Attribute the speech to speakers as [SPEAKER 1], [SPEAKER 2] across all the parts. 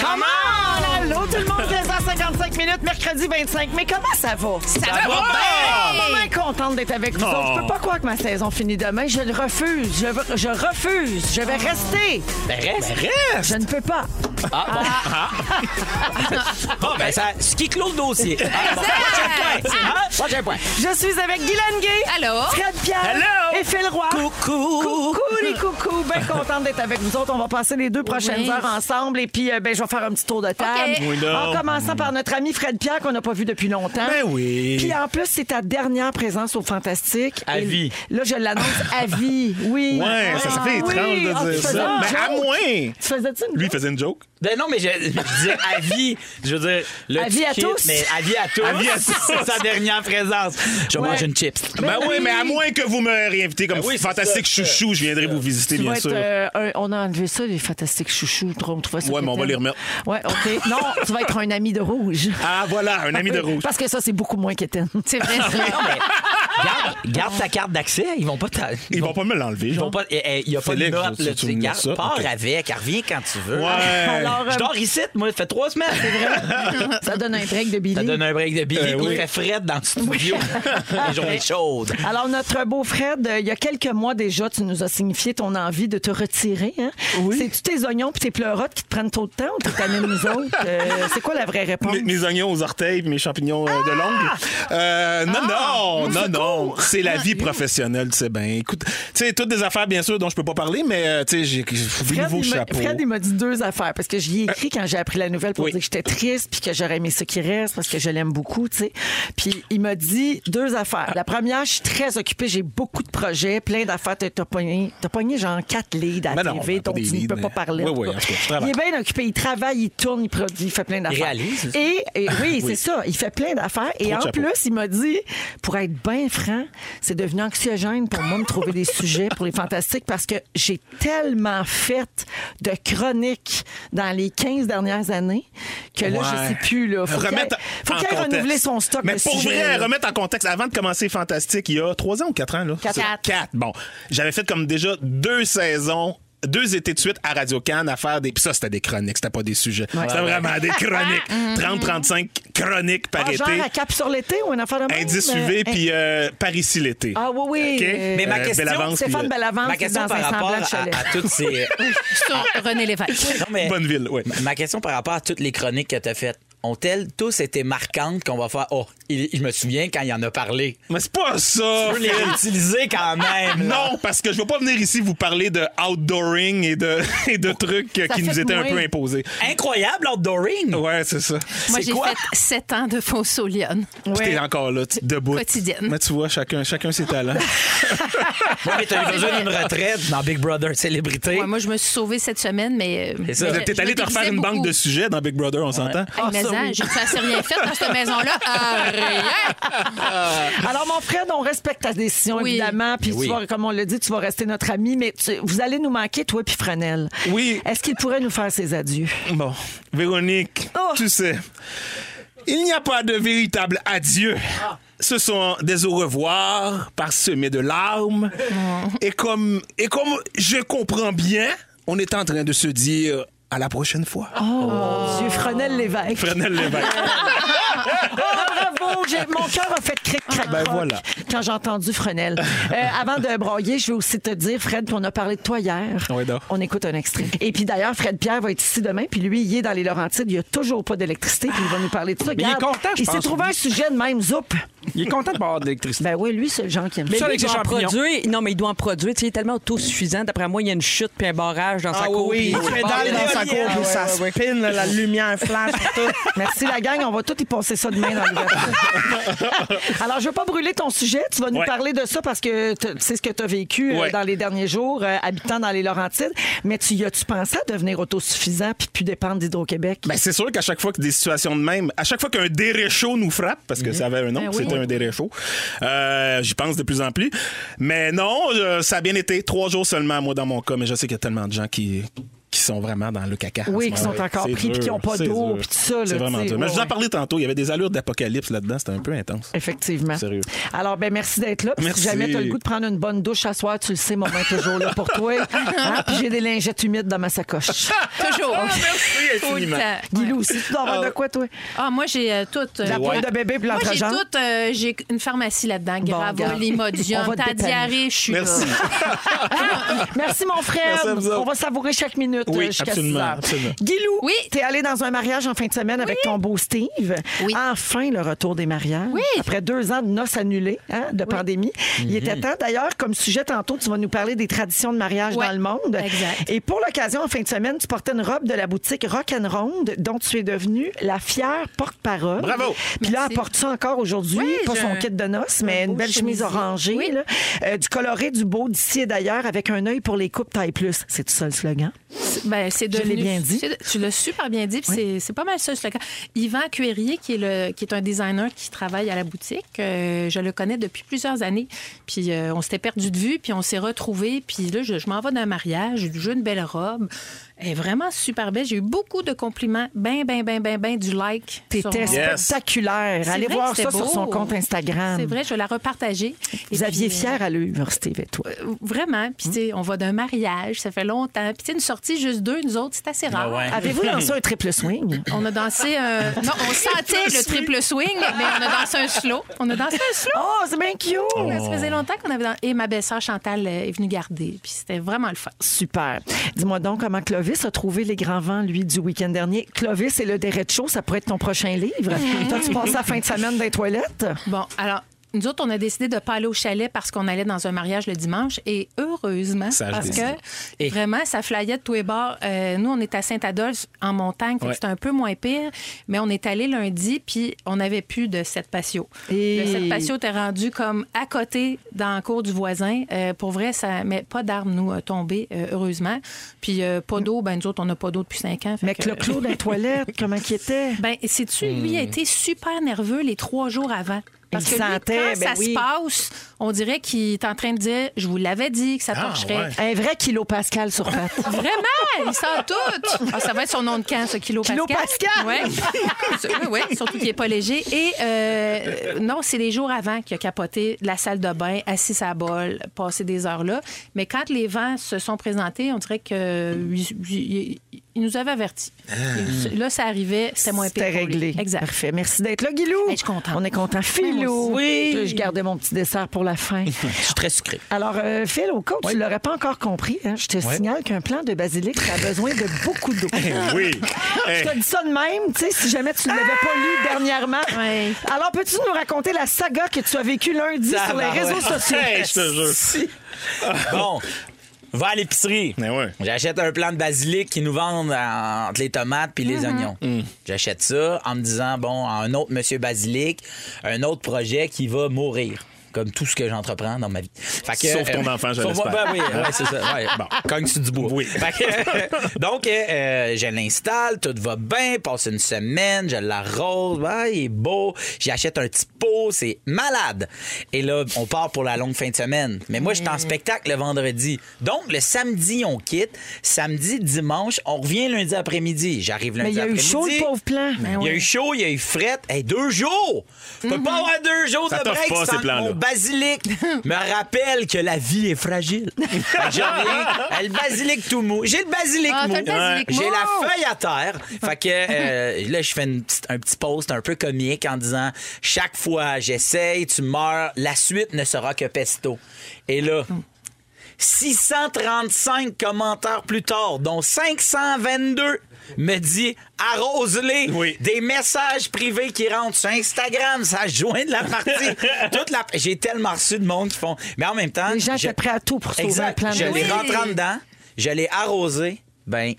[SPEAKER 1] Come on! Allô tout le monde, 15h55 minutes, mercredi 25 Mais Comment ça va? Ça,
[SPEAKER 2] va bien!
[SPEAKER 1] Je suis bien contente d'être avec vous.
[SPEAKER 2] Oh.
[SPEAKER 1] autres. Je peux pas croire que ma saison finit demain. Je le refuse. Je, veux- je refuse. Je vais rester.
[SPEAKER 3] Ben reste.
[SPEAKER 1] Je ne peux pas.
[SPEAKER 3] Ah, bon. Ah, ben, ça, ce qui clôt le dossier. Ah, bon, prochain point. Hein? Prochain point.
[SPEAKER 1] Je suis avec Guylaine Gay.
[SPEAKER 2] Allô?
[SPEAKER 1] Fred Pierre.
[SPEAKER 2] Allô?
[SPEAKER 1] Et Phil Roy.
[SPEAKER 3] Coucou.
[SPEAKER 1] Coucou les coucous, bien contente d'être avec vous autres. On va passer les deux prochaines
[SPEAKER 2] Oui.
[SPEAKER 1] heures ensemble et puis euh, ben, je vais faire un petit tour de table.
[SPEAKER 2] Ok. Oui,
[SPEAKER 1] en
[SPEAKER 2] donc.
[SPEAKER 1] commençant par notre ami Fred Pierre qu'on n'a pas vu depuis longtemps.
[SPEAKER 2] Ben oui.
[SPEAKER 1] Puis en plus, c'est ta dernière présence au Fantastique.
[SPEAKER 3] À
[SPEAKER 1] Et
[SPEAKER 3] vie.
[SPEAKER 1] Là, je l'annonce à vie. Oui.
[SPEAKER 2] Ouais,
[SPEAKER 1] Ah,
[SPEAKER 2] ça se fait
[SPEAKER 1] oui.
[SPEAKER 2] étrange
[SPEAKER 1] Ah,
[SPEAKER 2] de
[SPEAKER 1] tu
[SPEAKER 2] dire
[SPEAKER 1] faisais
[SPEAKER 2] ça.
[SPEAKER 1] une
[SPEAKER 2] Mais à
[SPEAKER 1] joke? Tu
[SPEAKER 2] moins.
[SPEAKER 1] faisais-tu une
[SPEAKER 2] Lui, il
[SPEAKER 1] joke?
[SPEAKER 2] faisait une joke.
[SPEAKER 3] Ben non, mais je, je veux dire à vie. Je veux dire, le
[SPEAKER 1] À vie à
[SPEAKER 3] kit,
[SPEAKER 1] tous.
[SPEAKER 3] Mais à vie à tous.
[SPEAKER 2] À vie à tous.
[SPEAKER 3] C'est sa dernière présence. Je
[SPEAKER 1] Ouais.
[SPEAKER 3] mange une chips.
[SPEAKER 2] Ben oui, mais à moins que vous me réinvitez comme
[SPEAKER 3] Ben oui, c'est
[SPEAKER 2] fantastique
[SPEAKER 3] ça.
[SPEAKER 2] chouchou, je viendrai vous visiter,
[SPEAKER 1] Tu
[SPEAKER 2] bien
[SPEAKER 1] vas être,
[SPEAKER 2] sûr.
[SPEAKER 1] euh, un- on a enlevé ça, les fantastiques chouchous. On trouvait ça
[SPEAKER 2] Ouais, mais on va
[SPEAKER 1] quétaine.
[SPEAKER 2] les remettre.
[SPEAKER 1] Ouais, OK. Non, tu vas être un ami de rouge.
[SPEAKER 2] Ah, voilà, un ami de rouge.
[SPEAKER 1] Parce que ça, c'est beaucoup moins quétaine.
[SPEAKER 4] C'est vrai, c'est vrai.
[SPEAKER 3] Non, mais garde, garde ta carte d'accès. Ils vont pas t'a-
[SPEAKER 2] Ils vont pas me l'enlever,
[SPEAKER 3] Ils vont
[SPEAKER 2] genre.
[SPEAKER 3] pas. eh, eh, Il y a pas de
[SPEAKER 2] Félix,
[SPEAKER 3] note.
[SPEAKER 2] je-
[SPEAKER 3] là,
[SPEAKER 2] tu
[SPEAKER 3] tu
[SPEAKER 2] me mets
[SPEAKER 3] gardes-
[SPEAKER 2] ça,
[SPEAKER 3] Pars
[SPEAKER 2] ok.
[SPEAKER 3] avec. Reviens quand tu veux.
[SPEAKER 2] Ouais.
[SPEAKER 1] Alors,
[SPEAKER 3] Je
[SPEAKER 1] euh,
[SPEAKER 3] dors ici, moi, ça fait trois semaines.
[SPEAKER 1] ça donne un break de Billy.
[SPEAKER 3] Ça donne un break de Billy.
[SPEAKER 2] Euh, oui.
[SPEAKER 3] Il fait fred dans le studio. Les journées chaudes.
[SPEAKER 1] Alors, notre beau Fred, euh, il y a quelques mois déjà, tu nous as signifié ton envie de te retirer. Hein? C'est-tu tes oignons et tes pleurotes qui te prennent trop de temps ou t'es tanné de nous autres? Euh, c'est quoi la vraie réponse?
[SPEAKER 2] Mes, mes oignons aux orteils puis mes champignons euh, de l'ongle.
[SPEAKER 1] Ah!
[SPEAKER 2] Euh, non, non, non, non. C'est la vie professionnelle, tu sais. Ben, écoute, tu sais, toutes des affaires, bien sûr, dont je peux pas parler, mais euh, tu sais, j'ai des
[SPEAKER 1] Fred,
[SPEAKER 2] nouveaux
[SPEAKER 1] il m'a-
[SPEAKER 2] chapeaux.
[SPEAKER 1] Fred, il m'a dit deux affaires parce que j'y ai écrit quand j'ai appris la nouvelle pour
[SPEAKER 2] Oui.
[SPEAKER 1] dire que j'étais triste puis que j'aurais aimé ce qui reste parce que je l'aime beaucoup, tu sais. Puis il m'a dit deux affaires. La première, je suis très occupée, j'ai beaucoup de projets, plein d'affaires. T'as t'as pogné, t'as pogné genre quatre leads à
[SPEAKER 2] Mais
[SPEAKER 1] la
[SPEAKER 2] non,
[SPEAKER 1] TV
[SPEAKER 2] ben, pas
[SPEAKER 1] dont
[SPEAKER 2] des
[SPEAKER 1] tu ne
[SPEAKER 2] leads,
[SPEAKER 1] peux pas
[SPEAKER 2] mais-
[SPEAKER 1] parler.
[SPEAKER 2] Oui,
[SPEAKER 1] en tout
[SPEAKER 2] oui,
[SPEAKER 1] cas.
[SPEAKER 2] en tout cas, je
[SPEAKER 1] il
[SPEAKER 2] travaille.
[SPEAKER 1] est bien occupé, il travaille, il tourne, il produit, il fait plein d'affaires.
[SPEAKER 3] réalise, c'est
[SPEAKER 1] Et, et oui, c'est ça, il fait plein d'affaires. Et
[SPEAKER 2] Ah, Trop de
[SPEAKER 1] en
[SPEAKER 2] chapeaux.
[SPEAKER 1] plus, il m'a dit, pour être bien franc, c'est devenu anxiogène pour moi de trouver des sujets pour les fantastiques parce que j'ai tellement fait de chroniques dans les 15 dernières années que là, je
[SPEAKER 2] Ouais.
[SPEAKER 1] sais plus. Là, faut qu'il aille,
[SPEAKER 2] Remettre
[SPEAKER 1] faut
[SPEAKER 2] en
[SPEAKER 1] qu'il aille
[SPEAKER 2] contexte.
[SPEAKER 1] renouveler son stock
[SPEAKER 2] Mais
[SPEAKER 1] de
[SPEAKER 2] pour
[SPEAKER 1] sujets.
[SPEAKER 2] vrai,
[SPEAKER 1] là.
[SPEAKER 2] remettre en contexte, avant de commencer Fantastique, il y a trois ans ou quatre ans, là?
[SPEAKER 1] Quatre.
[SPEAKER 2] C'est- Quatre. Bon, j'avais fait comme déjà deux saisons deux étés de suite à Radio Cannes à faire des. Puis ça, c'était des chroniques, c'était pas des sujets. C'était vraiment des chroniques. 30-35 chroniques par
[SPEAKER 1] Mm-hmm. Ah,
[SPEAKER 2] été.
[SPEAKER 1] genre à cap sur l'été ou une affaire de même,
[SPEAKER 2] Indice
[SPEAKER 1] mais-
[SPEAKER 2] UV, puis euh, par ici l'été.
[SPEAKER 1] Ah oui, oui.
[SPEAKER 2] OK?
[SPEAKER 1] euh,
[SPEAKER 3] Mais ma
[SPEAKER 2] Euh,
[SPEAKER 3] question,
[SPEAKER 2] Bellavance, puis,
[SPEAKER 1] Stéphane
[SPEAKER 2] euh,
[SPEAKER 1] Bellavance,
[SPEAKER 3] Ma question
[SPEAKER 1] dans
[SPEAKER 3] par
[SPEAKER 1] un
[SPEAKER 3] rapport
[SPEAKER 1] semblant de
[SPEAKER 3] à,
[SPEAKER 1] chalet.
[SPEAKER 3] à toutes ces.
[SPEAKER 4] Sur René Lévesque.
[SPEAKER 3] Non, mais-
[SPEAKER 2] Bonneville, oui.
[SPEAKER 3] Ma- Ma question par rapport à toutes les chroniques que tu as faites, ont-elles tous été marquantes qu'on va faire Oh, il- je me souviens quand il en a parlé.
[SPEAKER 2] Mais c'est pas ça!
[SPEAKER 3] On peut les réutiliser quand même. là.
[SPEAKER 2] Non, parce que je veux pas venir ici vous parler de outdooring et de, et de trucs euh,
[SPEAKER 1] Ça
[SPEAKER 2] qui nous
[SPEAKER 1] fait
[SPEAKER 2] étaient un
[SPEAKER 1] moins.
[SPEAKER 2] peu imposés.
[SPEAKER 3] Incroyable, outdooring.
[SPEAKER 2] Ouais, c'est ça.
[SPEAKER 4] Moi,
[SPEAKER 3] C'est
[SPEAKER 4] j'ai
[SPEAKER 3] quoi?
[SPEAKER 4] fait 7 ans de fausse au Lyon.
[SPEAKER 2] Puis t'es encore là, tu- debout.
[SPEAKER 4] Quotidienne.
[SPEAKER 2] Mais tu vois, chacun, chacun ses talents.
[SPEAKER 3] Ouais, mais t'as eu besoin d'une retraite dans Big Brother Célébrité.
[SPEAKER 4] Ouais, Ah, moi, je me suis sauvée cette semaine, mais. euh,
[SPEAKER 3] C'est ça.
[SPEAKER 4] je-
[SPEAKER 2] T'es
[SPEAKER 4] je
[SPEAKER 2] allé te refaire
[SPEAKER 4] déguisais
[SPEAKER 2] une banque
[SPEAKER 4] beaucoup.
[SPEAKER 2] de sujets dans Big Brother, on s'entend?
[SPEAKER 4] Hey, mais
[SPEAKER 1] Ah, ça,
[SPEAKER 4] hein,
[SPEAKER 1] oui.
[SPEAKER 4] j'ai assez rien fait dans cette maison-là. Ah, rien!
[SPEAKER 1] Alors, mon Fred, on respecte ta décision,
[SPEAKER 4] Oui.
[SPEAKER 1] évidemment. Puis,
[SPEAKER 3] Mais
[SPEAKER 2] Ben
[SPEAKER 1] tu
[SPEAKER 3] oui.
[SPEAKER 1] vas, comme on l'a dit, tu vas rester notre ami, mais tu- vous allez nous manquer, toi puis Franel.
[SPEAKER 2] Oui.
[SPEAKER 1] Est-ce qu'il pourrait nous faire ses adieux?
[SPEAKER 2] Bon, Véronique,
[SPEAKER 1] Oh.
[SPEAKER 2] tu sais, il n'y a pas de véritable adieu. Ce sont des au revoir parsemés de larmes. Et, comme, et comme je comprends bien, on est en train de se dire à la prochaine fois.
[SPEAKER 1] Monsieur Frenel Lévesque.
[SPEAKER 2] Prenez le Lévesque.
[SPEAKER 1] Ah, bravo! J'ai- Mon cœur a fait cric crac
[SPEAKER 2] Ben
[SPEAKER 1] croc
[SPEAKER 2] voilà.
[SPEAKER 1] quand j'ai entendu Frenel. Euh, avant de broyer, je vais aussi te dire, Fred, qu'on a parlé de toi hier.
[SPEAKER 2] Ouais, donc.
[SPEAKER 1] on écoute un extrait. Et puis d'ailleurs, Fred Pierre va être ici demain, puis lui, il est dans les Laurentides, il n'y a toujours pas d'électricité, puis il va nous parler de ça.
[SPEAKER 2] il est
[SPEAKER 1] Regarde,
[SPEAKER 2] content, je
[SPEAKER 1] Il s'est
[SPEAKER 2] pense,
[SPEAKER 1] trouvé un sujet de même, zoup.
[SPEAKER 5] Il est content de pas avoir d'électricité.
[SPEAKER 1] Ben oui, lui, c'est le genre qui aime
[SPEAKER 6] Mais
[SPEAKER 1] ça.
[SPEAKER 5] Ça,
[SPEAKER 6] lui,
[SPEAKER 5] avec
[SPEAKER 6] il
[SPEAKER 5] ses
[SPEAKER 6] doit en
[SPEAKER 5] champignons.
[SPEAKER 6] produire. Non, mais il doit en produire. Tu sais, il est tellement autosuffisant. D'après moi, il y a une chute puis un barrage dans
[SPEAKER 5] Ah
[SPEAKER 6] sa cour. puis-
[SPEAKER 7] Il pédale dans sa cour, puis ça spin, là, la lumière flash, tout.
[SPEAKER 1] Merci la gang, on va tout y passer ça demain dans l'ouverture. Alors, je veux pas brûler ton sujet, tu vas nous
[SPEAKER 2] Ouais.
[SPEAKER 1] parler de ça parce que t- c'est ce que tu as vécu euh,
[SPEAKER 2] Ouais.
[SPEAKER 1] dans les derniers jours euh, habitant dans les Laurentides, mais tu y as-tu pensé à devenir autosuffisant puis plus dépendre d'Hydro-Québec
[SPEAKER 2] Ben, c'est sûr qu'à chaque fois que des situations de même, à chaque fois qu'un déréchaud nous frappe, parce
[SPEAKER 1] Mhm.
[SPEAKER 2] que ça avait un nom,
[SPEAKER 4] Ben oui.
[SPEAKER 2] c'était un déréchaud, euh, j'y pense de plus en plus. Mais non, euh, ça a bien été trois jours seulement, moi, dans mon cas, mais je sais qu'il y a tellement de gens qui qui sont vraiment dans le caca. en
[SPEAKER 1] Oui,
[SPEAKER 2] ce
[SPEAKER 1] qui
[SPEAKER 2] moment.
[SPEAKER 1] sont encore
[SPEAKER 2] C'est
[SPEAKER 1] pris, puis qui
[SPEAKER 2] dur,
[SPEAKER 1] ont pas
[SPEAKER 2] c'est
[SPEAKER 1] d'eau,
[SPEAKER 2] dur.
[SPEAKER 1] puis tout ça, là,
[SPEAKER 2] C'est vraiment
[SPEAKER 1] tu sais,
[SPEAKER 2] dur. Mais je vous en
[SPEAKER 1] ouais.
[SPEAKER 2] parlais tantôt, il y avait des allures d'apocalypse là-dedans, c'était un peu intense.
[SPEAKER 1] Effectivement.
[SPEAKER 2] Sérieux.
[SPEAKER 1] Alors, ben merci d'être là. Puis
[SPEAKER 2] Merci.
[SPEAKER 1] Si jamais tu as le goût de prendre une bonne douche à soir, tu le sais, mon main est toujours là pour toi. Hein? Puis j'ai des lingettes humides dans ma sacoche.
[SPEAKER 4] Toujours.
[SPEAKER 2] Merci
[SPEAKER 4] Tout le
[SPEAKER 2] infiniment.
[SPEAKER 4] temps.
[SPEAKER 1] Guilou aussi, tu dois avoir de quoi, toi?
[SPEAKER 4] Ah, moi, j'ai euh, tout. euh,
[SPEAKER 1] La poêle de bébé puis
[SPEAKER 4] Moi, j'ai
[SPEAKER 1] l'entrejambe.
[SPEAKER 4] tout. euh, j'ai une pharmacie là-dedans.
[SPEAKER 1] regarde.
[SPEAKER 4] Gravol,
[SPEAKER 1] On
[SPEAKER 4] Imodium,
[SPEAKER 1] va te
[SPEAKER 4] ta
[SPEAKER 1] dépanner.
[SPEAKER 4] diarrhée, je suis là.
[SPEAKER 2] Merci.
[SPEAKER 1] Merci, mon frère.
[SPEAKER 2] Merci à vous autres.
[SPEAKER 1] On va savourer chaque minute
[SPEAKER 2] Oui,
[SPEAKER 1] euh, jusqu'à
[SPEAKER 2] absolument,
[SPEAKER 1] 6 heures.
[SPEAKER 2] absolument.
[SPEAKER 1] Guilou,
[SPEAKER 4] Oui.
[SPEAKER 1] t'es allé dans un mariage en fin de semaine avec ton beau Steve.
[SPEAKER 4] Oui.
[SPEAKER 1] Enfin, le retour des mariages.
[SPEAKER 4] Oui.
[SPEAKER 1] Après deux ans de noces annulées, hein, de pandémie. Il était temps. D'ailleurs, comme sujet tantôt, tu vas nous parler des traditions de mariage
[SPEAKER 4] Ouais.
[SPEAKER 1] dans le monde.
[SPEAKER 4] Exact.
[SPEAKER 1] Et pour l'occasion, en fin de semaine, tu portais une robe de la boutique Rock'n'Ronde, dont tu es devenue la fière porte-parole.
[SPEAKER 2] Bravo.
[SPEAKER 1] Puis là,
[SPEAKER 4] Merci.
[SPEAKER 1] elle porte ça encore aujourd'hui.
[SPEAKER 4] Oui,
[SPEAKER 1] pas
[SPEAKER 4] j'ai
[SPEAKER 1] son
[SPEAKER 4] un-
[SPEAKER 1] kit de noces, mais
[SPEAKER 4] un
[SPEAKER 1] une
[SPEAKER 4] beau
[SPEAKER 1] belle chemise
[SPEAKER 4] chemisier.
[SPEAKER 1] orangée.
[SPEAKER 4] Oui.
[SPEAKER 1] là. Euh, du coloré, du beau, d'ici et d'ailleurs, avec un œil pour les coupes taille plus. C'est tout ça le slogan.
[SPEAKER 4] Ben, c'est
[SPEAKER 1] Je l'ai
[SPEAKER 4] devenu,
[SPEAKER 1] bien dit.
[SPEAKER 4] c'est- Tu l'as super bien dit. puis c'est- C'est pas mal ça. ce cas. Yvan Cuérier, qui est, le, qui est un designer qui travaille à la boutique, euh, je le connais depuis plusieurs années. Puis euh, on s'était perdu de vue, puis on s'est retrouvés. Puis là, je, je m'en vais d'un mariage, j'ai une belle robe. Elle est vraiment super belle. J'ai eu beaucoup de compliments. Ben, ben, ben, ben, ben, du like. sur
[SPEAKER 1] T'étais
[SPEAKER 4] mon-
[SPEAKER 2] Yes.
[SPEAKER 1] spectaculaire.
[SPEAKER 4] C'est
[SPEAKER 1] Allez
[SPEAKER 4] vrai
[SPEAKER 1] voir
[SPEAKER 4] que
[SPEAKER 1] ça
[SPEAKER 4] c'était
[SPEAKER 1] sur
[SPEAKER 4] beau.
[SPEAKER 1] son compte Instagram.
[SPEAKER 4] C'est vrai, je vais la repartager.
[SPEAKER 1] Vous
[SPEAKER 4] Et
[SPEAKER 1] aviez Hum.
[SPEAKER 4] puis, euh,
[SPEAKER 1] fière à l'œuvre, Steve et toi.
[SPEAKER 4] Vraiment. Puis, tu sais, on va d'un mariage, ça fait longtemps. Puis, tu sais, une sortie juste deux, nous autres, c'est assez rare.
[SPEAKER 3] Ah ouais.
[SPEAKER 1] Avez-vous lancé un triple swing?
[SPEAKER 4] On a dansé un. Non, on sentait le triple swing, mais on a dansé un slow. On a dansé un slow.
[SPEAKER 1] Oh, c'est bien cute!
[SPEAKER 4] Ça faisait longtemps qu'on avait dansé. Et ma belle-sœur Chantal euh, est venue garder. Puis c'était vraiment le fun.
[SPEAKER 1] Super. Dis-moi donc comment Clovis a trouvé les grands vents, lui, du week-end dernier. Clovis et le derecho, ça pourrait être ton prochain livre. Toi, tu passes la fin de semaine dans les toilettes?
[SPEAKER 4] Bon, alors. Nous autres, on a décidé de ne pas aller au chalet parce qu'on allait dans un mariage le dimanche. Et heureusement,
[SPEAKER 2] Sage
[SPEAKER 4] parce que
[SPEAKER 2] décision.
[SPEAKER 3] Et-
[SPEAKER 4] vraiment, ça flyait de tous les bords. Euh, nous, on est à Saint-Adolphe, en montagne, fait que
[SPEAKER 2] Ouais.
[SPEAKER 4] c'était un peu moins pire. Mais on est allé lundi, puis on n'avait plus de cette patio.
[SPEAKER 1] Et-
[SPEAKER 4] Le sept patio était rendu comme à côté dans la cour du voisin. Euh, pour vrai, ça met pas d'armes, nous, euh, tombées, euh, heureusement. Puis euh, pas d'eau, ben nous autres, on n'a pas d'eau depuis cinq ans.
[SPEAKER 1] Mm.
[SPEAKER 4] fait
[SPEAKER 1] Mais
[SPEAKER 4] que-
[SPEAKER 1] que le clos dans les toilettes, comment qu'il était?
[SPEAKER 4] ben, sais-tu, lui a été super nerveux les trois jours avant. Parce
[SPEAKER 1] Hmm. Il
[SPEAKER 4] que lui,
[SPEAKER 1] sentait,
[SPEAKER 4] quand
[SPEAKER 1] ben
[SPEAKER 4] ça
[SPEAKER 1] oui.
[SPEAKER 4] se passe, on dirait qu'il est en train de dire Je vous l'avais dit que ça
[SPEAKER 2] Ah,
[SPEAKER 4] torcherait.
[SPEAKER 1] Un vrai kilo Pascal sur patte.
[SPEAKER 4] Vraiment, il sent tout. Ah, ça va être son nom de camp, ce kilo Pascal.
[SPEAKER 1] Kilo Pascal.
[SPEAKER 4] Ouais. oui, oui, surtout qu'il n'est pas léger. Et euh, non, c'est les jours avant qu'il a capoté de la salle de bain, assis sa bol, passé des heures là. Mais quand les vents se sont présentés, on dirait euh, qu'ils nous avaient avertis. Et Là, ça arrivait, c'était moins pire.
[SPEAKER 1] Ah. C'était
[SPEAKER 4] pour lui.
[SPEAKER 1] réglé.
[SPEAKER 4] Exact.
[SPEAKER 1] Parfait. Merci d'être là, Guilou.
[SPEAKER 4] Hey, je suis contente.
[SPEAKER 1] On est content.
[SPEAKER 4] Ouais,
[SPEAKER 1] Philou.
[SPEAKER 4] moi
[SPEAKER 1] Oui. Je gardais mon petit dessert pour la fin.
[SPEAKER 3] Je suis très sucré.
[SPEAKER 1] Alors, euh, Phil, au coach, tu l'aurais pas encore compris. hein, Je te signale qu'un plant de basilic, ça a besoin de beaucoup d'eau.
[SPEAKER 2] Oui. Hey.
[SPEAKER 1] Je te dis ça de même, tu sais, si jamais tu ne l'avais pas lu dernièrement.
[SPEAKER 4] Ouais.
[SPEAKER 1] Alors, peux-tu nous raconter la saga que tu as vécue lundi
[SPEAKER 3] Ça
[SPEAKER 1] sur les
[SPEAKER 3] va,
[SPEAKER 1] réseaux
[SPEAKER 3] ouais.
[SPEAKER 1] sociaux?
[SPEAKER 2] Hey, je te jure.
[SPEAKER 3] Bon, va à l'épicerie.
[SPEAKER 2] Mais ouais.
[SPEAKER 3] J'achète un plant de basilic qu'ils nous vendent en- entre les tomates puis
[SPEAKER 1] Mm-hmm.
[SPEAKER 3] les oignons.
[SPEAKER 2] Mm.
[SPEAKER 3] J'achète ça en me disant, bon, un autre monsieur basilic, un autre projet qui va mourir. Comme tout ce que j'entreprends dans ma vie. Fait
[SPEAKER 2] Sauf ton enfant, je
[SPEAKER 3] sauf moi-
[SPEAKER 2] l'espère.
[SPEAKER 3] Ben oui, ouais, c'est ça. Ouais. Bon, cogne sur du bois.
[SPEAKER 2] Oui.
[SPEAKER 3] Fait que- donc, euh, euh, je l'installe, tout va bien, passe une semaine, je l'arrose, ah, il est beau, j'achète un petit pot, c'est malade. Et là, on part pour la longue fin de semaine. Mais moi, j'étais en spectacle le vendredi. Donc, le samedi, on quitte. Samedi, dimanche, on revient lundi après-midi. J'arrive
[SPEAKER 1] Mais
[SPEAKER 3] lundi
[SPEAKER 1] il y a eu
[SPEAKER 3] après-midi.
[SPEAKER 1] chaud, le pauvre
[SPEAKER 4] Hein?
[SPEAKER 1] Ben plant.
[SPEAKER 4] Ben
[SPEAKER 3] Il y a eu chaud, il y a eu fret. Hey, deux jours! Je
[SPEAKER 4] Mm-hmm.
[SPEAKER 3] peux pas avoir deux jours
[SPEAKER 2] Ça
[SPEAKER 3] de
[SPEAKER 2] t'offre
[SPEAKER 3] break
[SPEAKER 2] pas, ces
[SPEAKER 3] sans que
[SPEAKER 2] plans-là.
[SPEAKER 3] mon basilic me rappelle que la vie est fragile. Fait que je reviens, le basilic tout mou. J'ai le basilic
[SPEAKER 4] Ah,
[SPEAKER 3] mou.
[SPEAKER 4] t'as le basilic
[SPEAKER 3] J'ai
[SPEAKER 4] mou.
[SPEAKER 3] la feuille à terre. Fait que euh, là, je fais une petite- un petit post un peu comique en disant chaque fois j'essaye, tu meurs, la suite ne sera que pesto. Et là. 635 commentaires plus tard, dont 522 me dit arrose-les
[SPEAKER 2] Oui.
[SPEAKER 3] des messages privés qui rentrent sur Instagram, ça joint de la partie. Toute la... J'ai tellement reçu de monde qui font. Mais en même temps,
[SPEAKER 1] Les gens étaient
[SPEAKER 3] je-
[SPEAKER 1] prêts à tout pour sauver
[SPEAKER 3] Exact.
[SPEAKER 1] un plan de
[SPEAKER 3] Je l'ai
[SPEAKER 1] vie.
[SPEAKER 3] rentré en dedans, je l'ai arrosé, ben.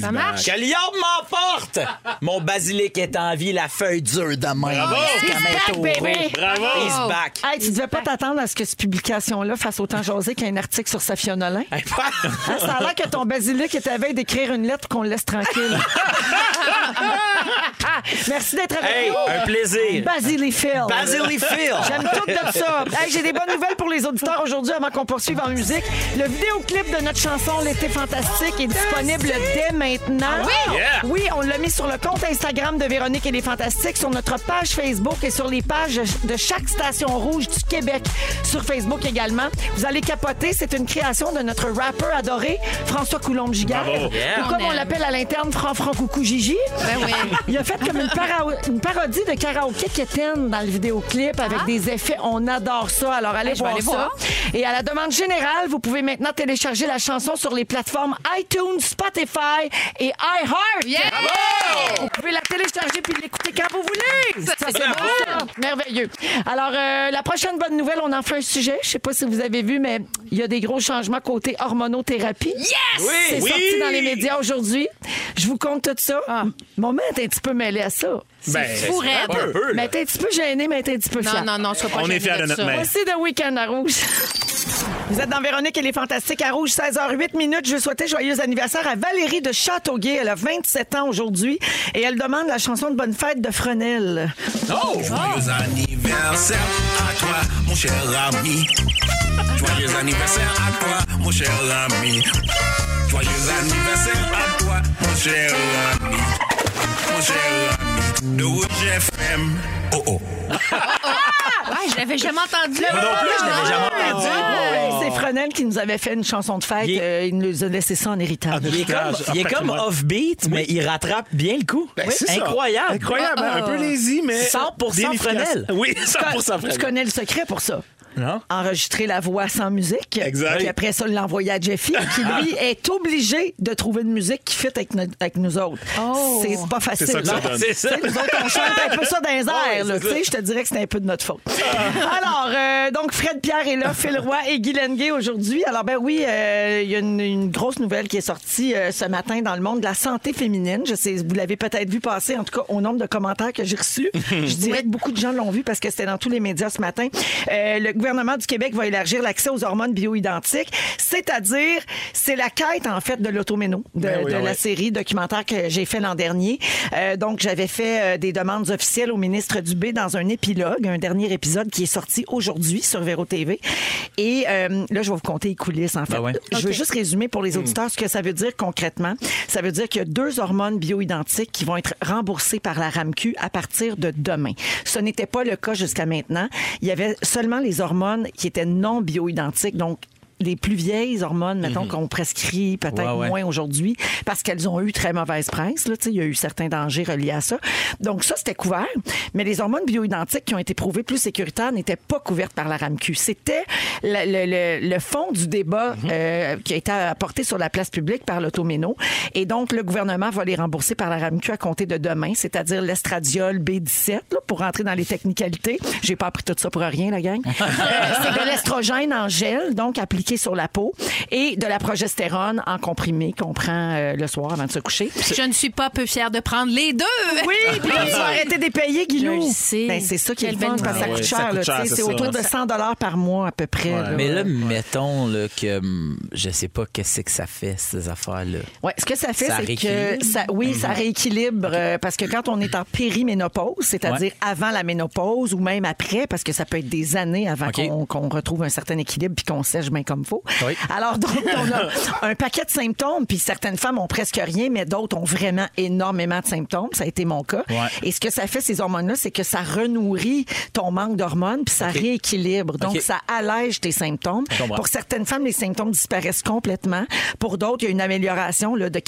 [SPEAKER 4] Ça marche.
[SPEAKER 3] Que l'herbe m'emporte! Mon basilic est en vie, la feuille dure de main.
[SPEAKER 2] Bravo!
[SPEAKER 3] C'est comme un taureau.
[SPEAKER 1] back, baby!
[SPEAKER 2] Bravo!
[SPEAKER 3] He's back.
[SPEAKER 1] Hey, tu devais pas t'attendre à ce que cette publication-là fasse autant jaser qu'un article sur Safia Nolin. Hein, ça a l'air que ton basilic est à veille d'écrire une lettre qu'on le laisse tranquille. Merci d'être avec
[SPEAKER 3] Hey,
[SPEAKER 1] nous.
[SPEAKER 3] un plaisir.
[SPEAKER 1] Basiliphile.
[SPEAKER 3] Basilic Phil.
[SPEAKER 1] J'aime tout de ça. Hey, J'ai des bonnes nouvelles pour les auditeurs aujourd'hui avant qu'on poursuive en musique. Le vidéoclip de notre chanson L'été fantastique est disponible dès maintenant. Oui,
[SPEAKER 2] Yeah.
[SPEAKER 1] on l'a mis sur le compte Instagram de Véronique et les Fantastiques, sur notre page Facebook et sur les pages de chaque station rouge du Québec. Sur Facebook également. Vous allez capoter, c'est une création de notre rappeur adoré, François Coulombe-Gigard.
[SPEAKER 2] Bravo.
[SPEAKER 3] Yeah.
[SPEAKER 1] Ou comme
[SPEAKER 4] On
[SPEAKER 1] on
[SPEAKER 4] aime.
[SPEAKER 1] l'appelle à l'interne, Fran Fran Coucou Gigi.
[SPEAKER 4] Ben oui.
[SPEAKER 1] Il a fait comme une, para- une parodie de karaoké quétaine dans le vidéoclip avec des effets. On adore ça. Alors allez
[SPEAKER 4] Ah. Ben, je vais
[SPEAKER 1] voir
[SPEAKER 4] aller
[SPEAKER 1] ça.
[SPEAKER 4] voir.
[SPEAKER 1] Et à la demande générale, vous pouvez maintenant télécharger la chanson sur les plateformes iTunes, Spotify et iHeart.
[SPEAKER 4] Yeah!
[SPEAKER 1] Vous pouvez la télécharger puis l'écouter quand vous voulez. Ça, c'est bon. Merveilleux. Alors, euh, la prochaine bonne nouvelle, on en fait un sujet. Je sais pas si vous avez vu, mais il y a des gros changements côté hormonothérapie. C'est
[SPEAKER 2] Oui.
[SPEAKER 1] sorti dans les médias aujourd'hui. Je vous compte tout ça. Mon mère est un petit peu mêlée à ça.
[SPEAKER 2] Ben,
[SPEAKER 4] fou, raide.
[SPEAKER 2] un peu, là.
[SPEAKER 1] Mais t'es un petit peu gênée, mais t'es un petit peu
[SPEAKER 4] Non,
[SPEAKER 1] fière.
[SPEAKER 4] non, non, sois pas
[SPEAKER 2] On est
[SPEAKER 4] gêné
[SPEAKER 2] fiers de notre
[SPEAKER 4] ça.
[SPEAKER 2] mère.
[SPEAKER 1] Voici The Weekend à Rouge. Vous êtes dans Véronique et les Fantastiques à Rouge, 16h08 minutes. Je veux souhaiter joyeux anniversaire à Valérie de Châteauguay. Elle a 27 ans aujourd'hui et elle demande la chanson de Bonne Fête de Fresnel.
[SPEAKER 2] Oh!
[SPEAKER 8] Joyeux anniversaire à toi, mon cher ami. Joyeux anniversaire à toi, mon cher ami. Joyeux anniversaire à toi, mon cher ami. Mon cher ami de Rouge FM. Oh oh.
[SPEAKER 4] Ouais, je l'avais jamais entendu.
[SPEAKER 3] Moi non plus, je l'avais jamais
[SPEAKER 1] Ah,
[SPEAKER 3] entendu.
[SPEAKER 1] oui, C'est Fresnel qui nous avait fait une chanson de fête.
[SPEAKER 3] Il-
[SPEAKER 1] Euh, Il nous a laissé ça en héritage.
[SPEAKER 2] Ah,
[SPEAKER 3] Il est comme, il est comme offbeat, mais il rattrape bien le coup.
[SPEAKER 2] Ben, c'est ça.
[SPEAKER 3] Incroyable.
[SPEAKER 2] Incroyable. hein,
[SPEAKER 4] Ah,
[SPEAKER 2] Un
[SPEAKER 4] ah.
[SPEAKER 2] peu lazy, mais.
[SPEAKER 3] 100%
[SPEAKER 2] efficace.
[SPEAKER 3] Fresnel.
[SPEAKER 2] Oui, 100%
[SPEAKER 1] Tu
[SPEAKER 2] Fresnel.
[SPEAKER 1] connais le secret pour ça.
[SPEAKER 3] Non?
[SPEAKER 1] enregistrer la voix sans musique.
[SPEAKER 2] Exact.
[SPEAKER 1] Puis après ça, l'envoyer à Jeffy, qui lui est obligé de trouver une musique qui fit avec, no- avec nous autres.
[SPEAKER 4] Oh.
[SPEAKER 1] C'est pas facile.
[SPEAKER 2] C'est ça que ça donne.
[SPEAKER 3] C'est ça.
[SPEAKER 1] Tu sais, Nous autres, on chante un peu ça dans les airs. là, tu sais, je te dirais que Ah c'est un peu de notre faute. Alors, euh, donc, Fred Pierre est là, Phil Roy et Guy Lenguet aujourd'hui. Alors, ben oui, euh, il y a une, une grosse nouvelle qui est sortie euh, ce matin dans le monde de la santé féminine. Je sais, vous l'avez peut-être vu passer, en tout cas, au nombre de commentaires que j'ai reçus. Je dirais que beaucoup de gens l'ont vu parce que c'était dans tous les médias ce matin. Euh, le gouvernement du Québec va élargir l'accès aux hormones bioidentiques, c'est-à-dire, c'est la quête, en fait, de l'automéno, de,
[SPEAKER 2] Ben oui,
[SPEAKER 1] de
[SPEAKER 2] ouais.
[SPEAKER 1] la série documentaire que j'ai fait l'an dernier. Euh, donc, j'avais fait euh, des demandes officielles au ministre Dubé dans un épilogue, un dernier épisode qui est sorti aujourd'hui sur Véro TV. Et euh, là, je vais vous conter les coulisses, en fait.
[SPEAKER 3] Ben ouais.
[SPEAKER 1] Je veux juste résumer pour
[SPEAKER 3] Hmm.
[SPEAKER 1] les auditeurs ce que ça veut dire concrètement. Ça veut dire qu'il y a deux hormones bioidentiques qui vont être remboursées par la RAMQ à partir de demain. Ce n'était pas le cas jusqu'à maintenant. Il y avait seulement les hormones qui étaient non bioidentiques, donc les plus vieilles hormones, mettons, qu'on prescrit peut-être
[SPEAKER 3] Mhm. Ouais, ouais.
[SPEAKER 1] moins aujourd'hui parce qu'elles ont eu très mauvaise presse. Là, tu sais, il y a eu certains dangers reliés à ça. Donc ça, c'était couvert. Mais les hormones bioidentiques qui ont été prouvées plus sécuritaires n'étaient pas couvertes par la RAMQ. C'était le, le- le- le fond du débat euh, qui a été apporté sur la place publique par l'automéno. Et donc, le gouvernement va les rembourser par la RAMQ à compter de demain, c'est-à-dire l'estradiol B17, là, pour rentrer dans les technicalités. J'ai pas appris tout ça pour rien, la gang. Euh, C'est de l'estrogène en gel, donc appliqué sur la peau, et de la progestérone en comprimé qu'on prend euh, le soir avant de se coucher.
[SPEAKER 4] Je ne suis pas peu fière de prendre les deux.
[SPEAKER 1] Oui, puis là, tu vas arrêter de les payer, Guilou.
[SPEAKER 4] Je le sais.
[SPEAKER 1] Ben, c'est ça qui est le
[SPEAKER 4] Quelle
[SPEAKER 1] fun,
[SPEAKER 4] belle
[SPEAKER 1] parce que ça
[SPEAKER 2] nouvelle.
[SPEAKER 1] coûte cher.
[SPEAKER 2] Ouais, ça coûte
[SPEAKER 1] là, tu
[SPEAKER 2] cher,
[SPEAKER 1] sais,
[SPEAKER 2] c'est
[SPEAKER 1] C'est
[SPEAKER 2] ça.
[SPEAKER 1] autour de 100 par mois, à peu près. là.
[SPEAKER 3] Mais là, mettons là, que hum, je sais pas qu'est-ce que ça fait, ces affaires-là.
[SPEAKER 1] Ouais, ce que ça fait,
[SPEAKER 3] Ça
[SPEAKER 1] c'est que
[SPEAKER 3] rééquilibre. Mhm.
[SPEAKER 1] ça, oui, ça rééquilibre euh, parce que quand on est en périménopause, c'est-à-dire
[SPEAKER 3] Ouais.
[SPEAKER 1] avant la ménopause ou même après, parce que ça peut être des années avant
[SPEAKER 3] OK.
[SPEAKER 1] qu'on qu'on retrouve un certain équilibre puis qu'on sèche bien comme faut.
[SPEAKER 3] Oui.
[SPEAKER 1] Alors donc on a un paquet de symptômes puis certaines femmes ont presque rien, mais d'autres ont vraiment énormément de symptômes. Ça a été mon cas.
[SPEAKER 3] Ouais.
[SPEAKER 1] Et ce que ça fait ces hormones-là, c'est que ça renourrit ton manque d'hormones puis ça rééquilibre. Donc
[SPEAKER 3] OK.
[SPEAKER 1] ça allège tes symptômes.
[SPEAKER 3] Je comprends.
[SPEAKER 1] Pour certaines femmes, les symptômes disparaissent complètement. Pour d'autres, il y a une amélioration là, de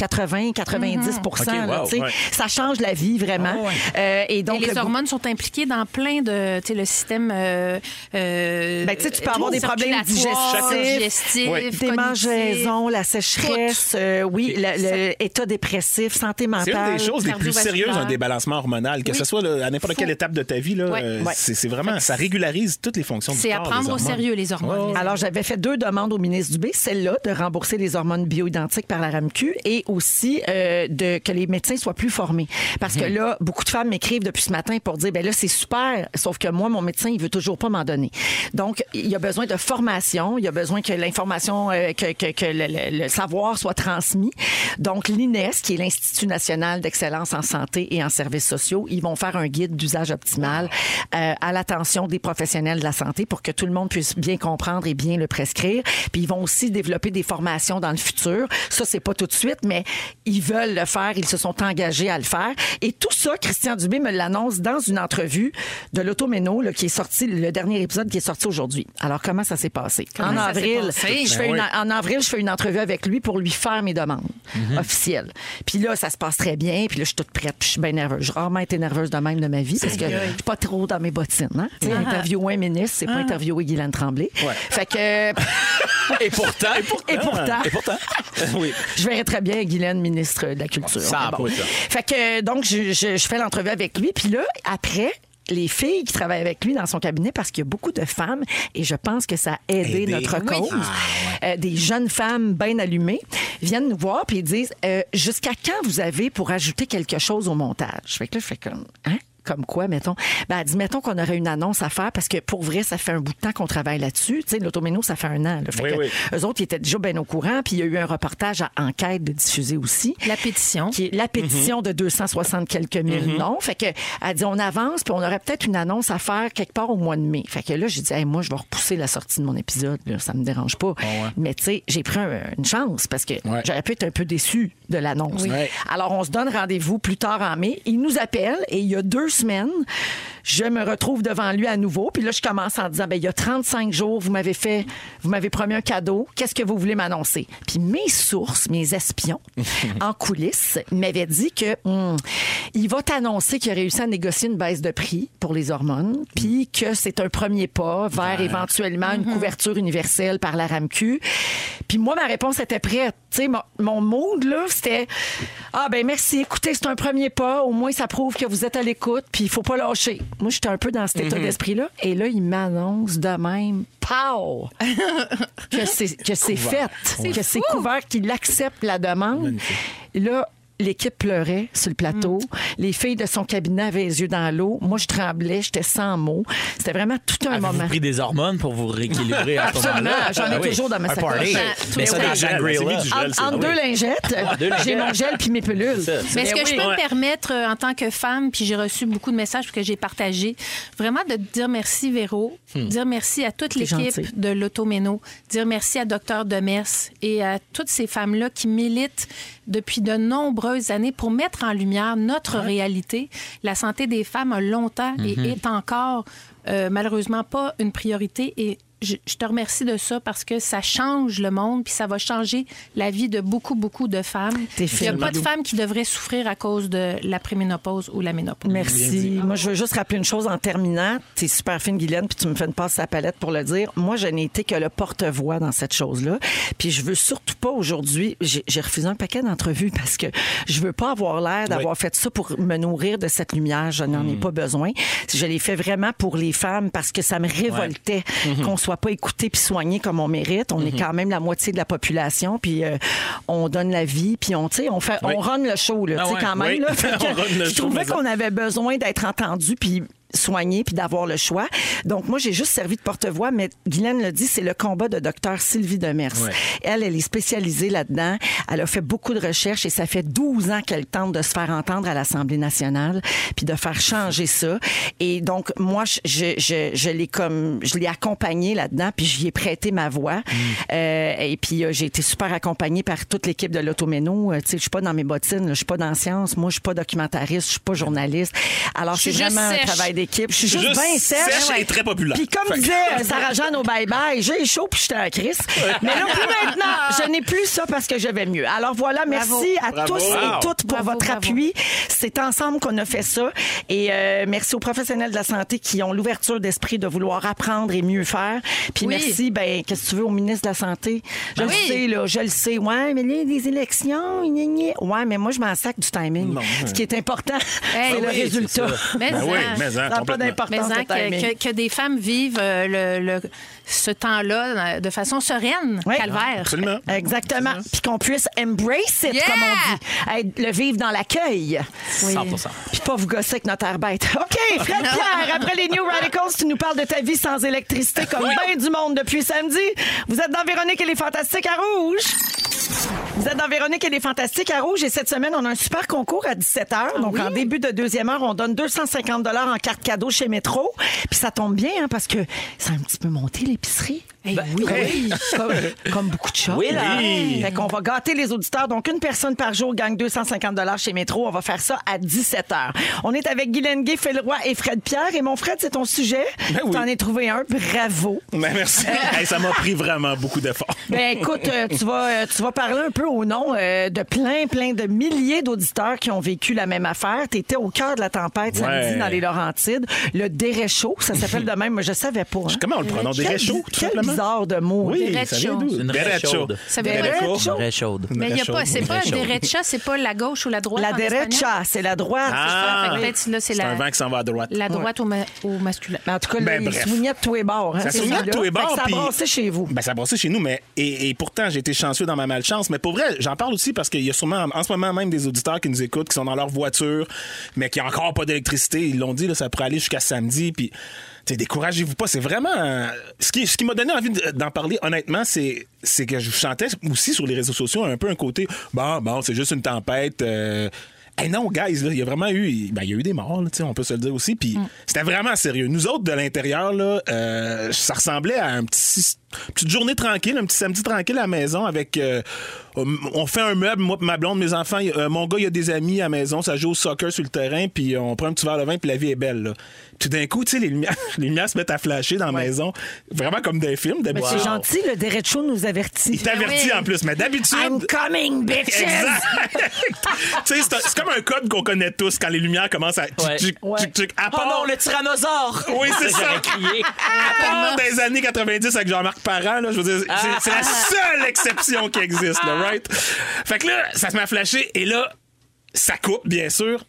[SPEAKER 1] 80-90
[SPEAKER 3] OK, wow,
[SPEAKER 2] ouais.
[SPEAKER 1] Ça change la vie vraiment. Euh, et donc,
[SPEAKER 4] Mm-hmm. Ah Et les
[SPEAKER 1] le-
[SPEAKER 4] hormones sont impliquées dans plein de, tu sais, le système. euh, euh,
[SPEAKER 1] Ben, tu sais, tu peux avoir des problèmes
[SPEAKER 4] circulatoire,
[SPEAKER 1] digestifs,
[SPEAKER 4] digestif,
[SPEAKER 2] Oui.
[SPEAKER 1] Des
[SPEAKER 4] cognitif.
[SPEAKER 1] mangeaisons, la sécheresse, euh, oui, l'état dépressif, santé
[SPEAKER 2] C'est
[SPEAKER 1] mentale.
[SPEAKER 2] une des choses les plus
[SPEAKER 4] cardiovasculaire.
[SPEAKER 2] sérieuses, un débalancement hormonal, que ce soit là, à n'importe quelle étape de ta vie. là,
[SPEAKER 4] Ouais.
[SPEAKER 2] euh,
[SPEAKER 1] Ouais.
[SPEAKER 2] c'est c'est vraiment, ça régularise toutes les fonctions du corps.
[SPEAKER 4] C'est à
[SPEAKER 2] les
[SPEAKER 4] prendre au
[SPEAKER 2] hormones. Oh.
[SPEAKER 4] sérieux, les hormones. les
[SPEAKER 1] Alors, j'avais fait deux demandes au ministre Dubé, celle-là, de rembourser les hormones bioidentiques par la RAMQ et aussi euh, de, que les médecins soient plus formés. Parce que là, beaucoup de femmes m'écrivent depuis ce matin pour dire, ben là, c'est super, sauf que moi, mon médecin, il veut toujours pas m'en donner. Donc, il y a besoin de formation, il y a besoin que l'information, euh, que, que- que le, le- le savoir soit transmis. Donc, l'INES, qui est l'Institut national d'excellence en santé et en services sociaux, ils vont faire un guide d'usage optimal euh, à l'attention des professionnels de la santé pour que tout le monde puisse bien comprendre et bien le prescrire. Puis ils vont aussi développer des formations dans le futur. Ça, c'est pas tout de suite, mais ils veulent le faire. Ils se sont engagés à le faire. Et tout ça, Christian Dubé me l'annonce dans une entrevue de l'Automéno, là, qui est sorti, le dernier épisode qui est sorti aujourd'hui. Alors, comment ça s'est passé? en
[SPEAKER 4] ça s'est
[SPEAKER 1] avril,
[SPEAKER 4] passé?
[SPEAKER 1] je fais
[SPEAKER 2] Ben
[SPEAKER 1] une-
[SPEAKER 2] oui.
[SPEAKER 1] en avril, je fais une entrevue avec lui pour lui faire mes demandes
[SPEAKER 2] Mhm.
[SPEAKER 1] officielles. Puis là, ça se passe très bien. Puis là, je suis toute prête. Puis je suis bien nerveuse. J'ai rarement été nerveuse de même de ma vie parce que je suis pas trop dans mes bottines. Hein? Tu sais,
[SPEAKER 4] Ah.
[SPEAKER 1] Interviewer un ministre, c'est pas interviewer Guylaine Tremblay. Fait que.
[SPEAKER 3] Et pourtant, et pourtant.
[SPEAKER 1] Et pourtant.
[SPEAKER 2] Et pourtant, oui.
[SPEAKER 1] Je verrais très bien Guylaine, ministre de la Culture.
[SPEAKER 3] Ça a
[SPEAKER 1] Mais
[SPEAKER 3] pas de sens.
[SPEAKER 1] Fait que, donc, je, je- je fais l'entrevue avec lui. Puis là, après, les filles qui travaillent avec lui dans son cabinet, parce qu'il y a beaucoup de femmes, et je pense que ça a aidé
[SPEAKER 2] Aider.
[SPEAKER 1] notre
[SPEAKER 2] Oui.
[SPEAKER 1] cause, euh, des jeunes femmes bien allumées, viennent nous voir puis ils disent euh, Jusqu'à quand vous avez pour ajouter quelque chose au montage? Fait que là, je fais comme, hein? Comme quoi, mettons? Ben, elle dit, mettons qu'on aurait une annonce à faire parce que pour vrai, ça fait un bout de temps qu'on travaille là-dessus. Tu sais, l'automéno, ça fait un an. là. Fait
[SPEAKER 2] Oui,
[SPEAKER 1] que
[SPEAKER 2] oui.
[SPEAKER 1] eux autres, ils étaient déjà bien au courant. Puis il y a eu un reportage à enquête de diffuser aussi.
[SPEAKER 4] La pétition.
[SPEAKER 1] Qui est la
[SPEAKER 2] Mhm.
[SPEAKER 1] pétition de 260 quelques mille noms. Fait que, elle dit, on avance, puis on aurait peut-être une annonce à faire quelque part au mois de mai. Fait que là, j'ai dit, Hey, moi, je vais repousser la sortie de mon épisode, là, ça me dérange
[SPEAKER 2] Ah
[SPEAKER 1] pas. Mais tu sais, j'ai pris un- une chance parce que
[SPEAKER 2] Ouais.
[SPEAKER 1] j'aurais pu être un peu déçu de l'annonce.
[SPEAKER 2] Ouais.
[SPEAKER 1] Alors, on se donne rendez-vous plus tard en mai. Il nous appelle et il y a deux semaines, je me retrouve devant lui à nouveau. Puis là, je commence en disant, ben, il y a 35 jours, vous m'avez fait, vous m'avez promis un cadeau. Qu'est-ce que vous voulez m'annoncer? Puis mes sources, mes espions en coulisses m'avaient dit que hum, il va t'annoncer qu'il a réussi à négocier une baisse de prix pour les hormones, puis que c'est un premier pas vers éventuellement une couverture universelle par la RAMQ. Puis moi, ma réponse était prête. Tu sais, mon, mon mood, là, c'était Ah, ben merci, écoutez, c'est un premier pas. Au moins, ça prouve que vous êtes à l'écoute, puis il faut pas lâcher. Moi, j'étais un peu dans cet état d'esprit-là. Et là, il m'annonce de même, pow! que c'est que c'est fait, que Hein? c'est couvert, qu'il accepte la demande. Là, l'équipe pleurait sur le plateau. Les filles de son cabinet avaient les yeux dans l'eau. Moi, je tremblais, j'étais sans mots. C'était vraiment tout un
[SPEAKER 3] Avez-vous
[SPEAKER 1] moment.
[SPEAKER 3] pris des hormones pour vous rééquilibrer à ce
[SPEAKER 1] Absolument,
[SPEAKER 3] moment-là?
[SPEAKER 1] j'en ai
[SPEAKER 3] Ah oui.
[SPEAKER 1] toujours dans ma
[SPEAKER 3] Un
[SPEAKER 1] sacoche.
[SPEAKER 3] party.
[SPEAKER 1] Ah,
[SPEAKER 3] Mais
[SPEAKER 1] tout
[SPEAKER 3] ça,
[SPEAKER 1] le
[SPEAKER 3] dans
[SPEAKER 1] temps.
[SPEAKER 3] Jack
[SPEAKER 2] C'est
[SPEAKER 3] Grill,
[SPEAKER 2] vite du gel,
[SPEAKER 1] En-
[SPEAKER 2] c'est
[SPEAKER 1] Entre deux
[SPEAKER 2] vrai.
[SPEAKER 1] lingettes,
[SPEAKER 3] deux
[SPEAKER 1] j'ai
[SPEAKER 3] lingettes.
[SPEAKER 1] mon gel puis mes pilules.
[SPEAKER 3] ça, c'est
[SPEAKER 4] Mais est-ce
[SPEAKER 1] Ben
[SPEAKER 4] que je
[SPEAKER 1] oui.
[SPEAKER 4] peux
[SPEAKER 2] Ouais.
[SPEAKER 4] me permettre, euh, en tant que femme, puis j'ai reçu beaucoup de messages parce que j'ai partagé, vraiment de te dire merci, Véro,
[SPEAKER 1] Hmm.
[SPEAKER 4] dire merci à toute
[SPEAKER 1] gentille.
[SPEAKER 4] l'équipe de l'Automéno, dire merci à Docteur Demers et à toutes ces femmes-là qui militent depuis de nombreuses années pour mettre en lumière notre réalité. La santé des femmes a longtemps
[SPEAKER 1] Mhm.
[SPEAKER 4] et est encore euh, malheureusement pas une priorité et je, je te remercie de ça parce que ça change le monde puis ça va changer la vie de beaucoup beaucoup de femmes.
[SPEAKER 1] T'es
[SPEAKER 4] Il n'y
[SPEAKER 1] fine,
[SPEAKER 4] a pas de
[SPEAKER 1] Marilou.
[SPEAKER 4] femmes qui devraient souffrir à cause de la préménopause ou la ménopause.
[SPEAKER 1] Merci. Moi, je veux juste rappeler une chose en terminant. T'es super fine, Guylaine, puis tu me fais une passe à la palette pour le dire. Moi, je n'ai été que le porte-voix dans cette chose-là. Puis je veux surtout pas aujourd'hui... J'ai j'ai refusé un paquet d'entrevues parce que je veux pas avoir l'air d'avoir fait ça pour me nourrir de cette lumière. Je n'en
[SPEAKER 2] Hmm.
[SPEAKER 1] ai pas besoin. Je l'ai fait vraiment pour les femmes parce que ça me révoltait
[SPEAKER 2] Mhm.
[SPEAKER 1] qu'on soit pas écouté puis soigné comme on mérite. On est quand même la moitié de la population, puis euh, on donne la vie, puis on, tu sais, on, fait, on run le show, là,
[SPEAKER 3] Ah
[SPEAKER 1] tu sais,
[SPEAKER 3] ouais.
[SPEAKER 1] quand même.
[SPEAKER 2] Oui.
[SPEAKER 1] là. Fait que
[SPEAKER 2] On run le
[SPEAKER 1] je
[SPEAKER 2] show,
[SPEAKER 1] trouvais
[SPEAKER 2] mais-
[SPEAKER 1] qu'on on avait besoin d'être entendu puis soigné puis d'avoir le choix. Donc moi j'ai juste servi de porte-voix mais Guylaine le dit c'est le combat de docteur Sylvie Demers. Elle elle est spécialisée là-dedans, elle a fait beaucoup de recherches et ça fait 12 ans qu'elle tente de se faire entendre à l'Assemblée nationale puis de faire changer ça et donc moi je je, je, je l'ai comme je l'ai accompagnée là-dedans puis j'y ai prêté ma
[SPEAKER 2] Mm.
[SPEAKER 1] voix Euh, et puis euh, j'ai été super accompagnée par toute l'équipe de l'Automéno, Euh, tu sais je suis pas dans mes bottines, là. je suis pas dans la science, moi je suis pas documentariste, je suis pas journaliste. Alors
[SPEAKER 4] Je suis
[SPEAKER 1] c'est
[SPEAKER 4] juste
[SPEAKER 1] vraiment un
[SPEAKER 4] sèche.
[SPEAKER 1] travail d'équipe. Je suis juste,
[SPEAKER 2] Juste
[SPEAKER 1] bien sèche.
[SPEAKER 2] sèche et très populaire.
[SPEAKER 1] Puis comme
[SPEAKER 2] Fait que-
[SPEAKER 1] disait euh, Sarah-Jeanne au bye-bye, j'ai chaud puis j'étais à crise. Mais là, plus maintenant, je n'ai plus ça parce que je vais mieux. Alors voilà, merci à tous
[SPEAKER 2] Wow.
[SPEAKER 1] et toutes pour
[SPEAKER 4] Bravo,
[SPEAKER 1] votre
[SPEAKER 4] bravo.
[SPEAKER 1] appui. C'est ensemble qu'on a fait ça. Et euh, merci aux professionnels de la santé qui ont l'ouverture d'esprit de vouloir apprendre et mieux faire. Puis
[SPEAKER 4] Oui.
[SPEAKER 1] merci, ben qu'est-ce que tu veux, au ministre de la Santé. Je
[SPEAKER 4] Ben
[SPEAKER 1] le
[SPEAKER 4] oui.
[SPEAKER 1] sais, là, je le sais. Ouais, mais les, les élections, gna, gna. ouais, mais moi, je m'en sac du timing. Ce qui est important, c'est
[SPEAKER 4] Hey.
[SPEAKER 1] le
[SPEAKER 4] Ben oui,
[SPEAKER 3] c'est
[SPEAKER 1] résultat.
[SPEAKER 4] Mais
[SPEAKER 2] Ben
[SPEAKER 4] en-
[SPEAKER 2] oui, mais
[SPEAKER 1] Ça
[SPEAKER 2] hein,
[SPEAKER 1] n'a pas
[SPEAKER 2] complètement.
[SPEAKER 4] Mais
[SPEAKER 1] d'importance
[SPEAKER 4] en
[SPEAKER 1] le timing.
[SPEAKER 4] que, que- que des femmes vivent euh, le, le- ce temps-là euh, de façon sereine,
[SPEAKER 1] Oui.
[SPEAKER 4] calvaire.
[SPEAKER 2] Absolument.
[SPEAKER 1] Euh, Exactement. Puis qu'on puisse embrace it,
[SPEAKER 4] Yeah!
[SPEAKER 1] comme on dit. Être- le vivre dans l'accueil.
[SPEAKER 3] 100%.
[SPEAKER 1] Puis pas vous gosser avec notre air bête. OK, Fred Pierre, après les New Radicals, tu nous parles de ta vie sans électricité comme bien du monde depuis samedi. Vous êtes dans Véronique et les Fantastiques à Rouge. Vous êtes dans Véronique et les Fantastiques à Rouge et cette semaine, on a un super concours à 17h. Donc, en début de deuxième heure, on donne 250 en carte cadeau chez Métro. Puis ça tombe bien, hein, parce que ça a un petit peu monté l'épicerie.
[SPEAKER 4] Hey,
[SPEAKER 1] Ben, comme- Comme, comme beaucoup de choses.
[SPEAKER 3] Oui, là.
[SPEAKER 1] Fait qu'on va gâter les auditeurs. Donc, une personne par jour gagne 250 chez Métro. On va faire ça à 17 h. On est avec Guylaine Gay, Roy et Fred Pierre. Et mon Fred, c'est ton sujet.
[SPEAKER 2] Ben oui.
[SPEAKER 1] T'en as trouvé un. Bravo.
[SPEAKER 2] Mais Ben, merci. Hey, ça m'a pris vraiment beaucoup d'efforts.
[SPEAKER 1] Ben écoute, euh, tu vas, euh, tu vas parler un peu au nom euh, de plein, plein de milliers d'auditeurs qui ont vécu la même affaire. Tu étais au cœur de la tempête samedi
[SPEAKER 2] Ouais.
[SPEAKER 1] dans les Laurentides. Le déréchaud, ça s'appelle de même, mais je savais pas. hein.
[SPEAKER 2] Comment on le prononce? Des
[SPEAKER 1] Quel-
[SPEAKER 2] réchauds, tout
[SPEAKER 1] Quel
[SPEAKER 2] simplement?
[SPEAKER 1] bizarre de mot.
[SPEAKER 2] Oui,
[SPEAKER 4] Des
[SPEAKER 2] ça vient d'où?
[SPEAKER 3] Une
[SPEAKER 2] Des
[SPEAKER 3] raie
[SPEAKER 2] raies
[SPEAKER 3] chaude.
[SPEAKER 4] Ça veut
[SPEAKER 2] Des
[SPEAKER 4] pas
[SPEAKER 2] raies
[SPEAKER 4] dire
[SPEAKER 2] chaudes.
[SPEAKER 4] chaud.
[SPEAKER 3] Très chaude.
[SPEAKER 4] Mais il y a
[SPEAKER 2] Très
[SPEAKER 4] pas,
[SPEAKER 2] chaud,
[SPEAKER 4] c'est
[SPEAKER 2] très
[SPEAKER 4] pas un
[SPEAKER 2] chaud.
[SPEAKER 4] derecha, c'est pas la gauche ou la droite.
[SPEAKER 1] La
[SPEAKER 4] en espagnol.
[SPEAKER 1] derecha, c'est la droite.
[SPEAKER 2] Ah!
[SPEAKER 4] Fait que peut-être là, c'est
[SPEAKER 2] C'est un
[SPEAKER 4] la,
[SPEAKER 2] vent qui s'en va à droite.
[SPEAKER 4] la droite au, ma- au masculin.
[SPEAKER 1] Mais en tout cas, là,
[SPEAKER 2] Ben,
[SPEAKER 1] il
[SPEAKER 2] bref.
[SPEAKER 1] soignait de tous les bords. hein,
[SPEAKER 2] Ça
[SPEAKER 1] ces
[SPEAKER 2] soignait de
[SPEAKER 1] gens-là.
[SPEAKER 2] tous les
[SPEAKER 1] Fait que
[SPEAKER 2] bords,
[SPEAKER 1] Ça a
[SPEAKER 2] puis-
[SPEAKER 1] brassé chez vous.
[SPEAKER 2] Ben, ça brassait chez nous, mais et, et pourtant, j'ai été chanceux dans ma malchance. Mais pour vrai, j'en parle aussi parce qu'il y a sûrement en ce moment même des auditeurs qui nous écoutent, qui sont dans leur voiture, mais qui n'ont encore pas d'électricité. Ils l'ont dit, là, ça pourrait aller jusqu'à samedi. Puis, tu sais, découragez-vous pas. C'est vraiment. euh, Ce qui, ce qui m'a donné envie de- d'en parler, honnêtement, c'est c'est que je chantais aussi sur les réseaux sociaux un peu un côté bon, bon, c'est juste une tempête. euh, Hey non, guys, là, il y a vraiment eu, ben, il y a eu des morts, là, tu sais, on peut se le dire aussi. Puis
[SPEAKER 1] Mm.
[SPEAKER 2] c'était vraiment sérieux. Nous autres, de l'intérieur, là, euh, ça ressemblait à un petit, petite journée tranquille, un petit samedi tranquille à la maison avec. euh, on fait un meuble, moi, pis ma blonde, mes enfants, y- euh, mon gars, il y a des amis à la maison, ça joue au soccer sur le terrain, puis on prend un petit verre de vin, puis la vie est belle, là. Tout d'un coup, tu sais, les lumières, les lumières se mettent à flasher dans la maison, vraiment comme des films.
[SPEAKER 1] Mais
[SPEAKER 2] d'habitude.
[SPEAKER 1] c'est gentil, le derecho nous avertit.
[SPEAKER 2] Il t'avertit
[SPEAKER 4] oui.
[SPEAKER 2] en plus, mais d'habitude.
[SPEAKER 1] I'm coming, bitches!
[SPEAKER 2] Exact. Tu sais, c'est un- c'est comme un code qu'on connaît tous quand les lumières commencent à
[SPEAKER 3] Ouais.
[SPEAKER 2] tchic, tchic,
[SPEAKER 1] Ouais.
[SPEAKER 2] tchic, tchic, à
[SPEAKER 6] Oh
[SPEAKER 2] part
[SPEAKER 6] non, le tyrannosaure!
[SPEAKER 2] oui, c'est ça.
[SPEAKER 3] J'aurais crié.
[SPEAKER 2] À part
[SPEAKER 4] Ah!
[SPEAKER 2] des années 90 avec Jean-Marc Parent, là, je veux dire, c'est- c'est la seule exception qui existe,
[SPEAKER 4] Ah!
[SPEAKER 2] là, right? Fait que là, ça se met à flasher et là, ça coupe, bien sûr.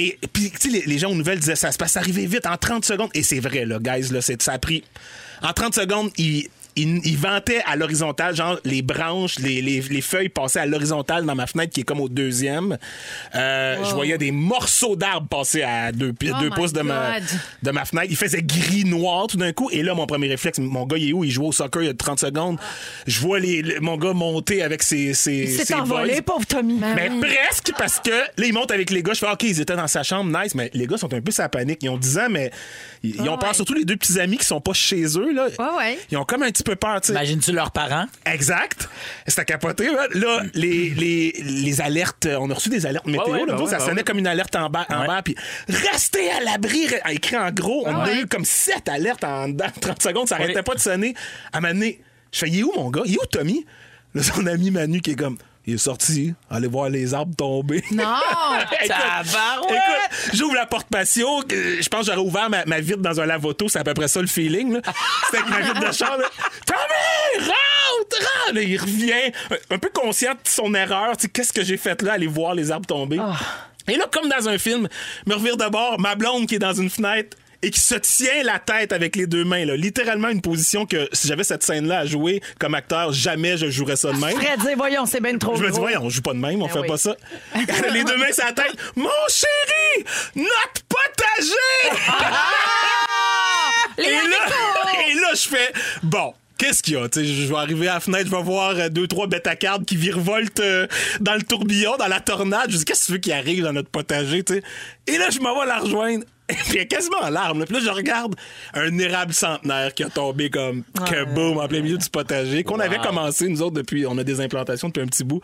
[SPEAKER 2] Et puis, tu sais, les, les gens aux nouvelles disaient ça se passe arriver vite en 30 secondes. Et c'est vrai, là, guys, là, c'est- ça a pris. En 30 secondes, ils. ils- ils vantaient à l'horizontale, genre les branches, les, les- les feuilles passaient à l'horizontale dans ma fenêtre qui est comme au deuxième. Euh, Je voyais des morceaux d'arbres passer à deux, pi-
[SPEAKER 4] Oh
[SPEAKER 2] deux
[SPEAKER 4] my
[SPEAKER 2] pouces de ma,
[SPEAKER 4] God.
[SPEAKER 2] de ma fenêtre. Il faisait gris-noir tout d'un coup. Et là, mon premier réflexe, mon gars, il est où? Il joue au soccer il y a 30 secondes. Je vois les, le- mon gars monter avec ses, ses,
[SPEAKER 1] Il s'est
[SPEAKER 2] ses
[SPEAKER 1] envolé, Ah
[SPEAKER 2] boys.
[SPEAKER 1] pauvre Tommy.
[SPEAKER 4] Ben,
[SPEAKER 2] Mais presque, parce que là, ils montent avec les gars. Je fais, OK, ils étaient dans sa chambre, nice, mais les gars sont un peu sa panique. Ils ont 10 ans, mais ils, ils ont
[SPEAKER 4] Ouais,
[SPEAKER 2] peur,
[SPEAKER 4] ouais.
[SPEAKER 2] surtout les deux petits amis qui sont pas chez eux. Là.
[SPEAKER 4] Ouais, ouais.
[SPEAKER 2] Ils ont comme un petit peu peur, tu sais.
[SPEAKER 3] Imagines-tu leurs parents?
[SPEAKER 2] Exact. C'était capoté. hein. Là, les, les, les alertes, euh, on a reçu des alertes météo.
[SPEAKER 3] ouais,
[SPEAKER 2] là,
[SPEAKER 3] bah
[SPEAKER 2] nous,
[SPEAKER 3] ouais,
[SPEAKER 2] ça
[SPEAKER 3] bah
[SPEAKER 2] sonnait
[SPEAKER 3] ouais.
[SPEAKER 2] comme une alerte en bas. En
[SPEAKER 3] Ouais.
[SPEAKER 2] bas puis, restez à l'abri, re- a écrit en gros. on a
[SPEAKER 4] ouais.
[SPEAKER 2] eu comme sept alertes en dedans de 30 secondes. Ça
[SPEAKER 3] Ouais.
[SPEAKER 2] arrêtait pas de sonner. À un moment donné, je fais, il est où mon gars? Il est où Tommy? Là, son ami Manu qui est comme, il est sorti, allez voir les arbres tomber.
[SPEAKER 4] Non!
[SPEAKER 2] Écoute,
[SPEAKER 3] Tabarouette!
[SPEAKER 2] écoute, j'ouvre la porte patio. euh, Je pense que j'aurais ouvert ma, ma vitre dans un lavoto. C'est à peu près ça le feeling. là. C'était avec ma vitre de char. là. Tommy, rentre, rentre! Là, il revient, un- un peu conscient de son erreur. Tu sais, Qu'est-ce que j'ai fait là? Aller voir les arbres tomber. Et là, comme dans un film, me revire de bord, ma blonde qui est dans une fenêtre et qui se tient la tête avec les deux mains. Là. Littéralement une position que si j'avais cette scène-là à jouer comme acteur, jamais je jouerais ça de même.
[SPEAKER 1] Fred dit, voyons, c'est bien trop
[SPEAKER 2] Je me dis,
[SPEAKER 1] gros. Ben
[SPEAKER 2] voyons, on joue pas de même, on fait
[SPEAKER 1] oui.
[SPEAKER 2] pas ça. Elle a les deux mains sur la tête. Mon chéri, notre potager! et, là, et là, je fais, bon. Qu'est-ce qu'il y a? Tu sais, je vais arriver à la fenêtre, je vais voir euh, deux, trois bêta-cardes qui virevoltent euh, dans le tourbillon, dans la tornade. Je dis, qu'est-ce que tu veux qui arrive dans notre potager? tu sais? Et là, je m'en vais la rejoindre. Et puis, elle est quasiment en larmes. là. Puis là, je regarde un érable centenaire qui a tombé comme que boum en plein milieu du potager, qu'on avait commencé, nous autres, depuis, on a des implantations depuis un petit bout.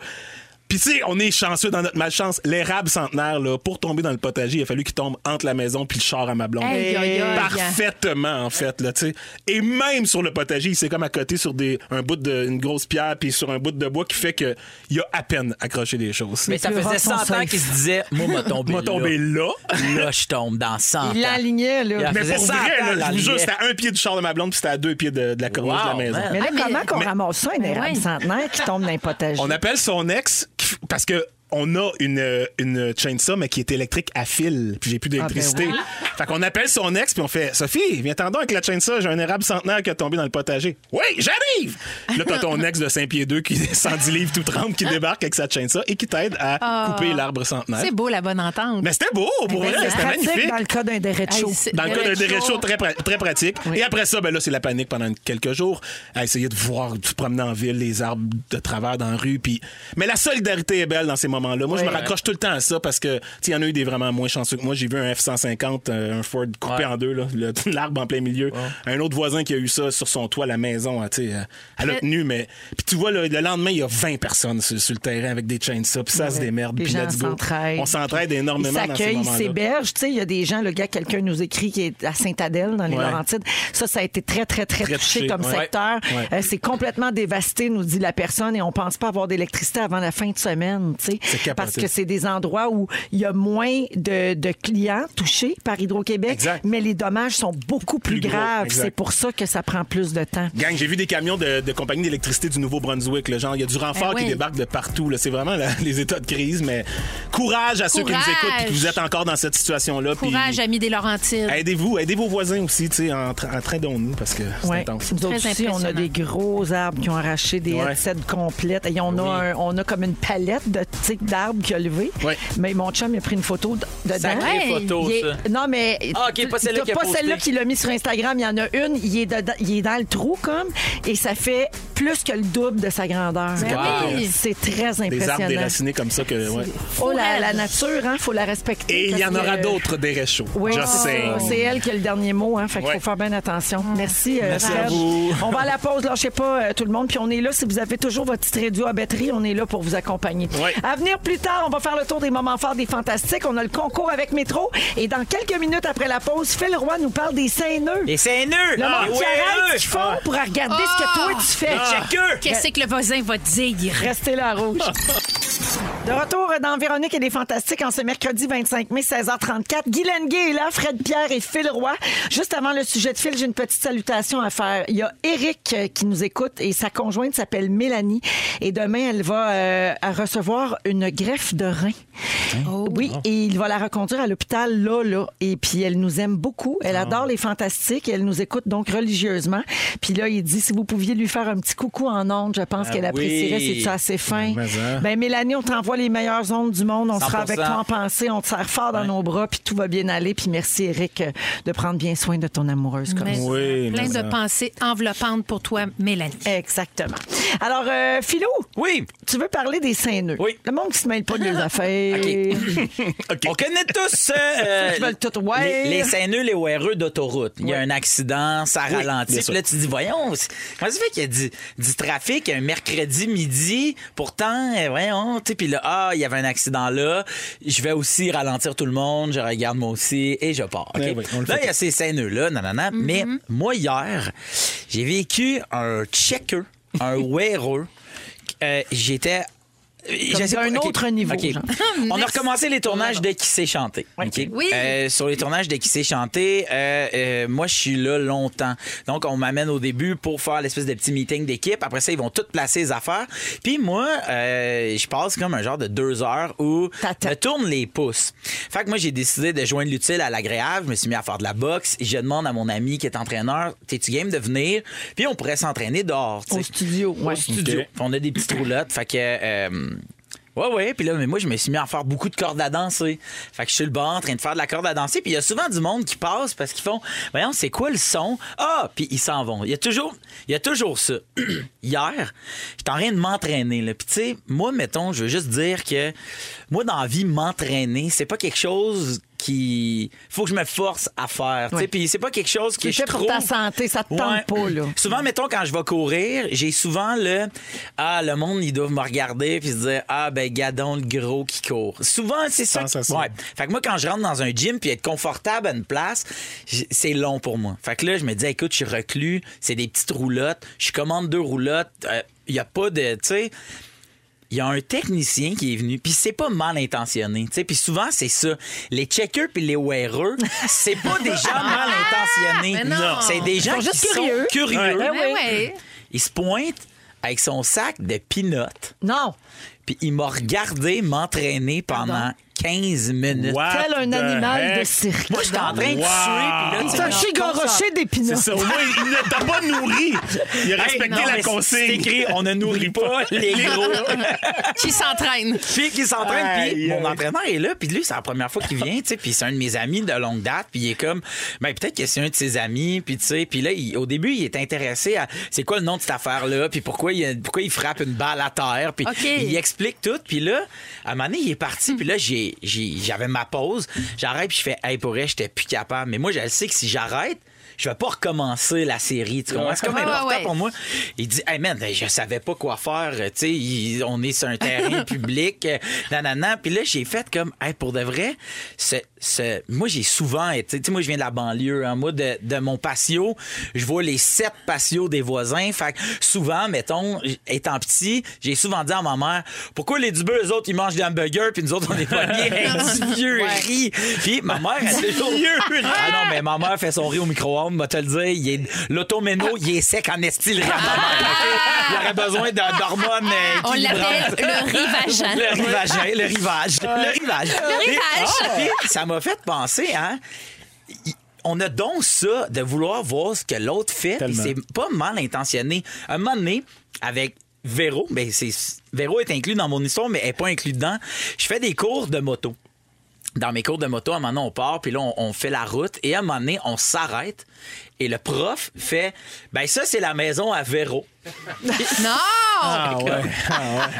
[SPEAKER 2] Puis tu sais, on est chanceux dans notre malchance. L'érable centenaire, là, pour tomber dans le potager, il a fallu qu'il tombe entre la maison puis le char à ma blonde.
[SPEAKER 4] Aïe, aïe, aïe.
[SPEAKER 2] Parfaitement, en fait, là, tu sais. Et même sur le potager, il s'est comme accoté sur des, un bout de, une grosse pierre puis sur un bout de bois qui fait que il a à peine accroché des choses.
[SPEAKER 3] Mais ça
[SPEAKER 1] plus
[SPEAKER 3] faisait
[SPEAKER 1] rares sont
[SPEAKER 3] 100 ans
[SPEAKER 1] safe.
[SPEAKER 3] qu'il se disait, moi, m'a tombé
[SPEAKER 2] M'a tombé là.
[SPEAKER 3] Là, je tombe dans 100
[SPEAKER 1] Il
[SPEAKER 3] ans.
[SPEAKER 1] l'alignait, là.
[SPEAKER 3] Il a
[SPEAKER 2] Mais
[SPEAKER 3] faisait
[SPEAKER 2] pour
[SPEAKER 3] 100
[SPEAKER 2] vrai,
[SPEAKER 3] ans,
[SPEAKER 2] là, je vous jure,
[SPEAKER 3] l'alignait.
[SPEAKER 2] c'était à un pied du char de ma blonde puis c'était à deux pieds de, de la corniche de la
[SPEAKER 3] Wow,
[SPEAKER 2] maison.
[SPEAKER 3] man.
[SPEAKER 1] Mais là,
[SPEAKER 4] Ah, mais-
[SPEAKER 1] comment qu'on
[SPEAKER 2] mais-
[SPEAKER 1] ramasse ça, un érable
[SPEAKER 4] oui.
[SPEAKER 1] centenaire qui tombe dans un potager?
[SPEAKER 2] On appelle son ex qui f- parce que on a une, euh, une chainsaw, mais qui est électrique à fil. Puis j'ai plus d'électricité.
[SPEAKER 1] Ah, ben
[SPEAKER 2] Fait qu'on appelle son ex, puis on fait Sophie, viens t'en donc avec la chainsaw, j'ai un érable centenaire qui a tombé dans le potager. Oui, j'arrive! Là, t'as ton ex de Saint-Pierre 2 qui est 110 livres tout tremble, qui débarque avec sa chainsaw et qui t'aide à couper l'arbre centenaire.
[SPEAKER 4] C'est beau, la bonne entente.
[SPEAKER 2] Mais c'était beau, pour
[SPEAKER 4] Mais
[SPEAKER 2] vrai,
[SPEAKER 4] c'est
[SPEAKER 2] c'était
[SPEAKER 1] pratique
[SPEAKER 2] magnifique.
[SPEAKER 1] dans le cas d'un derecho.
[SPEAKER 4] Hey, c'est-
[SPEAKER 2] Dans le cas d'un
[SPEAKER 4] Derecho.
[SPEAKER 2] derecho très, pra- très pratique. Et après ça, ben là, c'est la panique pendant quelques jours à essayer de voir, de se promener en ville, les arbres de travers dans la rue. Puis... Mais la solidarité est belle dans ces moments-là. Moi, je me raccroche tout le temps à ça parce que, tu sais, il y en a eu des vraiment moins chanceux que moi. J'ai vu un F-150, euh, un Ford coupé
[SPEAKER 3] Ouais.
[SPEAKER 2] en deux, là, le- l'arbre en plein milieu. Un autre voisin qui a eu ça sur son toit, à la maison, hein, tu sais, euh, elle a
[SPEAKER 4] Mais-
[SPEAKER 2] tenu, mais. Puis tu vois, le, le lendemain, il y a 20 personnes sur, sur le terrain avec des chainsaws, puis ça se démerde.
[SPEAKER 1] Les
[SPEAKER 2] Puis
[SPEAKER 1] gens
[SPEAKER 2] let's go.
[SPEAKER 1] s'entraident.
[SPEAKER 2] On s'entraide énormément
[SPEAKER 1] Ils
[SPEAKER 2] dans ces
[SPEAKER 1] s'accueillent, ils
[SPEAKER 2] moments-là.
[SPEAKER 1] s'hébergent. Tu sais, il y a des gens, le gars, quelqu'un nous écrit qui est à Sainte-Adèle, dans les
[SPEAKER 2] Ouais.
[SPEAKER 1] Laurentides. Ça, ça a été très, très, très,
[SPEAKER 2] Très
[SPEAKER 1] touché,
[SPEAKER 2] touché,
[SPEAKER 1] comme
[SPEAKER 2] ouais.
[SPEAKER 1] secteur.
[SPEAKER 2] Ouais.
[SPEAKER 1] Euh, c'est complètement dévasté, nous dit la personne, et on pense pas avoir d'électricité avant la fin de semaine, tu
[SPEAKER 2] C'est
[SPEAKER 1] sais.
[SPEAKER 2] capoté.
[SPEAKER 1] Parce que c'est des endroits où il y a moins de, de clients touchés par Hydro-Québec,
[SPEAKER 2] Exact.
[SPEAKER 1] mais les dommages sont beaucoup plus,
[SPEAKER 2] Plus gros,
[SPEAKER 1] graves.
[SPEAKER 2] exact.
[SPEAKER 1] C'est pour ça que ça prend plus de temps.
[SPEAKER 2] Gang, j'ai vu des camions de, de compagnie d'électricité du Nouveau-Brunswick. là. Genre, il y a du renfort
[SPEAKER 1] Ben
[SPEAKER 4] Eh oui.
[SPEAKER 2] qui débarque de partout. là. C'est vraiment là, les états de crise, mais courage à ceux qui nous
[SPEAKER 4] Courage.
[SPEAKER 2] écoutent et que vous êtes encore dans cette situation-là. puis
[SPEAKER 4] Courage, amis des Laurentides.
[SPEAKER 2] Aidez-vous, aidez vos voisins aussi, tu sais, en, tra- en train nous parce que c'est
[SPEAKER 1] Ouais.
[SPEAKER 2] intense.
[SPEAKER 1] Nous autres
[SPEAKER 4] Très
[SPEAKER 1] aussi, on a
[SPEAKER 4] impressionnant.
[SPEAKER 1] des gros arbres qui ont arraché des
[SPEAKER 2] Ouais.
[SPEAKER 1] headsets complètes. Et on, a un- on a comme une palette de types d'arbres qui a levé.
[SPEAKER 2] Ouais.
[SPEAKER 1] Mais mon chum, il a pris une photo d- dedans.
[SPEAKER 3] Sacrée
[SPEAKER 4] Hey,
[SPEAKER 3] photo,
[SPEAKER 1] Il est-
[SPEAKER 3] ça.
[SPEAKER 1] Non, mais.
[SPEAKER 3] Ah, ok, pas celle-là
[SPEAKER 1] t'as
[SPEAKER 3] qui a
[SPEAKER 1] pas
[SPEAKER 3] posté.
[SPEAKER 1] celle-là qui l'a mis sur Instagram. Il y en a une. Il est, dedans- il est dans le trou, comme. Et ça fait plus que le double de sa grandeur.
[SPEAKER 4] Ben
[SPEAKER 2] capoté,
[SPEAKER 4] oui.
[SPEAKER 1] C'est très
[SPEAKER 2] Des arbres
[SPEAKER 1] impressionnant.
[SPEAKER 2] déracinés comme ça que. ouais.
[SPEAKER 1] Oh, la, la nature, hein, faut la respecter.
[SPEAKER 2] Et il y
[SPEAKER 1] parce
[SPEAKER 2] en aura
[SPEAKER 1] que-
[SPEAKER 2] d'autres des réchauds.
[SPEAKER 1] oui,
[SPEAKER 2] Just
[SPEAKER 1] c'est
[SPEAKER 2] saying.
[SPEAKER 1] ça. C'est elle qui a le dernier mot, hein, fait qu'il
[SPEAKER 2] Ouais.
[SPEAKER 1] faut faire bien attention. Merci, euh,
[SPEAKER 2] Merci
[SPEAKER 1] Fred.
[SPEAKER 2] à vous.
[SPEAKER 1] On va à la pause, lâchez pas euh, tout le monde, puis on est là. Si vous avez toujours votre petite radio à batterie, on est là pour vous accompagner.
[SPEAKER 2] Ouais.
[SPEAKER 1] À venir plus tard, on va faire le tour des moments forts des Fantastiques. On a le concours avec Métro. Et dans quelques minutes après la pause, Phil Roy nous parle des seineux.
[SPEAKER 3] Et c'est Ah nœud!
[SPEAKER 1] Le
[SPEAKER 2] Ah,
[SPEAKER 1] monde qui arrête,
[SPEAKER 2] hein?
[SPEAKER 1] ce qu'ils font pour regarder ce que toi tu fais.
[SPEAKER 3] Ah.
[SPEAKER 4] Qu'est-ce que le voisin va te dire?
[SPEAKER 1] Restez là, Rouge. De retour dans Véronique et les Fantastiques en ce mercredi 25 mai, 16h34. Guy Lenguet est là, Fred Pierre et Phil Roy. Juste avant le sujet de Phil, j'ai une petite salutation à faire. Il y a Eric euh, qui nous écoute et sa conjointe s'appelle Mélanie. Et demain, elle va euh, à recevoir une greffe de rein.
[SPEAKER 3] Hein?
[SPEAKER 1] Oui,
[SPEAKER 3] Oh.
[SPEAKER 1] et il va la reconduire à l'hôpital là, là. Et puis, elle nous aime beaucoup.
[SPEAKER 3] Ah.
[SPEAKER 1] Elle adore les Fantastiques et elle nous écoute donc religieusement. Puis là, il dit, si vous pouviez lui faire un petit coucou en ondes, je pense
[SPEAKER 3] Ah
[SPEAKER 1] qu'elle
[SPEAKER 3] oui.
[SPEAKER 1] apprécierait. C'est-tu assez fin?
[SPEAKER 2] Mais, hein.
[SPEAKER 1] Ben, Mélanie, on t'envoie les meilleures ondes du monde. On sera
[SPEAKER 3] 100%.
[SPEAKER 1] avec toi en pensée. On te serre fort dans nos bras, puis tout va bien aller. Puis merci, Eric, euh, de prendre bien soin de ton amoureuse comme
[SPEAKER 4] Mais-
[SPEAKER 1] ça.
[SPEAKER 2] Oui,
[SPEAKER 4] Plein
[SPEAKER 2] mais ça.
[SPEAKER 4] de pensées enveloppantes pour toi, Mélanie.
[SPEAKER 1] Exactement. Alors, euh, Philo,
[SPEAKER 3] Oui,
[SPEAKER 1] tu veux parler des seins nœuds?
[SPEAKER 3] Oui.
[SPEAKER 1] Le monde qui se mêle pas de leurs affaires.
[SPEAKER 3] on connaît tous euh,
[SPEAKER 1] Ils veulent tout, ouais.
[SPEAKER 3] les, les seineux, les ORE d'autoroute. Il y a un accident, ça ralentit.
[SPEAKER 2] bien
[SPEAKER 3] Puis
[SPEAKER 2] sûr.
[SPEAKER 3] là, tu dis, voyons, c'est- comment ça fait qu'il y a du, du trafic un mercredi midi? Pourtant, euh, voyons, tu sais, puis là, ah, il y avait un accident là. Je vais aussi ralentir tout le monde, je regarde moi aussi et je pars. OK?
[SPEAKER 2] Eh oui, on
[SPEAKER 3] là,
[SPEAKER 2] le fait Mhm.
[SPEAKER 3] il y a ces seineux-là, nanana. Mais moi, hier, j'ai vécu un checker, un wearer. Euh, J'étais. je sais
[SPEAKER 1] d'un
[SPEAKER 3] pas, OK.
[SPEAKER 1] autre niveau,
[SPEAKER 3] OK.
[SPEAKER 1] genre.
[SPEAKER 3] On a recommencé les tournages de Qui sait chanter. OK?
[SPEAKER 4] Oui.
[SPEAKER 3] Euh, sur les tournages de Qui sait chanter, euh, euh, moi, je suis là longtemps. Donc, on m'amène au début pour faire l'espèce de petit meeting d'équipe. Après ça, ils vont toutes placer les affaires. Puis moi, euh, je passe comme un genre de deux heures où
[SPEAKER 1] T'attends.
[SPEAKER 3] je tourne les pouces. Fait que moi, j'ai décidé de joindre l'utile à l'agréable. Je me suis mis à faire de la boxe. Je demande à mon ami qui est entraîneur, t'es-tu game de venir? Puis on pourrait s'entraîner dehors. tu
[SPEAKER 1] Au
[SPEAKER 3] sais.
[SPEAKER 1] studio, ouais.
[SPEAKER 3] Au studio.
[SPEAKER 2] Ok.
[SPEAKER 3] Puis on a des petites roulottes. Fait que. euh, Ouais, ouais. Puis là, mais moi, je me suis mis à faire beaucoup de cordes à danser. Fait que je suis le bas en train de faire de la corde à danser. Puis il y a souvent du monde qui passe parce qu'ils font Voyons, c'est quoi le son? Ah! Puis ils s'en vont. Il y a toujours, il y a toujours ça. Hier, j'étais en train de m'entraîner. là. Puis tu sais, moi, mettons, je veux juste dire que moi, dans la vie, m'entraîner, c'est pas quelque chose qui qui faut que je me force à faire. tu sais.
[SPEAKER 1] Ouais.
[SPEAKER 3] Puis c'est pas quelque chose que
[SPEAKER 1] Tu le
[SPEAKER 3] je
[SPEAKER 1] fais pour ta
[SPEAKER 3] trouve-
[SPEAKER 1] santé, ça te tente pas, là.
[SPEAKER 3] Souvent, mettons, quand je vais courir, j'ai souvent le Ah, le monde, ils doivent me regarder puis se dire Ah, ben, gadon, le gros qui court. Souvent, c'est ça. qui-
[SPEAKER 2] Sensation.
[SPEAKER 3] Ouais. Fait que moi, quand je rentre dans un gym puis être confortable à une place, j- c'est long pour moi. Fait que là, je me dis Écoute, je suis reclus, c'est des petites roulottes, je commande deux roulottes, euh, il y a pas de. Tu sais. Il y a un technicien qui est venu, puis c'est pas mal intentionné. tu sais. Puis souvent, c'est ça. Les checkers puis les wearers, c'est pas des gens mal intentionnés.
[SPEAKER 4] Mais non.
[SPEAKER 3] C'est des gens
[SPEAKER 1] sont
[SPEAKER 3] qui
[SPEAKER 1] juste
[SPEAKER 3] sont
[SPEAKER 1] curieux. Ouais.
[SPEAKER 3] curieux.
[SPEAKER 4] Ben ouais.
[SPEAKER 3] Il se pointe avec son sac de peanuts,
[SPEAKER 1] Non.
[SPEAKER 3] puis il m'a regardé m'entraîner pendant 15 minutes.
[SPEAKER 2] What
[SPEAKER 1] Tel un
[SPEAKER 2] the
[SPEAKER 1] animal de
[SPEAKER 2] heck?
[SPEAKER 1] cirque.
[SPEAKER 3] Moi, j'étais en train de suer,
[SPEAKER 2] Wow.
[SPEAKER 3] puis là,
[SPEAKER 1] C'est
[SPEAKER 3] tu
[SPEAKER 1] un
[SPEAKER 3] me-
[SPEAKER 1] chigorocher
[SPEAKER 2] C'est
[SPEAKER 1] d'épinards.
[SPEAKER 2] ça, au moins, il ne t'a pas nourri. Il
[SPEAKER 3] Hey,
[SPEAKER 2] a respecté
[SPEAKER 3] non,
[SPEAKER 2] la
[SPEAKER 3] mais c'est- C'est
[SPEAKER 2] consigne.
[SPEAKER 3] écrit, on ne nourrit pas les gros.
[SPEAKER 4] Qui s'entraîne.
[SPEAKER 3] Puis qui s'entraîne, puis
[SPEAKER 2] Aïe,
[SPEAKER 3] mon
[SPEAKER 2] aïe.
[SPEAKER 3] entraîneur est là, puis lui, c'est la première fois qu'il vient, tu sais, puis c'est un de mes amis de longue date, puis il est comme, ben peut-être que c'est un de ses amis, puis tu sais, puis là, il- au début, il est intéressé à c'est quoi le nom de cette affaire-là, puis pourquoi il, pourquoi il frappe une balle à terre, puis
[SPEAKER 4] OK.
[SPEAKER 3] il explique tout, puis là, à un moment donné, il est parti, puis là, j'ai- j'ai- j'avais ma pause, j'arrête, puis je fais, hey, pour vrai, j'étais plus capable, mais moi, je le sais que si j'arrête, je vais pas recommencer la série, tu comprends? C'est comme
[SPEAKER 4] Ouais, ouais,
[SPEAKER 3] important
[SPEAKER 4] ouais.
[SPEAKER 3] pour moi. Il dit, hey man, je savais pas quoi faire. Tu sais, il- on est sur un terrain public. euh, Nanana. Puis là, j'ai fait comme, hey, pour de vrai, ce, ce- moi, j'ai souvent été, tu sais, moi, je viens de la banlieue. hein. Moi, de, de mon patio, je vois les sept patios des voisins. Fait que souvent, mettons, j- étant petit, j'ai souvent dit à ma mère, pourquoi les Dubeux, eux autres, ils mangent des hamburgers, puis nous autres, on est pas bien. du vieux riz. Puis ma mère, elle fait toujours. Ah non, mais ma mère fait son riz au micro-ondes, va te le dire. Il est- L'automéno, il est sec en esti, le riz à ma mère. Il aurait besoin d'un- d'hormones. euh,
[SPEAKER 9] On
[SPEAKER 3] équilibrantes.
[SPEAKER 9] l'appelle le rivagin.
[SPEAKER 3] Le rivage, hein, le rivage. Le rivage.
[SPEAKER 9] Le rivage.
[SPEAKER 3] Et- ah, ça m'a fait penser, hein? y- On a donc ça de vouloir voir ce que l'autre fait. puis
[SPEAKER 2] Tellement.
[SPEAKER 3] C'est pas mal intentionné. Un moment donné, avec Véro, ben c'est Véro est inclus dans mon histoire, mais elle n'est pas inclus dedans. Je fais des cours de moto dans mes cours de moto, à un moment donné, on part, puis là, on, on fait la route, et à un moment donné, on s'arrête, et le prof fait Ben, ça, c'est la maison à Véro.
[SPEAKER 4] Non!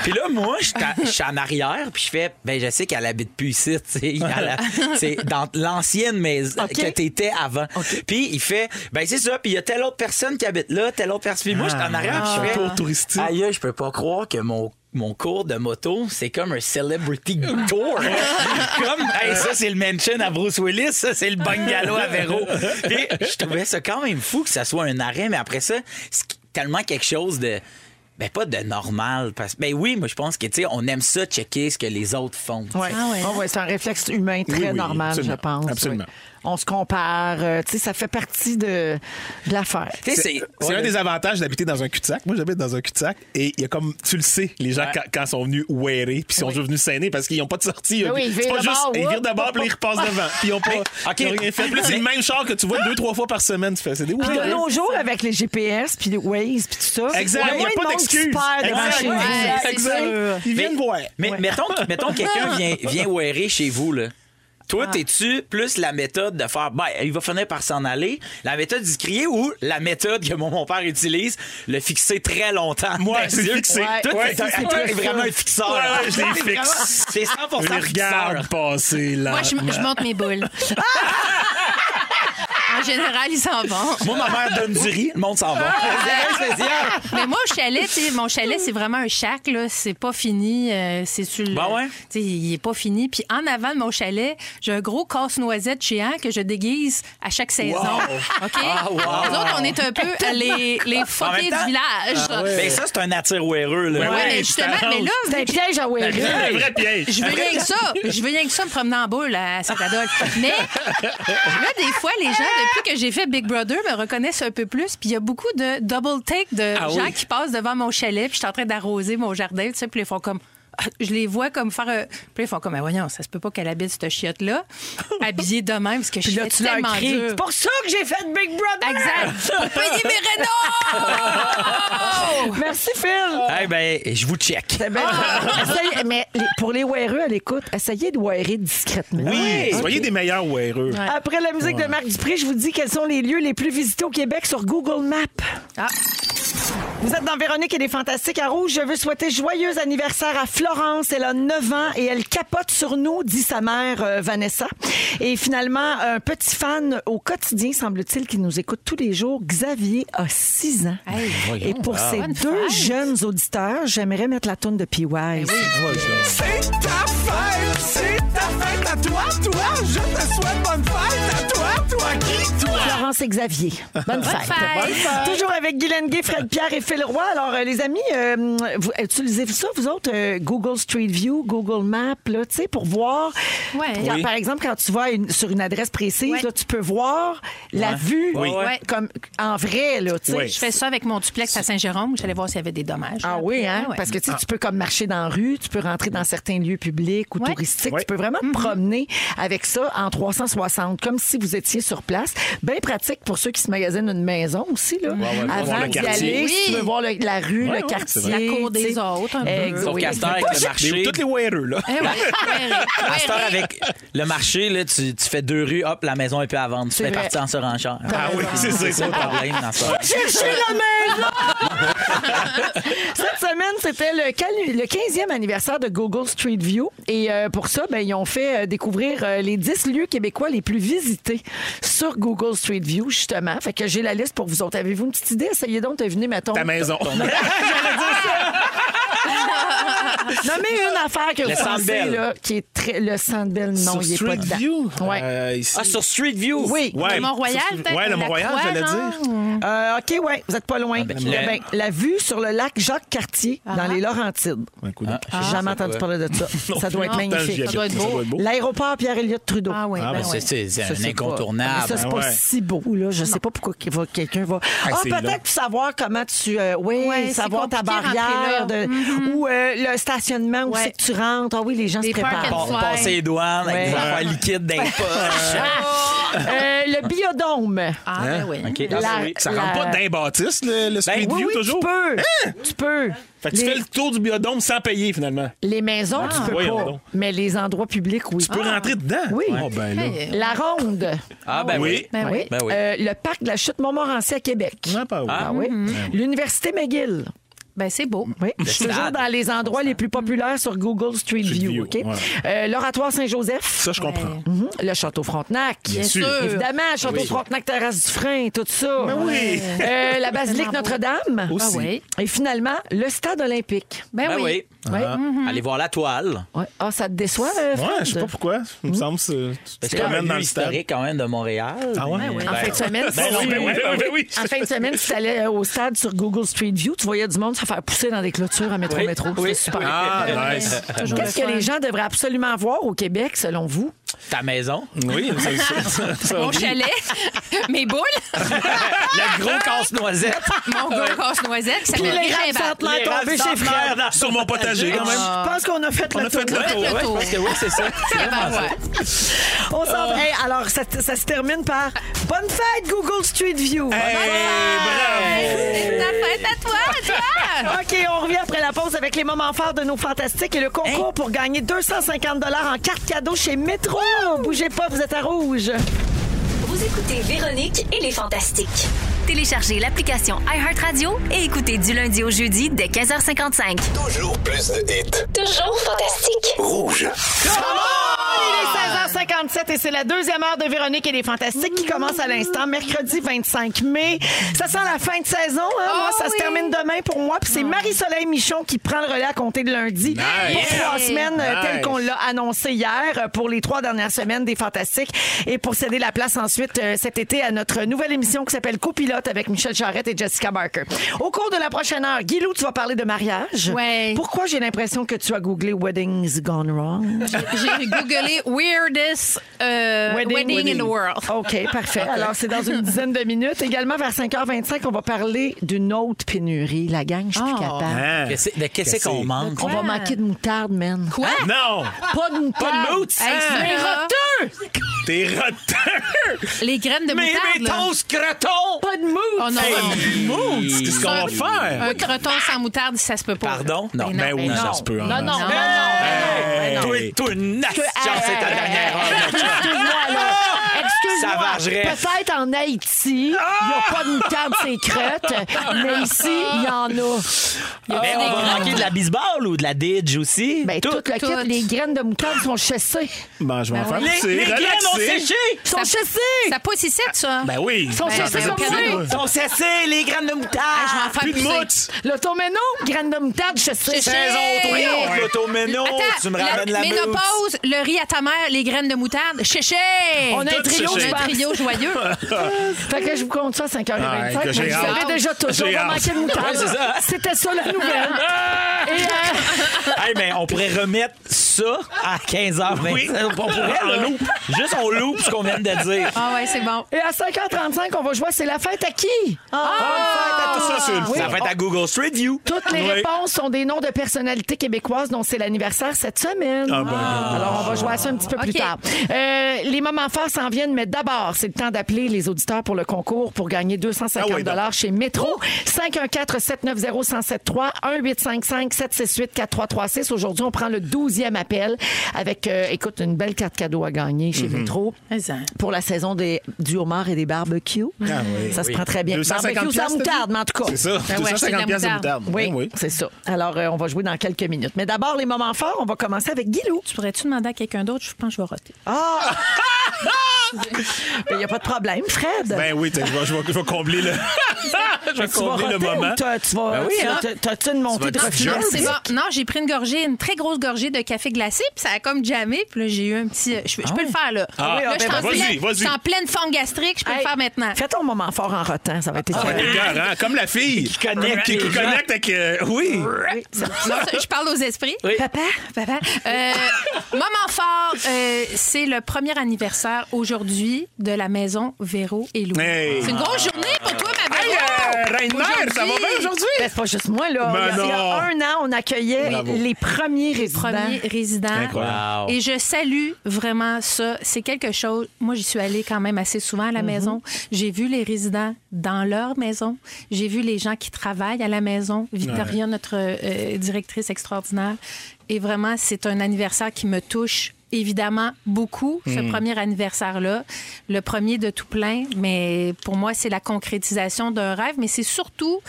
[SPEAKER 3] Puis là, moi, je suis à- je suis en arrière, puis je fais Ben, je sais qu'elle habite plus ici, tu sais, elle a- c'est dans l'ancienne maison
[SPEAKER 1] OK.
[SPEAKER 3] que t'étais avant. Puis il fait Ben, c'est ça, puis il y a telle autre personne qui habite là, telle autre personne. Puis moi, je suis en arrière, puis je fais
[SPEAKER 2] Tour touristique.
[SPEAKER 3] Aïe, aïe, je peux pas croire que mon mon cours de moto, c'est comme un celebrity tour. comme, hey, ça, c'est le mansion à Bruce Willis, ça, c'est le bungalow à Véro. Et je trouvais ça quand même fou que ça soit un arrêt, mais après ça, c'est tellement quelque chose de. Ben, pas de normal. Parce... Ben oui, moi, je pense que, tu sais, on aime ça, checker ce que les autres font.
[SPEAKER 1] Ouais.
[SPEAKER 4] Ah ouais.
[SPEAKER 1] Oh ouais, c'est un réflexe humain très
[SPEAKER 2] Oui, oui,
[SPEAKER 1] normal,
[SPEAKER 2] absolument.
[SPEAKER 1] je pense.
[SPEAKER 2] Absolument.
[SPEAKER 1] oui. On se compare. euh, tu sais, ça fait partie de, de l'affaire.
[SPEAKER 3] Tu sais,
[SPEAKER 2] C'est c'est
[SPEAKER 3] ouais,
[SPEAKER 2] un des avantages d'habiter dans un cul-de-sac. Moi, j'habite dans un cul-de-sac et il y a comme, tu le sais, les gens quand, quand sont venus wearer puis sont venus saigner parce qu'ils n'ont pas de sortie.
[SPEAKER 1] Ben oui, ils
[SPEAKER 2] c'est
[SPEAKER 1] virent
[SPEAKER 2] pas
[SPEAKER 1] de
[SPEAKER 2] juste,
[SPEAKER 1] bord,
[SPEAKER 2] ils virent
[SPEAKER 1] whoop.
[SPEAKER 2] de bord puis ils repassent devant. Puis ils n'ont pas
[SPEAKER 3] OK.
[SPEAKER 2] ils ont rien fait. Puis là, c'est le même char que tu vois deux, trois fois par semaine. Tu fais, c'est des
[SPEAKER 1] Puis
[SPEAKER 2] weirdos.
[SPEAKER 1] de nos jours, avec les GPS, puis les Waze, puis tout ça,
[SPEAKER 2] Exact.
[SPEAKER 1] il
[SPEAKER 2] Il n'y
[SPEAKER 1] y
[SPEAKER 2] a
[SPEAKER 1] a
[SPEAKER 2] pas
[SPEAKER 1] moins de monde qui se
[SPEAKER 2] d'excuse.
[SPEAKER 1] perd dans
[SPEAKER 2] Exact.
[SPEAKER 1] chez nous.
[SPEAKER 4] Ouais, c'est
[SPEAKER 2] Exact.
[SPEAKER 1] Ah.
[SPEAKER 4] sûr.
[SPEAKER 2] Ils viennent
[SPEAKER 3] Mais-
[SPEAKER 2] voir.
[SPEAKER 3] Mais mettons, que- mettons que quelqu'un vient, vient wearer chez vous, là.
[SPEAKER 2] Ah.
[SPEAKER 3] Toi, t'es-tu plus la méthode de faire, ben, il va finir par s'en aller, la méthode du crier ou la méthode que mon, mon père utilise, le fixer très longtemps?
[SPEAKER 2] Moi,
[SPEAKER 3] Dans les
[SPEAKER 2] c'est
[SPEAKER 3] yeux.
[SPEAKER 2] fixé.
[SPEAKER 1] Ouais.
[SPEAKER 3] Toi,
[SPEAKER 2] Ouais.
[SPEAKER 3] t'es un- toi, t'es vraiment un fixeur.
[SPEAKER 2] Ouais, ouais, je les
[SPEAKER 3] T'es vraiment-
[SPEAKER 2] fixe.
[SPEAKER 3] T'es 100
[SPEAKER 2] Je les
[SPEAKER 3] fixeur.
[SPEAKER 2] regarde passer là.
[SPEAKER 4] Moi, je, je monte mes boules. en général, ils s'en vont.
[SPEAKER 3] Moi, ma mère donne du riz, le monde s'en va.
[SPEAKER 2] Ah,
[SPEAKER 3] C'est bien spécial.
[SPEAKER 4] Mais moi, au chalet, tu sais, mon chalet, c'est vraiment un shack, là. C'est pas fini. euh, c'est sur le.
[SPEAKER 3] Ben ouais.
[SPEAKER 4] tu sais, il est pas fini. Puis en avant de mon chalet, j'ai un gros casse-noisette géant que je déguise à chaque saison. OK?
[SPEAKER 3] Ah, wow.
[SPEAKER 4] Nous autres, on est un peu les, les
[SPEAKER 3] En même
[SPEAKER 4] fuckés
[SPEAKER 3] temps-
[SPEAKER 4] du village.
[SPEAKER 3] Ben, ça, c'est un attire weareux, là.
[SPEAKER 4] Ouais,
[SPEAKER 2] Ouais,
[SPEAKER 4] mais justement,
[SPEAKER 2] c'est
[SPEAKER 4] mais là,
[SPEAKER 1] C'est un piège à Waze.
[SPEAKER 2] C'est un vrai piège.
[SPEAKER 4] Je veux rien que ça. Je veux rien que ça me promener en boule à Saint-Adolphe. Mais là, des fois, les gens, depuis que j'ai fait Big Brother, me reconnaissent un peu plus. Puis il y a beaucoup de double take de
[SPEAKER 2] Ah oui.
[SPEAKER 4] gens qui passent devant mon chalet. Puis je suis en train d'arroser mon jardin. Tu sais, puis ils font comme. Je les vois comme faire. un- Puis là, ils font comme, ah, voyons, ça se peut pas qu'elle habite cette chiotte-là, habillée de même, parce que je
[SPEAKER 1] Puis
[SPEAKER 4] suis
[SPEAKER 1] là, tu l'as
[SPEAKER 4] tellement
[SPEAKER 1] écrit.
[SPEAKER 4] dure.
[SPEAKER 1] C'est pour ça que j'ai fait Big Brother.
[SPEAKER 4] Exact. Pour payer mes rénaux!
[SPEAKER 1] Merci, Phil.
[SPEAKER 4] Ah.
[SPEAKER 3] Eh ben, je vous check.
[SPEAKER 1] C'est bien. Essayez- mais les- pour les weareux à l'écoute, essayez de wearer discrètement. Ah,
[SPEAKER 2] Oui,
[SPEAKER 1] Ok.
[SPEAKER 2] soyez des meilleurs weareux.
[SPEAKER 1] Après la musique de Marc Dupré, je vous dis quels sont les lieux les plus visités au Québec sur Google Maps. Vous êtes dans Véronique et les Fantastiques à Rouge. Je veux souhaiter joyeux anniversaire à Florence. Elle a 9 ans et elle capote sur nous, dit sa mère euh, Vanessa. Et finalement, un petit fan au quotidien, semble-t-il, qui nous écoute tous les jours, Xavier a 6 ans.
[SPEAKER 4] Hey.
[SPEAKER 1] et pour ces
[SPEAKER 4] Bonne
[SPEAKER 1] deux
[SPEAKER 4] fête.
[SPEAKER 1] jeunes auditeurs, j'aimerais mettre la toune de P.Y.
[SPEAKER 8] C'est ta fête, c'est ta fête à toi, toi. Je te souhaite bonne fête à toi, toi qui, toi.
[SPEAKER 1] Florence et Xavier. Bonne fête.
[SPEAKER 4] fête.
[SPEAKER 1] Toujours avec Guy Lenguet, Fred Pierre et Phil Roy. Alors, euh, les amis, euh, vous utilisez-vous ça, vous autres, euh, Google Street View, Google Maps, là, tu sais, pour voir.
[SPEAKER 4] Ouais.
[SPEAKER 1] Quand-
[SPEAKER 4] Oui.
[SPEAKER 1] Par exemple, quand tu vas à une- sur une adresse précise,
[SPEAKER 4] Ouais.
[SPEAKER 1] là, tu peux voir la vue
[SPEAKER 2] Oui.
[SPEAKER 4] Ouais.
[SPEAKER 1] comme en vrai, là, tu sais.
[SPEAKER 2] Oui.
[SPEAKER 4] Je fais ça avec mon duplex à Saint-Jérôme. J'allais voir s'il y avait des dommages.
[SPEAKER 1] Ah oui, hein?
[SPEAKER 4] Ah ouais.
[SPEAKER 1] Parce que tu sais, tu peux comme marcher dans la rue, tu peux rentrer dans certains lieux publics ou
[SPEAKER 4] Ouais. Mm-hmm.
[SPEAKER 1] touristiques.
[SPEAKER 2] Ouais.
[SPEAKER 1] Tu peux vraiment te promener avec ça en 360, comme si vous étiez sur place. Bien pratique pour ceux qui se magasinent une maison aussi, là.
[SPEAKER 2] ouais, pour voir
[SPEAKER 1] Avant
[SPEAKER 2] le
[SPEAKER 1] d'y
[SPEAKER 2] quartier.
[SPEAKER 1] aller, si tu veux
[SPEAKER 4] Oui.
[SPEAKER 1] voir le- la rue, le
[SPEAKER 2] Ouais, ouais, c'est
[SPEAKER 1] quartier.
[SPEAKER 2] vrai.
[SPEAKER 4] La cour des
[SPEAKER 1] tu sais. Eh,
[SPEAKER 4] autres, un peu.
[SPEAKER 1] Ex-
[SPEAKER 3] Sauf
[SPEAKER 1] oui.
[SPEAKER 3] qu'à cette heure, avec le marché.
[SPEAKER 2] Mais toutes les waiters, là.
[SPEAKER 4] Eh ouais, ouais, ouais.
[SPEAKER 3] À cette heure, avec le marché, là, tu, tu fais deux rues, hop, la maison est plus à vendre. Tu
[SPEAKER 1] C'est
[SPEAKER 3] fais
[SPEAKER 1] vrai.
[SPEAKER 3] partie en surenchère.
[SPEAKER 2] Ah oui, c'est
[SPEAKER 3] C'est ça
[SPEAKER 2] ça.
[SPEAKER 3] le problème dans ça.
[SPEAKER 1] Cherchez la maison! Cette semaine, c'était le, calu- le 15e anniversaire de Google Street View. Et euh, pour ça, ben, ils ont fait euh, découvrir euh, les 10 lieux québécois les plus visités sur Google Street View, justement. Fait que j'ai la liste pour vous autres. Avez-vous une petite idée? Essayez donc de venir, mettons.
[SPEAKER 2] Ta maison.
[SPEAKER 1] Nommez une affaire que vous
[SPEAKER 3] Centre
[SPEAKER 1] pensez,
[SPEAKER 3] Bell.
[SPEAKER 1] là, qui est très... Le Sandbell, non, il est pas dedans. Ouais.
[SPEAKER 2] Euh, ici.
[SPEAKER 3] Ah, sur Street View?
[SPEAKER 1] Oui.
[SPEAKER 2] Ouais.
[SPEAKER 4] Le Mont-Royal, peut-être?
[SPEAKER 2] Ouais, le
[SPEAKER 4] La
[SPEAKER 2] Mont-Royal,
[SPEAKER 4] Croix,
[SPEAKER 2] j'allais
[SPEAKER 4] hein?
[SPEAKER 2] dire.
[SPEAKER 1] Euh, OK, ouais, vous n'êtes pas loin.
[SPEAKER 3] ben,
[SPEAKER 1] Eh
[SPEAKER 3] le-
[SPEAKER 1] ben, la vue sur le lac Jacques-Cartier, dans les Laurentides.
[SPEAKER 2] Un coup de-
[SPEAKER 1] J'ai jamais entendu parler de ça. ça doit être
[SPEAKER 2] Attends,
[SPEAKER 4] Non.
[SPEAKER 2] j'y
[SPEAKER 1] magnifique.
[SPEAKER 2] habite.
[SPEAKER 4] Ça doit être
[SPEAKER 2] Ça
[SPEAKER 4] beau.
[SPEAKER 2] doit être beau.
[SPEAKER 1] L'aéroport Pierre-Éliott Trudeau.
[SPEAKER 4] Ah oui,
[SPEAKER 2] Ah,
[SPEAKER 4] ben
[SPEAKER 2] ben,
[SPEAKER 4] ouais.
[SPEAKER 3] C'est- C'est
[SPEAKER 1] Ça,
[SPEAKER 3] c'est un
[SPEAKER 1] pas- Non, mais
[SPEAKER 3] incontournable.
[SPEAKER 1] ça, c'est
[SPEAKER 2] Ah
[SPEAKER 1] pas
[SPEAKER 2] ouais.
[SPEAKER 1] si beau, là. Je sais pas pourquoi qu'il va- quelqu'un va. Ah,
[SPEAKER 2] c'est long.
[SPEAKER 1] peut-être savoir comment tu. euh, oui,
[SPEAKER 4] Ouais, c'est
[SPEAKER 1] savoir ta
[SPEAKER 4] compliqué de
[SPEAKER 1] barrière.
[SPEAKER 4] rentrer là. Mm-hmm.
[SPEAKER 1] de- Ou euh, le stationnement où
[SPEAKER 4] Ouais.
[SPEAKER 1] c'est que tu rentres. Ah oui, les gens
[SPEAKER 4] Les
[SPEAKER 1] se préparent.
[SPEAKER 4] park and
[SPEAKER 3] Bon,
[SPEAKER 4] Ouais.
[SPEAKER 3] Passer les douanes avec des
[SPEAKER 1] Ouais.
[SPEAKER 3] affaires liquides dans les poches.
[SPEAKER 1] Euh, le biodôme.
[SPEAKER 4] Ah, ben oui.
[SPEAKER 3] OK.
[SPEAKER 1] La-
[SPEAKER 2] Ça
[SPEAKER 1] la-
[SPEAKER 2] rentre pas dans les bâtisses, le, le Street
[SPEAKER 1] Oui,
[SPEAKER 2] View,
[SPEAKER 1] oui,
[SPEAKER 2] toujours? Hein?
[SPEAKER 1] tu peux. Tu peux.
[SPEAKER 2] Fait que tu
[SPEAKER 1] Les-
[SPEAKER 2] fais le tour du biodôme sans payer, finalement.
[SPEAKER 1] Les maisons, tu peux
[SPEAKER 2] Voyons
[SPEAKER 1] pas.
[SPEAKER 2] donc.
[SPEAKER 1] Mais les endroits publics, oui.
[SPEAKER 2] Tu peux
[SPEAKER 4] Ah!
[SPEAKER 2] rentrer dedans?
[SPEAKER 1] Ah. Oui.
[SPEAKER 2] Oh, ben là.
[SPEAKER 4] Hey,
[SPEAKER 1] La ronde.
[SPEAKER 3] Ah, ben oui.
[SPEAKER 2] Oui.
[SPEAKER 4] Ben oui.
[SPEAKER 3] Ben oui.
[SPEAKER 1] Euh, le parc de la chute Montmorency à Québec.
[SPEAKER 2] Non, pas ben oui.
[SPEAKER 1] Ah oui. L'Université McGill.
[SPEAKER 4] Ben, c'est beau.
[SPEAKER 1] Oui. Je suis toujours
[SPEAKER 3] stade.
[SPEAKER 1] dans les endroits les plus populaires sur Google Street View.
[SPEAKER 2] View,
[SPEAKER 1] OK?
[SPEAKER 2] ouais.
[SPEAKER 1] Euh, L'Oratoire Saint-Joseph.
[SPEAKER 2] Ça, je
[SPEAKER 4] Ben,
[SPEAKER 2] comprends.
[SPEAKER 1] Mhm. Le Château Frontenac.
[SPEAKER 2] Bien sûr.
[SPEAKER 1] Évidemment, Château Frontenac, Terrasse du Frein, tout ça.
[SPEAKER 2] oui.
[SPEAKER 1] Euh, la Basilique Notre-Dame.
[SPEAKER 4] Ah oui.
[SPEAKER 1] Et finalement, le Stade olympique.
[SPEAKER 4] Ben,
[SPEAKER 3] Ben
[SPEAKER 4] oui.
[SPEAKER 3] oui.
[SPEAKER 1] Ouais.
[SPEAKER 2] Ah.
[SPEAKER 3] Allez voir la toile.
[SPEAKER 1] Ouais. Ah, ça te déçoit, euh, Fred?
[SPEAKER 2] Ouais, je sais pas pourquoi. Il me semble que c'est- tu
[SPEAKER 3] Parce
[SPEAKER 2] te
[SPEAKER 3] que C'est un
[SPEAKER 2] promènes dans
[SPEAKER 3] lieu
[SPEAKER 2] le stade.
[SPEAKER 3] historique quand même de Montréal.
[SPEAKER 2] Ah ouais?
[SPEAKER 3] Mais-
[SPEAKER 2] Ben oui.
[SPEAKER 1] En fin de semaine,
[SPEAKER 2] Ben non,
[SPEAKER 1] si-
[SPEAKER 2] ben oui, ben oui, ben oui.
[SPEAKER 1] En fin de semaine, si tu allais au stade sur Google Street View, tu voyais du monde se faire pousser dans des clôtures à métro
[SPEAKER 3] Oui.
[SPEAKER 1] métro.
[SPEAKER 3] Oui.
[SPEAKER 1] C'est super.
[SPEAKER 2] Ah, nice.
[SPEAKER 4] Toujours
[SPEAKER 1] Qu'est-ce
[SPEAKER 4] le
[SPEAKER 1] que les
[SPEAKER 4] fun.
[SPEAKER 1] gens devraient absolument voir au Québec, selon vous?
[SPEAKER 3] Ta maison.
[SPEAKER 2] Oui, ça, ça, ça, ça,
[SPEAKER 4] Mon
[SPEAKER 2] oui.
[SPEAKER 4] chalet, mes boules,
[SPEAKER 3] Le gros casse-noisette.
[SPEAKER 4] mon gros casse-noisette qui s'appelle
[SPEAKER 1] les
[SPEAKER 4] Régimbat.
[SPEAKER 1] rames centenaires
[SPEAKER 3] Les
[SPEAKER 1] tombées chez
[SPEAKER 3] rames
[SPEAKER 1] Fred.
[SPEAKER 3] centenaires
[SPEAKER 2] Sur mon potager, quand même.
[SPEAKER 1] Je pense qu'on a fait
[SPEAKER 2] On
[SPEAKER 1] le
[SPEAKER 2] a fait
[SPEAKER 1] tour.
[SPEAKER 2] le tour.
[SPEAKER 4] Le
[SPEAKER 2] ouais.
[SPEAKER 4] tour.
[SPEAKER 3] Parce que oui, c'est ça.
[SPEAKER 4] Eh ben, ouais.
[SPEAKER 1] On s'en va. Hey, alors, ça, ça se termine par Bonne fête, Google Street View.
[SPEAKER 2] Hey,
[SPEAKER 4] C'est ta fête à toi, à toi!
[SPEAKER 1] OK, on revient après la pause avec les moments forts de nos fantastiques et le concours pour gagner 250 en carte cadeau chez Métro. Bougez pas, vous êtes à rouge.
[SPEAKER 10] Vous écoutez Véronique et les Fantastiques. Téléchargez l'application iHeartRadio et écoutez du lundi au jeudi dès 15h55.
[SPEAKER 8] Toujours plus de hits.
[SPEAKER 10] Toujours fantastique.
[SPEAKER 8] Rouge.
[SPEAKER 1] Il est 16h57 et c'est la deuxième heure de Véronique et les Fantastiques qui commence à l'instant, mercredi 25 mai. Ça sent la fin de saison, hein? moi, ça se termine demain pour moi. Puis c'est Marie-Soleil Michon qui prend le relais à compter de lundi pour
[SPEAKER 2] Nice.
[SPEAKER 1] trois
[SPEAKER 4] Yeah.
[SPEAKER 1] semaines, euh, tel
[SPEAKER 2] Nice.
[SPEAKER 1] qu'on l'a annoncé hier, euh, pour les trois dernières semaines des Fantastiques et pour céder la place ensuite euh, cet été à notre nouvelle émission qui s'appelle Copilote avec Michel Charrette et Jessica Barker. Au cours de la prochaine heure, Guilou, tu vas parler de mariage.
[SPEAKER 4] Ouais.
[SPEAKER 1] Pourquoi j'ai l'impression que tu as googlé Weddings Gone Wrong?
[SPEAKER 4] J'ai googlé weirdest euh, wedding, in the world.
[SPEAKER 1] OK, parfait. Alors, c'est dans une dizaine de minutes. Également, vers 5h25, on va parler d'une autre pénurie. La gang, je suis plus
[SPEAKER 4] Oh.
[SPEAKER 1] capable.
[SPEAKER 2] bravo.
[SPEAKER 3] Qu'est-ce que- de Qu'est-ce qu'on manque?
[SPEAKER 1] On va manquer de moutarde, man. Hein?
[SPEAKER 4] Quoi?
[SPEAKER 2] Non,
[SPEAKER 1] Pas de moutarde.
[SPEAKER 2] pas de moots.
[SPEAKER 4] Hey, c'est
[SPEAKER 1] Mais
[SPEAKER 4] là,
[SPEAKER 1] roteux!
[SPEAKER 2] T'es roteur.
[SPEAKER 4] les graines de
[SPEAKER 2] Mais
[SPEAKER 4] moutarde.
[SPEAKER 2] mes
[SPEAKER 4] là.
[SPEAKER 2] tons crotons.
[SPEAKER 1] Pas de moots!
[SPEAKER 4] Oh non, non.
[SPEAKER 2] Moots, qu'est-ce qu'on va faire?
[SPEAKER 4] Un croton sans moutarde, ça se peut pas.
[SPEAKER 3] Pardon? Non.
[SPEAKER 4] Ben
[SPEAKER 2] oui, ça se peut,
[SPEAKER 1] Non,
[SPEAKER 2] hein.
[SPEAKER 1] non, non, non, non,
[SPEAKER 2] Hey!
[SPEAKER 1] non, non.
[SPEAKER 3] Ben
[SPEAKER 2] Toi, toi, une nasty chance, c'est ta dernière heure.
[SPEAKER 4] Ah!
[SPEAKER 1] Excuse-moi, là.
[SPEAKER 3] Ça
[SPEAKER 1] excuse-moi,
[SPEAKER 3] vargerait.
[SPEAKER 1] peut-être en Haïti, il n'y
[SPEAKER 4] Ah!
[SPEAKER 1] a pas de table ces crottes, mais ici, il y en a.
[SPEAKER 3] Mais on va manquer de la baseball ou de la didge aussi.
[SPEAKER 1] Ben, tout, le
[SPEAKER 4] tout.
[SPEAKER 1] kit, les graines de moutarde sont chassées.
[SPEAKER 2] Ben, je vais en faire
[SPEAKER 3] les
[SPEAKER 2] pousser,
[SPEAKER 3] les graines ont
[SPEAKER 2] relaxer.
[SPEAKER 3] séché.
[SPEAKER 1] sont chassées!
[SPEAKER 4] Ça pousse ici, ça.
[SPEAKER 2] Ben oui.
[SPEAKER 1] Ils sont
[SPEAKER 2] ça
[SPEAKER 1] chassés
[SPEAKER 2] faisait
[SPEAKER 1] comme
[SPEAKER 2] pousser,
[SPEAKER 4] ben,
[SPEAKER 1] ça.
[SPEAKER 2] ouais.
[SPEAKER 3] Ils ont séché, les graines de
[SPEAKER 4] Ah, je vais en
[SPEAKER 3] moutarde.
[SPEAKER 4] faire
[SPEAKER 2] Plus de
[SPEAKER 4] pousser.
[SPEAKER 2] moutes.
[SPEAKER 1] Le toméno, graines de moutarde chassées.
[SPEAKER 4] Chassées.
[SPEAKER 3] Saison
[SPEAKER 4] Hey!
[SPEAKER 3] 3, l'automéno,
[SPEAKER 4] Attends,
[SPEAKER 3] tu me ramènes la, mousse.
[SPEAKER 4] ménopause, le riz à ta mère, les graines de moutarde, chéché!
[SPEAKER 1] On a un
[SPEAKER 2] Tout
[SPEAKER 1] trio,
[SPEAKER 2] séché.
[SPEAKER 1] je
[SPEAKER 4] un
[SPEAKER 1] pense.
[SPEAKER 4] trio joyeux.
[SPEAKER 1] Fait que je vous compte ça à 5h25.
[SPEAKER 2] Ah, que
[SPEAKER 1] mais
[SPEAKER 2] j'ai
[SPEAKER 1] vous
[SPEAKER 2] hâte.
[SPEAKER 1] savez déjà toujours,
[SPEAKER 2] J'ai
[SPEAKER 1] on va
[SPEAKER 2] hâte.
[SPEAKER 1] manquer de
[SPEAKER 3] Ouais, c'est ça.
[SPEAKER 1] moutarde. C'était ça la nouvelle. Et, euh,
[SPEAKER 3] Hey, mais on pourrait remettre ça à 15h20.
[SPEAKER 2] Oui.
[SPEAKER 3] On pourrait, là.
[SPEAKER 2] En loop.
[SPEAKER 3] Juste on loupe ce qu'on vient de dire.
[SPEAKER 4] Ah ouais, c'est bon.
[SPEAKER 1] et à 5h35, on va jouer à C'est la fête à qui? Ah,
[SPEAKER 2] Tout ça, c'est une
[SPEAKER 3] Ça va être à Google Street View.
[SPEAKER 1] Toutes les
[SPEAKER 2] Oui.
[SPEAKER 1] réponses sont des noms de personnalités québécoises dont c'est l'anniversaire cette semaine.
[SPEAKER 2] Ah, ben, ben,
[SPEAKER 1] Alors, on va jouer à ça un petit peu plus
[SPEAKER 4] OK.
[SPEAKER 1] tard. Euh, les moments forts s'en viennent, mais d'abord, c'est le temps d'appeler les auditeurs pour le concours pour gagner 250
[SPEAKER 2] Ah oui, donc.
[SPEAKER 1] dollars chez Métro. 514-790-1073, 1-855-768-4336. Aujourd'hui, on prend le 12e appel avec, euh, écoute, une belle carte cadeau à gagner chez
[SPEAKER 2] Mm-hmm.
[SPEAKER 1] Métro pour la saison des, du homard et des barbecues.
[SPEAKER 2] Ah
[SPEAKER 1] ça se prend très bien.
[SPEAKER 2] 250
[SPEAKER 1] Barbecue sans
[SPEAKER 2] piastres,
[SPEAKER 1] moutarde, mais en tout cas.
[SPEAKER 2] C'est ça,
[SPEAKER 4] Ben ouais, acheter de la
[SPEAKER 2] 250 piastres de
[SPEAKER 4] moutarde.
[SPEAKER 2] moutarde.
[SPEAKER 1] Oui,
[SPEAKER 2] Ben oui.
[SPEAKER 1] c'est ça. Alors, euh, on va jouer dans quelques minutes. Mais d'abord, les moments forts, on va commencer avec Guilou.
[SPEAKER 4] Tu pourrais-tu demander à quelqu'un d'autre? Je pense que je vais roter.
[SPEAKER 1] Ah! Il n'y a pas de problème, Fred.
[SPEAKER 2] Ben oui, t'as- je vais, je vais- je vais combler le, je vais
[SPEAKER 1] tu vas
[SPEAKER 2] combler le
[SPEAKER 1] roter
[SPEAKER 2] moment.
[SPEAKER 1] ou t'as- tu vas,
[SPEAKER 3] Ben oui,
[SPEAKER 1] tu-
[SPEAKER 3] hein?
[SPEAKER 1] t'as- t'as-tu une montée
[SPEAKER 2] vas
[SPEAKER 1] de
[SPEAKER 2] te
[SPEAKER 1] reflux?
[SPEAKER 2] jeter.
[SPEAKER 4] C'est bon. Non, j'ai pris une gorgée, une très grosse gorgée de café glacé, puis ça a comme jammé, puis là, j'ai eu un petit. euh, Je, je peux le faire, là.
[SPEAKER 2] Ah,
[SPEAKER 4] là, je suis
[SPEAKER 2] ben,
[SPEAKER 4] en
[SPEAKER 2] vas-y,
[SPEAKER 4] pleine-
[SPEAKER 2] vas-y.
[SPEAKER 4] je suis en pleine forme gastrique, je peux
[SPEAKER 1] Hey,
[SPEAKER 4] le faire maintenant.
[SPEAKER 1] Fais ton moment fort en rotant, ça va être
[SPEAKER 2] Ça va être écœurant, hein, comme la fille. Qui
[SPEAKER 3] connecte
[SPEAKER 2] Qui,
[SPEAKER 3] les gens.
[SPEAKER 2] connecte avec. euh, oui.
[SPEAKER 4] Non, ça, je parle aux esprits.
[SPEAKER 1] Papa,
[SPEAKER 4] Papa. Euh, moment fort, euh, c'est le premier anniversaire aujourd'hui de la maison Véro et Louis.
[SPEAKER 2] Hey.
[SPEAKER 4] C'est une grosse journée pour toi, ma Véro.
[SPEAKER 2] Hey, euh, Reine-Mère, ça va bien aujourd'hui?
[SPEAKER 1] Ben, c'est pas juste moi, là.
[SPEAKER 2] Ben
[SPEAKER 1] il y a
[SPEAKER 2] non.
[SPEAKER 1] un an, on accueillait les premiers résidents.
[SPEAKER 4] Premier résident.
[SPEAKER 3] Wow.
[SPEAKER 4] Et je salue vraiment ça. C'est quelque chose. Moi, j'y suis allée quand même assez souvent à la maison. J'ai vu les résidents dans leur maison. J'ai vu les gens qui travaillent à la maison. Victoria, notre euh, directrice extraordinaire. Et vraiment, c'est un anniversaire qui me touche. Évidemment, beaucoup, ce premier anniversaire-là. Le premier de tout plein, mais pour moi, c'est la concrétisation d'un rêve, mais c'est surtout,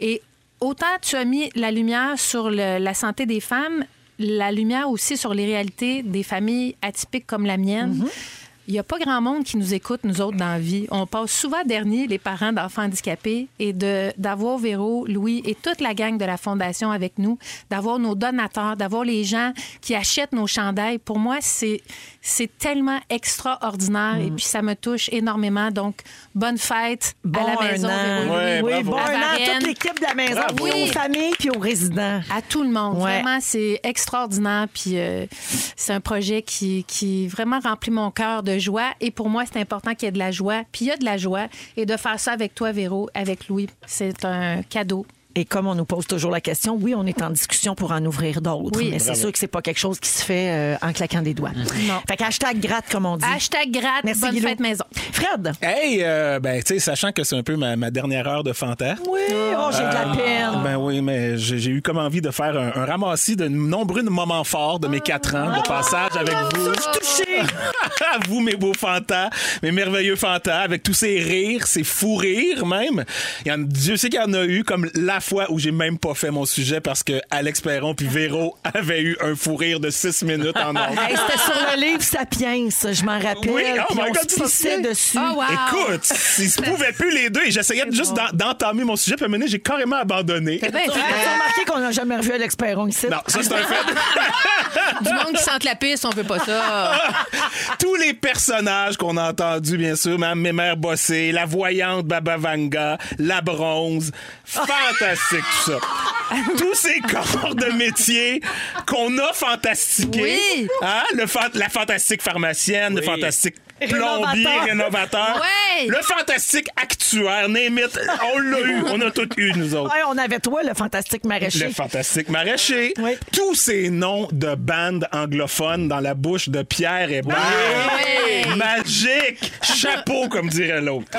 [SPEAKER 4] et autant tu as mis la lumière sur le- la santé des femmes, la lumière aussi sur les réalités des familles atypiques comme la mienne.
[SPEAKER 1] Mhm.
[SPEAKER 4] Il n'y a pas grand monde qui nous écoute, nous autres, dans la vie. On passe souvent dernier, les parents d'enfants handicapés, et de- d'avoir Véro, Louis et toute la gang de la Fondation avec nous, d'avoir nos donateurs, d'avoir les gens qui achètent nos chandails. Pour moi, c'est c'est tellement extraordinaire
[SPEAKER 1] Mhm.
[SPEAKER 4] et puis ça me touche énormément. Donc, bonne fête
[SPEAKER 1] Bon
[SPEAKER 4] à la maison.
[SPEAKER 1] un an.
[SPEAKER 4] Véro,
[SPEAKER 2] Ouais,
[SPEAKER 4] Louis,
[SPEAKER 1] oui, bon
[SPEAKER 4] à
[SPEAKER 1] un an à
[SPEAKER 4] Varennes.
[SPEAKER 1] toute l'équipe de la maison,
[SPEAKER 2] Bravo.
[SPEAKER 1] puis aux
[SPEAKER 4] Oui.
[SPEAKER 1] familles, puis aux résidents.
[SPEAKER 4] À tout le monde.
[SPEAKER 1] Ouais.
[SPEAKER 4] Vraiment, c'est extraordinaire. Puis euh, c'est un projet qui, qui vraiment remplit mon cœur de joie. Et pour moi, c'est important qu'il y ait de la joie. Puis il y a de la joie. Et de faire ça avec toi, Véro, avec Louis, c'est un cadeau.
[SPEAKER 1] Et comme on nous pose toujours la question, oui, on est en discussion pour en ouvrir d'autres.
[SPEAKER 4] Oui. Mm-hmm.
[SPEAKER 1] Mais c'est sûr que c'est pas quelque chose qui se fait euh, en claquant des doigts.
[SPEAKER 4] Non.
[SPEAKER 1] Fait que hashtag gratte, comme on dit.
[SPEAKER 4] Hashtag gratte,
[SPEAKER 1] Merci,
[SPEAKER 4] bonne
[SPEAKER 1] Guilou.
[SPEAKER 4] fête maison.
[SPEAKER 1] Fred!
[SPEAKER 2] Hey, euh, ben, tu sais, sachant que c'est un peu ma, ma dernière heure de Fanta.
[SPEAKER 1] Oui, oh, j'ai de la peine.
[SPEAKER 2] Ben oui, mais j'ai j'ai eu comme envie de faire un, un ramassis de nombreux moments forts de mes quatre ans
[SPEAKER 1] Ah,
[SPEAKER 2] de passage avec vous.
[SPEAKER 1] Touché.
[SPEAKER 2] à vous, mes beaux fantas, mes merveilleux fantas, avec tous ces rires, ces fous rires même. Il y en, Dieu sait qu'il y en a eu comme la fois où j'ai même pas fait mon sujet parce que Alex Perron puis Véro avaient eu un fou rire de six minutes en or.
[SPEAKER 1] Hey, C'était sur le livre Sapiens, je m'en rappelle.
[SPEAKER 2] Oui, oh
[SPEAKER 1] puis
[SPEAKER 2] my
[SPEAKER 1] on
[SPEAKER 2] God,
[SPEAKER 1] se
[SPEAKER 2] ça
[SPEAKER 1] pissait
[SPEAKER 2] se tient.
[SPEAKER 1] dessus.
[SPEAKER 4] Ah, wow.
[SPEAKER 2] Écoute, ils se pouvaient plus les deux et j'essayais juste d'en- d'entamer mon sujet, puis à un moment donné, j'ai carrément abandonné.
[SPEAKER 4] Ben,
[SPEAKER 1] As-tu remarqué qu'on n'a jamais revu Alex Perron ici?
[SPEAKER 2] Non, ça c'est un fait.
[SPEAKER 4] du monde qui sente la piste, on veut pas ça.
[SPEAKER 2] Tous les personnages qu'on a entendus, bien sûr, Mme Mémère Bossé, la voyante Baba Vanga, la bronze, fantastique tout ça. Tous ces corps de métier qu'on a fantastiqués.
[SPEAKER 4] Oui.
[SPEAKER 2] Hein? Le fan- la fantastique pharmacienne, le fantastique plombier,
[SPEAKER 1] Rénovateur.
[SPEAKER 2] rénovateur.
[SPEAKER 4] Ouais.
[SPEAKER 2] Le fantastique actuaire, name it, on l'a eu, on a tout eu, nous autres.
[SPEAKER 1] Ouais, on avait toi, le fantastique maraîcher.
[SPEAKER 2] Le fantastique maraîcher.
[SPEAKER 1] Oui.
[SPEAKER 2] Tous ces noms de bandes anglophones dans la bouche de Pierre Hébert.
[SPEAKER 4] Oui.
[SPEAKER 2] Magique! Chapeau, comme dirait l'autre.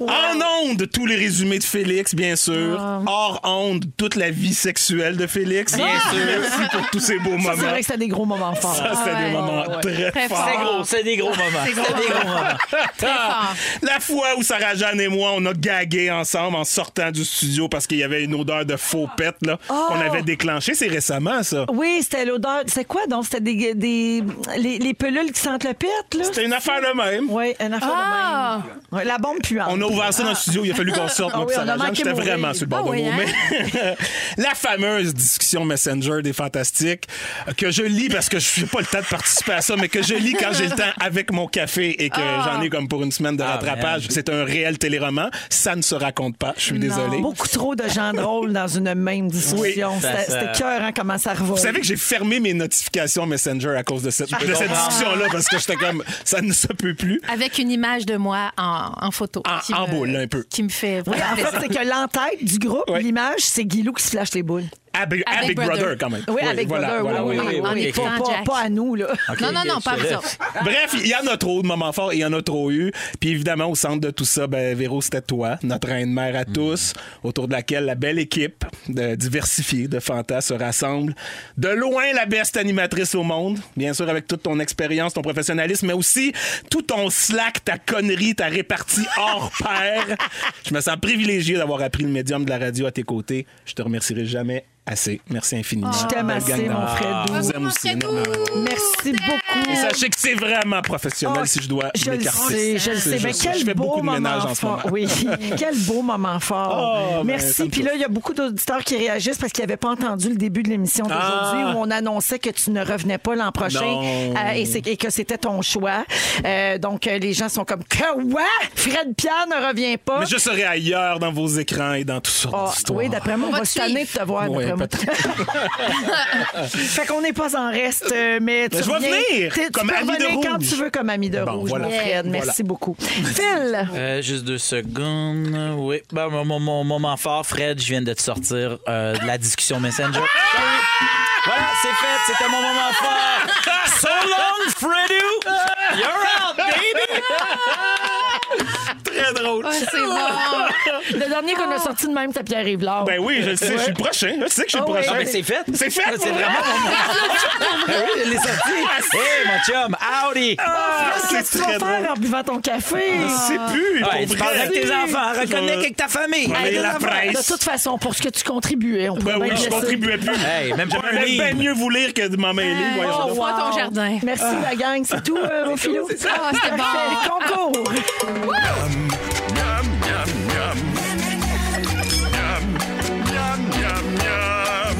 [SPEAKER 2] En onde, tous les résumés de Félix, bien sûr. Hors onde, toute la vie sexuelle de Félix. Bien sûr. Merci pour tous ces beaux
[SPEAKER 1] Ça,
[SPEAKER 2] moments.
[SPEAKER 1] c'est vrai que c'était des gros moments forts.
[SPEAKER 2] Ça, c'était
[SPEAKER 4] Ah ouais.
[SPEAKER 2] des moments
[SPEAKER 1] Ouais, ouais.
[SPEAKER 2] très,
[SPEAKER 4] Très
[SPEAKER 2] forts. Ah!
[SPEAKER 3] C'est gros, c'est des gros moments. des gros romans.
[SPEAKER 4] fort.
[SPEAKER 2] La fois où Sarah Jeanne et moi, on a gagué ensemble en sortant du studio parce qu'il y avait une odeur de faux pète là,
[SPEAKER 4] Oh!
[SPEAKER 2] qu'on avait déclenchée. C'est récemment, ça.
[SPEAKER 1] Oui, c'était l'odeur. C'est quoi donc? C'était des, des- les, les pelules qui sentent le pète, là?
[SPEAKER 2] C'était une affaire de même.
[SPEAKER 1] Oui, une affaire
[SPEAKER 4] Ah!
[SPEAKER 1] de même. Ouais, la bombe puante.
[SPEAKER 2] On a ouvert ça dans le studio, il a fallu qu'on sorte.
[SPEAKER 1] Ah
[SPEAKER 2] moi,
[SPEAKER 1] oui,
[SPEAKER 2] puis
[SPEAKER 1] on a
[SPEAKER 2] Sarah Jeanne,
[SPEAKER 1] manqué Bah
[SPEAKER 2] J'étais
[SPEAKER 1] mourir.
[SPEAKER 2] vraiment sur le bord
[SPEAKER 4] Ah
[SPEAKER 2] de
[SPEAKER 4] oui,
[SPEAKER 2] mourir. La fameuse discussion Messenger des Fantastiques, que je lis parce que je n'ai pas le temps de participer à ça, mais que je lis quand j'ai le temps avec mon café et que
[SPEAKER 1] Ah.
[SPEAKER 2] j'en ai comme pour une semaine de rattrapage. C'est un réel téléroman. Ça ne se raconte pas. Je suis désolé.
[SPEAKER 1] Beaucoup trop de gens drôles dans une même discussion.
[SPEAKER 3] ça,
[SPEAKER 1] C'était-
[SPEAKER 3] ça-
[SPEAKER 1] C'était cœur, hein, comment ça revoit.
[SPEAKER 2] Vous savez que j'ai fermé mes notifications Messenger à cause de cette,
[SPEAKER 1] Ah,
[SPEAKER 2] de cette
[SPEAKER 3] comprendre.
[SPEAKER 2] discussion-là parce que j'étais comme ça ne se peut plus.
[SPEAKER 4] Avec une image de moi en, en photo.
[SPEAKER 2] En-
[SPEAKER 4] qui
[SPEAKER 2] en boule, un peu.
[SPEAKER 4] Qui me fait
[SPEAKER 1] Oui,
[SPEAKER 4] vraiment
[SPEAKER 1] en fait,
[SPEAKER 4] plaisir.
[SPEAKER 1] c'est que l'entête du groupe,
[SPEAKER 2] Ouais.
[SPEAKER 1] l'image, c'est Guilou qui se flash les boules.
[SPEAKER 2] À Big, à
[SPEAKER 4] Avec
[SPEAKER 2] Big Brother.
[SPEAKER 4] Brother,
[SPEAKER 2] quand même.
[SPEAKER 1] Oui, avec
[SPEAKER 2] voilà,
[SPEAKER 1] Brother,
[SPEAKER 2] voilà,
[SPEAKER 1] oui,
[SPEAKER 2] oui,
[SPEAKER 1] oui,
[SPEAKER 3] oui,
[SPEAKER 1] oui.
[SPEAKER 3] oui.
[SPEAKER 1] Pas,
[SPEAKER 4] Écran
[SPEAKER 1] pas-
[SPEAKER 4] Jack.
[SPEAKER 1] pas à nous, là.
[SPEAKER 2] Ah,
[SPEAKER 4] Non, non, non,
[SPEAKER 3] ok,
[SPEAKER 4] pas
[SPEAKER 3] je
[SPEAKER 4] ça.
[SPEAKER 2] Bref, il y en a trop de moments forts, il y en a trop eu. Puis évidemment, au centre de tout ça, ben, Véro, c'était toi, notre reine mère à tous, autour de laquelle la belle équipe de- diversifiée de Fantas se rassemble. De loin, la best animatrice au monde, bien sûr, avec toute ton expérience, ton professionnalisme, mais aussi tout ton slack, ta connerie, ta répartie hors pair. Je me sens privilégié d'avoir appris le médium de la radio à tes côtés. Je te remercierai jamais assez. Merci infiniment.
[SPEAKER 1] Je t'aime
[SPEAKER 2] Belle
[SPEAKER 1] assez,
[SPEAKER 2] gang
[SPEAKER 1] mon
[SPEAKER 2] d'enfants.
[SPEAKER 1] Fredou.
[SPEAKER 2] Je vous aime aussi énormément.
[SPEAKER 1] Merci beaucoup.
[SPEAKER 2] Et sachez que c'est vraiment professionnel
[SPEAKER 1] Euh, Ah,
[SPEAKER 2] si je dois
[SPEAKER 1] Je le
[SPEAKER 2] m'écarter.
[SPEAKER 1] sais, je le
[SPEAKER 2] C'est
[SPEAKER 1] sais. Mais
[SPEAKER 2] juste-
[SPEAKER 1] quel
[SPEAKER 2] je fais
[SPEAKER 1] beau
[SPEAKER 2] beaucoup de
[SPEAKER 1] moment
[SPEAKER 2] ménage en ce
[SPEAKER 1] fort.
[SPEAKER 2] moment.
[SPEAKER 1] Oui, quel beau moment fort.
[SPEAKER 2] Oh, ben, ça
[SPEAKER 1] Merci.
[SPEAKER 2] me
[SPEAKER 1] Puis là, il y a beaucoup d'auditeurs qui réagissent parce qu'ils n'avaient pas entendu le début de l'émission d'aujourd'hui
[SPEAKER 2] Ah.
[SPEAKER 1] où on annonçait que tu ne revenais pas l'an prochain
[SPEAKER 2] Non.
[SPEAKER 1] euh, et, c'est- et que c'était ton choix. Euh, donc, euh, les gens sont comme Que ouais, Fred Pierre ne revient pas.
[SPEAKER 2] Mais je serai ailleurs dans vos écrans et dans toutes sortes
[SPEAKER 1] Ah,
[SPEAKER 2] d'histoires.
[SPEAKER 1] oui, d'après moi, on,
[SPEAKER 4] On va
[SPEAKER 1] va
[SPEAKER 4] te
[SPEAKER 1] se tanner de te voir.
[SPEAKER 2] Oui,
[SPEAKER 1] d'après moi. fait qu'on n'est pas en reste, euh, mais tu
[SPEAKER 2] Mais je vais
[SPEAKER 1] reviens.
[SPEAKER 2] venir,
[SPEAKER 1] Tu- tu
[SPEAKER 2] comme
[SPEAKER 1] peux
[SPEAKER 2] ami de
[SPEAKER 1] revenir quand
[SPEAKER 2] rouge.
[SPEAKER 1] tu veux comme ami de
[SPEAKER 2] Bon,
[SPEAKER 1] rouge,
[SPEAKER 2] voilà.
[SPEAKER 1] mon Fred. Merci beaucoup. Phil,
[SPEAKER 3] Euh, juste deux secondes. Oui. Ben, mon, mon- mon moment fort, Fred, je viens de te sortir euh, de la discussion Messenger. Voilà, c'est fait. C'était mon moment fort. So long, Freddy. You're out, baby.
[SPEAKER 2] Très drôle.
[SPEAKER 4] Ah, c'est bon.
[SPEAKER 1] le dernier qu'on a sorti de même, c'est Pierre Rivelard.
[SPEAKER 2] Ben oui, je le sais, je suis le prochain. Je sais que je suis le
[SPEAKER 1] Ah oui.
[SPEAKER 2] prochain.
[SPEAKER 1] Ah,
[SPEAKER 3] Mais c'est fait.
[SPEAKER 2] C'est fait.
[SPEAKER 3] C'est vraiment mon moment fort. Ben oui, les sorties. Hey, mon chum. Howdy.
[SPEAKER 2] Ah, c'est
[SPEAKER 1] Qu'est-ce que tu vas
[SPEAKER 2] très drôle.
[SPEAKER 1] faire en buvant ton café?
[SPEAKER 2] Je sais plus.
[SPEAKER 3] Ouais,
[SPEAKER 2] pour
[SPEAKER 3] tu parles
[SPEAKER 2] vrai.
[SPEAKER 3] avec tes enfants. Reconnecte avec ta famille.
[SPEAKER 2] Ouais.
[SPEAKER 3] Hey,
[SPEAKER 2] Et la
[SPEAKER 1] de-
[SPEAKER 2] presse.
[SPEAKER 1] De toute façon, pour ce que tu contribuais, on peut
[SPEAKER 2] Ah, Ben oui, je contribuais plus.
[SPEAKER 3] Hey, même pas un
[SPEAKER 2] J'aimerais
[SPEAKER 3] livre.
[SPEAKER 2] bien mieux vous lire que de m'en mêler. voyons
[SPEAKER 4] Oh,
[SPEAKER 2] donc.
[SPEAKER 4] wow. ton jardin.
[SPEAKER 1] Merci,
[SPEAKER 2] Ah.
[SPEAKER 1] la gang. C'est tout, euh, mon filou?
[SPEAKER 4] Ah, c'était bon.
[SPEAKER 1] Parfait. Concours!
[SPEAKER 8] Miam, miam, miam. Miam, miam, miam, miam.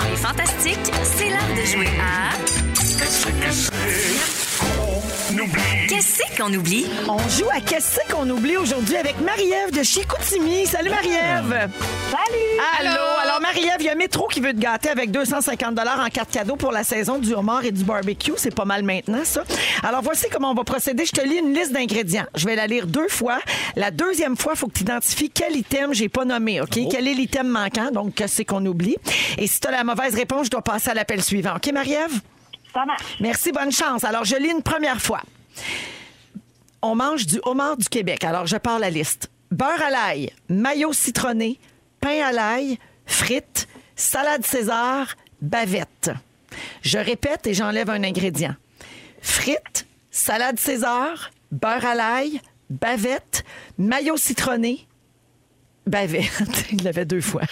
[SPEAKER 10] Dans les Fantastiques, c'est l'heure de jouer à
[SPEAKER 8] Qu'est-ce que c'est qu'on
[SPEAKER 1] oh.
[SPEAKER 8] oublie?
[SPEAKER 10] Qu'est-ce qu'on oublie?
[SPEAKER 1] On joue à Qu'est-ce qu'on oublie aujourd'hui avec Marie-Ève de chez Chicoutimi. Salut Marie-Ève! Salut! Allô! Alors Marie-Ève, il y a Métro qui veut te gâter avec 250 en carte cadeau pour la saison du homard et du barbecue. C'est pas mal maintenant, ça. Alors voici comment on va procéder. Je te lis une liste d'ingrédients. Je vais la lire deux fois. La deuxième fois, il faut que tu identifies quel item j'ai pas nommé, OK? Quel est l'item manquant, donc qu'est-ce qu'on oublie. Et si tu as la mauvaise réponse, je dois passer à l'appel suivant. OK, Marie-Ève? Merci, bonne chance. Alors, je lis une première fois. On mange du homard du Québec. Alors, je pars la liste. Beurre à l'ail, maillot citronné, pain à l'ail, frites, salade César, bavette. Je répète et j'enlève un ingrédient. Frites, salade César, beurre à l'ail, bavette, maillot citronné, bavette. Il l'avait deux fois.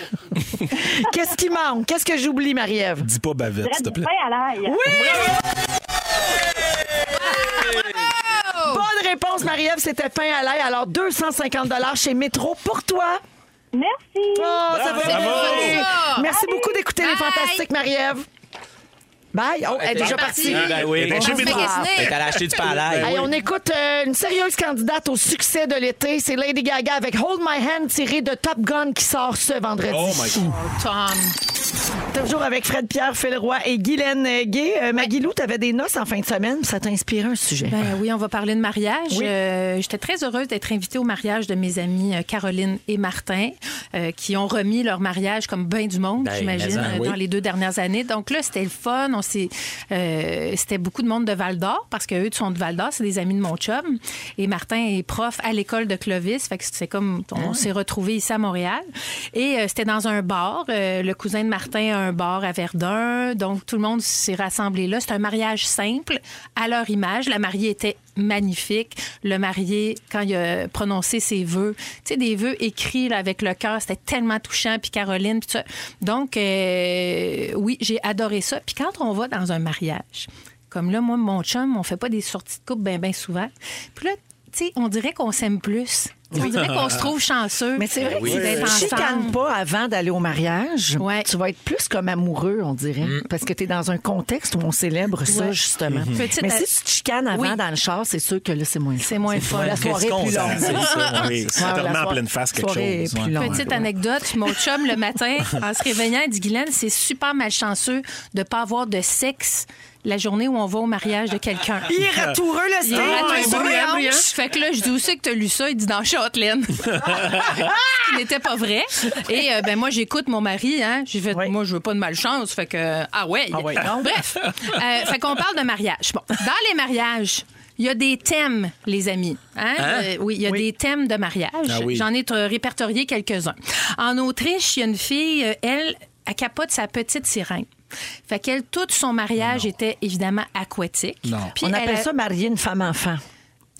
[SPEAKER 1] Qu'est-ce qui manque? Qu'est-ce que j'oublie, Marie-Ève?
[SPEAKER 2] Dis pas bavette, s'il te plaît.
[SPEAKER 1] Bonne réponse, Marie-Ève. C'était pain à l'ail. Alors, 250 chez Métro pour toi. Merci. ça fait
[SPEAKER 2] Bravo.
[SPEAKER 1] plaisir. Merci beaucoup d'écouter les
[SPEAKER 4] Bye.
[SPEAKER 1] fantastiques, Marie-Ève. Bye. Oh, elle est déjà partie.
[SPEAKER 3] Ben oui.
[SPEAKER 2] Ben, chez
[SPEAKER 4] On se fait
[SPEAKER 2] Métro.
[SPEAKER 4] questionner.
[SPEAKER 3] T'allais acheter du palais.
[SPEAKER 1] Hey, on écoute euh, une sérieuse candidate au succès de l'été. C'est Lady Gaga avec Hold My Hand tiré de Top Gun qui sort ce vendredi.
[SPEAKER 2] Oh my God.
[SPEAKER 4] Tom.
[SPEAKER 1] Toujours avec Fred Pierre, Phil Roy et Guylaine euh, Gay. Euh, Maguilou, t'avais des noces en fin de semaine. Ça t'a inspiré un sujet.
[SPEAKER 4] Ben oui, on va parler de mariage. Euh, J'étais très heureuse d'être invitée au mariage de mes amis euh, Caroline et Martin, euh, qui ont remis leur mariage comme bain du monde,
[SPEAKER 3] Ben, mais
[SPEAKER 4] j'imagine,
[SPEAKER 3] ça,
[SPEAKER 4] euh,
[SPEAKER 3] oui.
[SPEAKER 4] dans les deux dernières années. Donc là, c'était le fun. On s'est, euh, c'était beaucoup de monde de Val d'Or parce qu'eux sont de Val d'Or, c'est des amis de mon chum. Et Martin est prof à l'école de Clovis, fait que c'est comme
[SPEAKER 3] Ah.
[SPEAKER 4] on s'est retrouvés ici à Montréal. Et euh, c'était dans un bar. Euh, le cousin de Martin a un bar à Verdun, donc tout le monde s'est rassemblé là. C'est un mariage simple à leur image. La mariée était magnifique. Le marié, quand il a prononcé ses vœux, tu sais, des vœux écrits là, avec le cœur, c'était tellement touchant. Puis Caroline, puis tout ça. Donc, euh, oui, j'ai adoré ça. Puis quand on va dans un mariage, comme là, moi, mon chum, on fait pas des sorties de couple bien, bien souvent. Puis là, tu sais, on dirait qu'on s'aime plus. Tu sais, On dirait qu'on se trouve chanceux.
[SPEAKER 1] Mais c'est vrai que
[SPEAKER 4] Ben oui.
[SPEAKER 1] si
[SPEAKER 4] d'être
[SPEAKER 1] tu ne chicanes
[SPEAKER 4] ensemble.
[SPEAKER 1] pas avant d'aller au mariage,
[SPEAKER 4] Ouais.
[SPEAKER 1] tu vas être plus comme amoureux, on dirait. Parce que tu es dans un contexte où on célèbre ça,
[SPEAKER 4] Ouais.
[SPEAKER 1] justement.
[SPEAKER 4] Petite- euh,
[SPEAKER 1] Mais si tu te chicanes avant
[SPEAKER 4] Oui.
[SPEAKER 1] dans le char, c'est sûr que là, c'est moins le fun.
[SPEAKER 4] C'est moins fun.
[SPEAKER 1] La soirée est plus longue.
[SPEAKER 2] C'est ça, oui.
[SPEAKER 1] Ouais,
[SPEAKER 2] Ça te
[SPEAKER 1] la
[SPEAKER 2] remet en
[SPEAKER 1] soir-
[SPEAKER 2] pleine face quelque
[SPEAKER 1] soirée
[SPEAKER 2] chose,
[SPEAKER 1] est plus
[SPEAKER 2] ouais.
[SPEAKER 1] longue.
[SPEAKER 4] Petite
[SPEAKER 1] Ouais.
[SPEAKER 4] anecdote, mon chum le matin, en se réveillant, il dit Guylaine, c'est super malchanceux de pas avoir de sexe la journée où on va au mariage de quelqu'un.
[SPEAKER 1] Il est ratoureux, le
[SPEAKER 4] Ah, Il
[SPEAKER 1] steak.
[SPEAKER 4] est hein.
[SPEAKER 1] Ouais,
[SPEAKER 4] retombé
[SPEAKER 1] ouais,
[SPEAKER 4] en
[SPEAKER 1] ouais.
[SPEAKER 4] oncle. Fait que là, je dis aussi que t'as lu ça, il dit dans Shotland. Ce qui n'était pas vrai. Et euh, ben moi, j'écoute mon mari, hein. J'ai fait,
[SPEAKER 1] Oui.
[SPEAKER 4] moi, je veux pas de malchance. Fait que, ah ouais.
[SPEAKER 1] Ah ouais, non.
[SPEAKER 4] Bref. Euh, fait qu'on parle de mariage. Bon, dans les mariages. Il y a des thèmes, les amis. Hein? Euh, oui, il y a des thèmes de mariage. J'en ai euh, répertorié quelques-uns. En Autriche, il y a une fille, euh, elle, elle capote sa petite sirène. Fait qu'elle, tout son mariage était évidemment aquatique. Puis
[SPEAKER 1] On
[SPEAKER 4] elle
[SPEAKER 1] appelle
[SPEAKER 4] a-
[SPEAKER 1] ça marier une femme-enfant.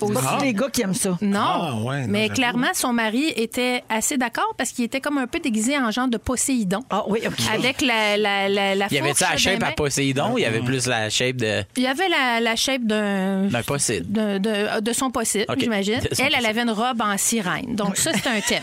[SPEAKER 1] C'est pas tous les gars qui aiment ça.
[SPEAKER 4] non.
[SPEAKER 2] Ah, ouais, non,
[SPEAKER 4] mais
[SPEAKER 2] j'avoue.
[SPEAKER 4] clairement, son mari était assez d'accord parce qu'il était comme un peu déguisé en genre de Poséidon.
[SPEAKER 1] Ah oui, OK.
[SPEAKER 4] Avec la, la, la, la
[SPEAKER 3] Il y avait
[SPEAKER 4] fourche
[SPEAKER 3] ça la shape
[SPEAKER 4] dans les
[SPEAKER 3] à
[SPEAKER 4] mains.
[SPEAKER 3] Poséidon, il y avait plus la shape de-
[SPEAKER 4] Il y avait la, la shape d'un.
[SPEAKER 3] d'un Poséidon.
[SPEAKER 4] De, de- de son possible,
[SPEAKER 3] OK.
[SPEAKER 4] j'imagine.
[SPEAKER 3] De son
[SPEAKER 4] Elle, elle
[SPEAKER 3] possible.
[SPEAKER 4] avait une robe en sirène. Donc, ça, c'est un thème.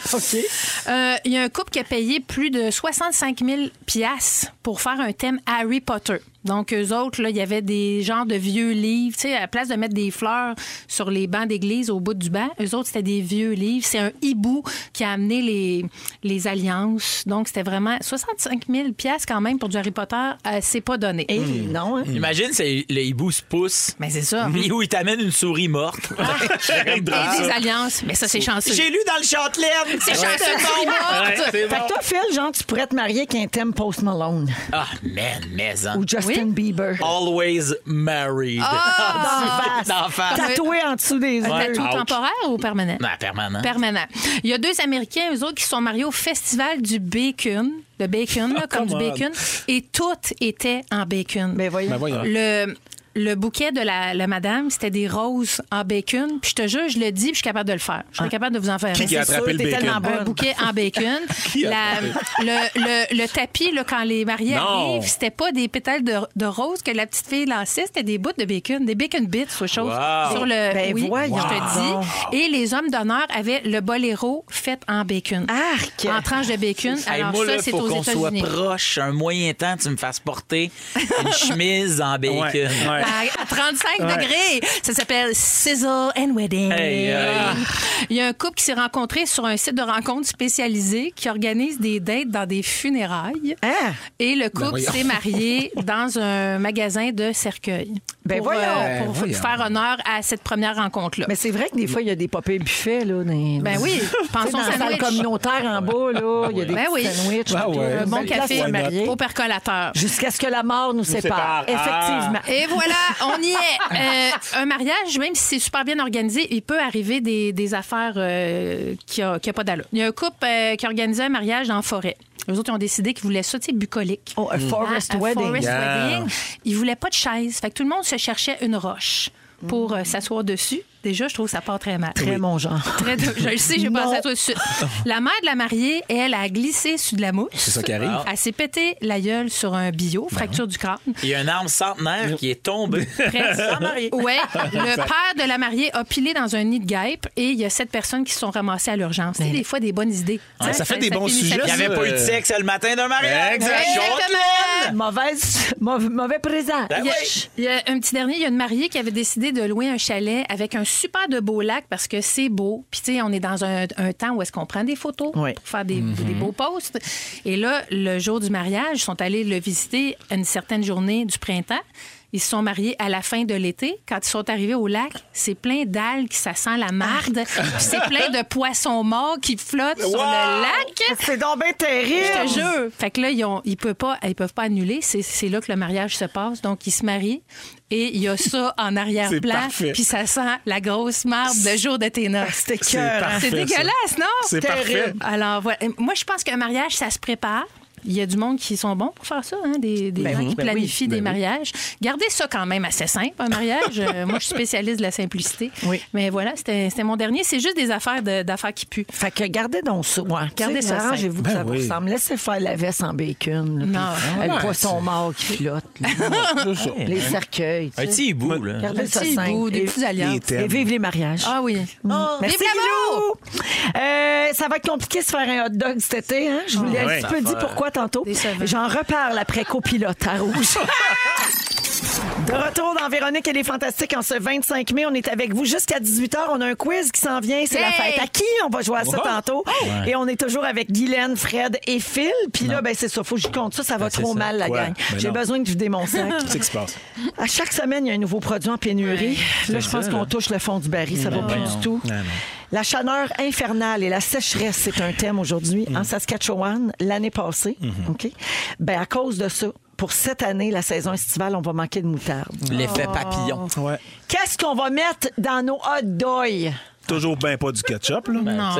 [SPEAKER 4] Euh, Il y a un couple qui a payé plus de 65 000 piastres pour faire un thème Harry Potter. Donc, eux autres, là, il y avait des genres de vieux livres. Tu sais, à la place de mettre des fleurs sur les bancs d'église au bout du banc, eux autres, c'était des vieux livres. C'est un hibou qui a amené les, les alliances. Donc, c'était vraiment 65 000 piastres quand même pour du Harry Potter. euh, c'est pas donné.
[SPEAKER 1] Eh, non, hein.
[SPEAKER 2] Hmm.
[SPEAKER 3] Imagine, c'est le hibou se pousse.
[SPEAKER 4] Mais c'est ça.
[SPEAKER 3] Et où il t'amène une souris morte.
[SPEAKER 4] Et des alliances. Mais ça, c'est chanceux.
[SPEAKER 3] Ah, J'ai lu dans le Châtelaine.
[SPEAKER 4] C'est chanceux qu'on est morte.
[SPEAKER 1] Fait que toi, Phil, genre, tu pourrais te marier avec un thème Post Malone
[SPEAKER 3] Ah, man, mais hein.
[SPEAKER 1] ou Justin Bieber.
[SPEAKER 3] Always married.
[SPEAKER 4] Ah!
[SPEAKER 1] D'en face.
[SPEAKER 3] D'en face.
[SPEAKER 1] Tatoué en dessous des yeux.
[SPEAKER 4] Un tatou
[SPEAKER 3] Ouch.
[SPEAKER 4] temporaire ou permanent?
[SPEAKER 3] Non, permanent.
[SPEAKER 4] Permanent. Il y a deux Américains, eux autres, qui sont mariés au festival du bacon, le bacon, là, comme du
[SPEAKER 2] Come on.
[SPEAKER 4] bacon, et toutes étaient en bacon.
[SPEAKER 1] Ben voyons.
[SPEAKER 2] Ben voyons.
[SPEAKER 4] le, le bouquet de la, la madame, c'était des roses en bacon. Puis je te jure, je le dis, puis je suis capable de le faire. Je suis capable de vous en faire un.
[SPEAKER 2] Qui a
[SPEAKER 1] sûr,
[SPEAKER 2] attrapé le
[SPEAKER 1] t'es tellement
[SPEAKER 2] bacon?
[SPEAKER 1] bonne.
[SPEAKER 4] un bouquet en bacon.
[SPEAKER 2] a
[SPEAKER 4] La- le, le- le tapis, là, quand les mariés
[SPEAKER 2] Non.
[SPEAKER 4] arrivent, c'était pas des pétales de, de roses que la petite fille lançait, c'était des bouts de bacon, des bacon bits ou chose.
[SPEAKER 3] Wow.
[SPEAKER 4] Sur le,
[SPEAKER 1] Ben
[SPEAKER 4] oui,
[SPEAKER 1] voyons
[SPEAKER 4] je te dis. Et les hommes d'honneur avaient le boléro fait en bacon.
[SPEAKER 1] Ah, Arc!
[SPEAKER 4] En tranche de bacon.
[SPEAKER 3] Hey,
[SPEAKER 4] Alors
[SPEAKER 3] moi,
[SPEAKER 4] ça,
[SPEAKER 3] là,
[SPEAKER 4] c'est
[SPEAKER 3] faut
[SPEAKER 4] aux
[SPEAKER 3] qu'on soit
[SPEAKER 4] États-Unis.
[SPEAKER 3] proche. Un moyen temps, tu me fasses porter une chemise en bacon.
[SPEAKER 2] Ouais, ouais.
[SPEAKER 4] À, à 35 degrés. Ça s'appelle Sizzle and Wedding. Ah.
[SPEAKER 3] Hey, euh.
[SPEAKER 4] Il y a un couple qui s'est rencontré sur un site de rencontre spécialisé qui organise des dates dans des funérailles.
[SPEAKER 1] Hein?
[SPEAKER 4] Et le couple s'est marié dans un magasin de cercueil.
[SPEAKER 1] Ben
[SPEAKER 4] pour, euh,
[SPEAKER 1] voyons.
[SPEAKER 4] pour faire honneur à cette première rencontre-là.
[SPEAKER 1] Mais c'est vrai que des fois, il y a des papiers buffets, là. Dans,
[SPEAKER 4] Ben oui,
[SPEAKER 1] Tu sais,
[SPEAKER 4] pensons
[SPEAKER 1] dans la salle
[SPEAKER 4] sandwich.
[SPEAKER 1] communautaire en bas, là, il y a des
[SPEAKER 4] Ben
[SPEAKER 1] petits
[SPEAKER 4] oui.
[SPEAKER 1] sandwichs.
[SPEAKER 2] Ben
[SPEAKER 1] puis
[SPEAKER 2] ouais.
[SPEAKER 1] tout.
[SPEAKER 4] Un bon
[SPEAKER 1] Belle place
[SPEAKER 4] café
[SPEAKER 1] pour se marier.
[SPEAKER 4] au percolateur.
[SPEAKER 1] Jusqu'à ce que la mort nous sépare.
[SPEAKER 2] sépare. Ah.
[SPEAKER 1] Effectivement.
[SPEAKER 4] Et voilà, on y est. Euh, un mariage, même si c'est super bien organisé, il peut arriver des, des affaires euh, qui n'ont pas d'allure. Il y a un couple euh, qui organisait un mariage en forêt. Les autres ils ont décidé qu'ils voulaient ça, tu sais, bucolique.
[SPEAKER 1] Oh,
[SPEAKER 2] Mm.
[SPEAKER 1] a forest
[SPEAKER 4] Ah, un
[SPEAKER 1] wedding.
[SPEAKER 4] forest
[SPEAKER 2] Yeah.
[SPEAKER 4] wedding. Ils voulaient pas de chaise. Fait que tout le monde se cherchait une roche pour euh, s'asseoir dessus. Déjà, je trouve que ça part très mal.
[SPEAKER 1] Très mon genre.
[SPEAKER 4] Très de- Je le sais, j'ai
[SPEAKER 1] Non.
[SPEAKER 4] pensé à toi tout de suite. La mère de la mariée, elle, a glissé sur de la mousse. C'est
[SPEAKER 2] ça qui arrive. Ben
[SPEAKER 4] Elle s'est pété la gueule sur un bio, fracture du crâne.
[SPEAKER 3] Il y a un arbre centenaire qui est tombé.
[SPEAKER 4] Presque. Ouais, le père de la mariée a pilé dans un nid de guêpe et il y a sept personnes qui se sont ramassées à l'urgence. C'est des fois des bonnes idées.
[SPEAKER 2] Ouais, ça fait des bons
[SPEAKER 4] finit
[SPEAKER 2] sujets,
[SPEAKER 4] chaque-
[SPEAKER 3] Il n'y avait pas eu de sexe le matin d'un mariage.
[SPEAKER 2] Exact.
[SPEAKER 3] Châtelaine.
[SPEAKER 1] Mauvaise, mauvais, mauvais présent.
[SPEAKER 3] Ben
[SPEAKER 4] Il y, a,
[SPEAKER 3] oui.
[SPEAKER 4] il y a un petit dernier, il y a une mariée qui avait décidé de louer un chalet avec un super de beau lac parce que c'est beau. Puis tu sais, on est dans un, un temps où est-ce qu'on prend des photos
[SPEAKER 1] Oui.
[SPEAKER 4] pour faire des, des beaux posts. Et là, le jour du mariage, ils sont allés le visiter une certaine journée du printemps. Ils se sont mariés à la fin de l'été. Quand ils sont arrivés au lac, c'est plein d'algues, ça sent la marde.
[SPEAKER 3] Ah.
[SPEAKER 4] Puis c'est plein de poissons morts qui flottent sur le lac.
[SPEAKER 1] C'est donc bien
[SPEAKER 4] Je te
[SPEAKER 1] terrible.
[SPEAKER 4] jure. Fait que là, ils, ont, ils, peuvent, pas, ils peuvent pas annuler. C'est- C'est là que le mariage se passe. Donc, ils se marient et il y a ça en
[SPEAKER 2] C'est
[SPEAKER 4] arrière-plan.
[SPEAKER 2] parfait.
[SPEAKER 4] Puis ça sent la grosse marde le jour de tes noces.
[SPEAKER 1] C'était cœur. hein.
[SPEAKER 2] parfait,
[SPEAKER 4] C'est
[SPEAKER 2] ça.
[SPEAKER 4] dégueulasse, non?
[SPEAKER 2] C'est
[SPEAKER 1] Terrible.
[SPEAKER 2] parfait.
[SPEAKER 4] Alors, voilà. moi, je pense qu'un mariage, ça se prépare. Il y a du monde qui sont bons pour faire ça, hein, des, des gens qui planifient des mariages. Gardez ça quand même assez simple, un mariage. Euh, Moi, je suis spécialiste de la simplicité.
[SPEAKER 1] Oui.
[SPEAKER 4] Mais voilà, c'était c'était mon dernier. C'est juste des affaires de- d'affaires qui puent.
[SPEAKER 1] Fait que gardez donc ça. Ouais,
[SPEAKER 4] Gardez
[SPEAKER 1] T'sais,
[SPEAKER 4] ça simple.
[SPEAKER 1] Arrangez-vous que
[SPEAKER 2] Ben
[SPEAKER 1] ça vous
[SPEAKER 2] oui. Ah,
[SPEAKER 1] ressemble. Laissez faire la veste en bacon. là,
[SPEAKER 4] Non.
[SPEAKER 1] puis, euh,
[SPEAKER 2] Ouais,
[SPEAKER 1] le poisson mort qui flotte. là. les cercueils. tu
[SPEAKER 3] Un
[SPEAKER 1] sais.
[SPEAKER 3] petit hibou, là.
[SPEAKER 1] Gardez
[SPEAKER 4] Un
[SPEAKER 1] ça
[SPEAKER 4] petit
[SPEAKER 1] simple.
[SPEAKER 4] goût, des
[SPEAKER 1] Et-
[SPEAKER 4] petites alliances.
[SPEAKER 1] Et vive les mariages. Mm.
[SPEAKER 4] Ah oui.
[SPEAKER 1] Merci,
[SPEAKER 4] Vive l'amour!
[SPEAKER 1] Guilou! Euh, ça va être compliqué de se faire un hot dog cet été. Hein? Je vous l'ai
[SPEAKER 2] Ouais.
[SPEAKER 1] un petit peu dit pourquoi tantôt.
[SPEAKER 4] Décevant.
[SPEAKER 1] J'en reparle après copilote à rouge. De retour dans Véronique et les Fantastiques en ce 25 mai. On est avec vous jusqu'à 18h. On a un quiz qui s'en vient. C'est la
[SPEAKER 4] Hey!
[SPEAKER 1] fête à qui? On va jouer à ça tantôt. Et on est toujours avec Guylaine, Fred et Phil. Puis là, ben, c'est ça. Faut que je compte ça. Ça va trop
[SPEAKER 3] ça.
[SPEAKER 1] mal, la
[SPEAKER 2] Ouais.
[SPEAKER 1] gang.
[SPEAKER 2] Ben
[SPEAKER 1] J'ai
[SPEAKER 2] non.
[SPEAKER 1] besoin de vider mon sac.
[SPEAKER 2] C'est ce qui se passe.
[SPEAKER 1] À chaque semaine, il y a un nouveau produit en pénurie. Là, je pense qu'on touche le fond du baril. Ça va plus du tout. La chaleur infernale et la sécheresse, c'est un thème aujourd'hui en Saskatchewan l'année passée. OK? Ben, à cause de ça, pour cette année, la saison estivale, on va manquer de moutarde.
[SPEAKER 3] L'effet papillon.
[SPEAKER 2] Ouais.
[SPEAKER 1] Qu'est-ce qu'on va mettre dans nos hot dogs?
[SPEAKER 2] Toujours ben pas du ketchup, là.
[SPEAKER 3] Non. non,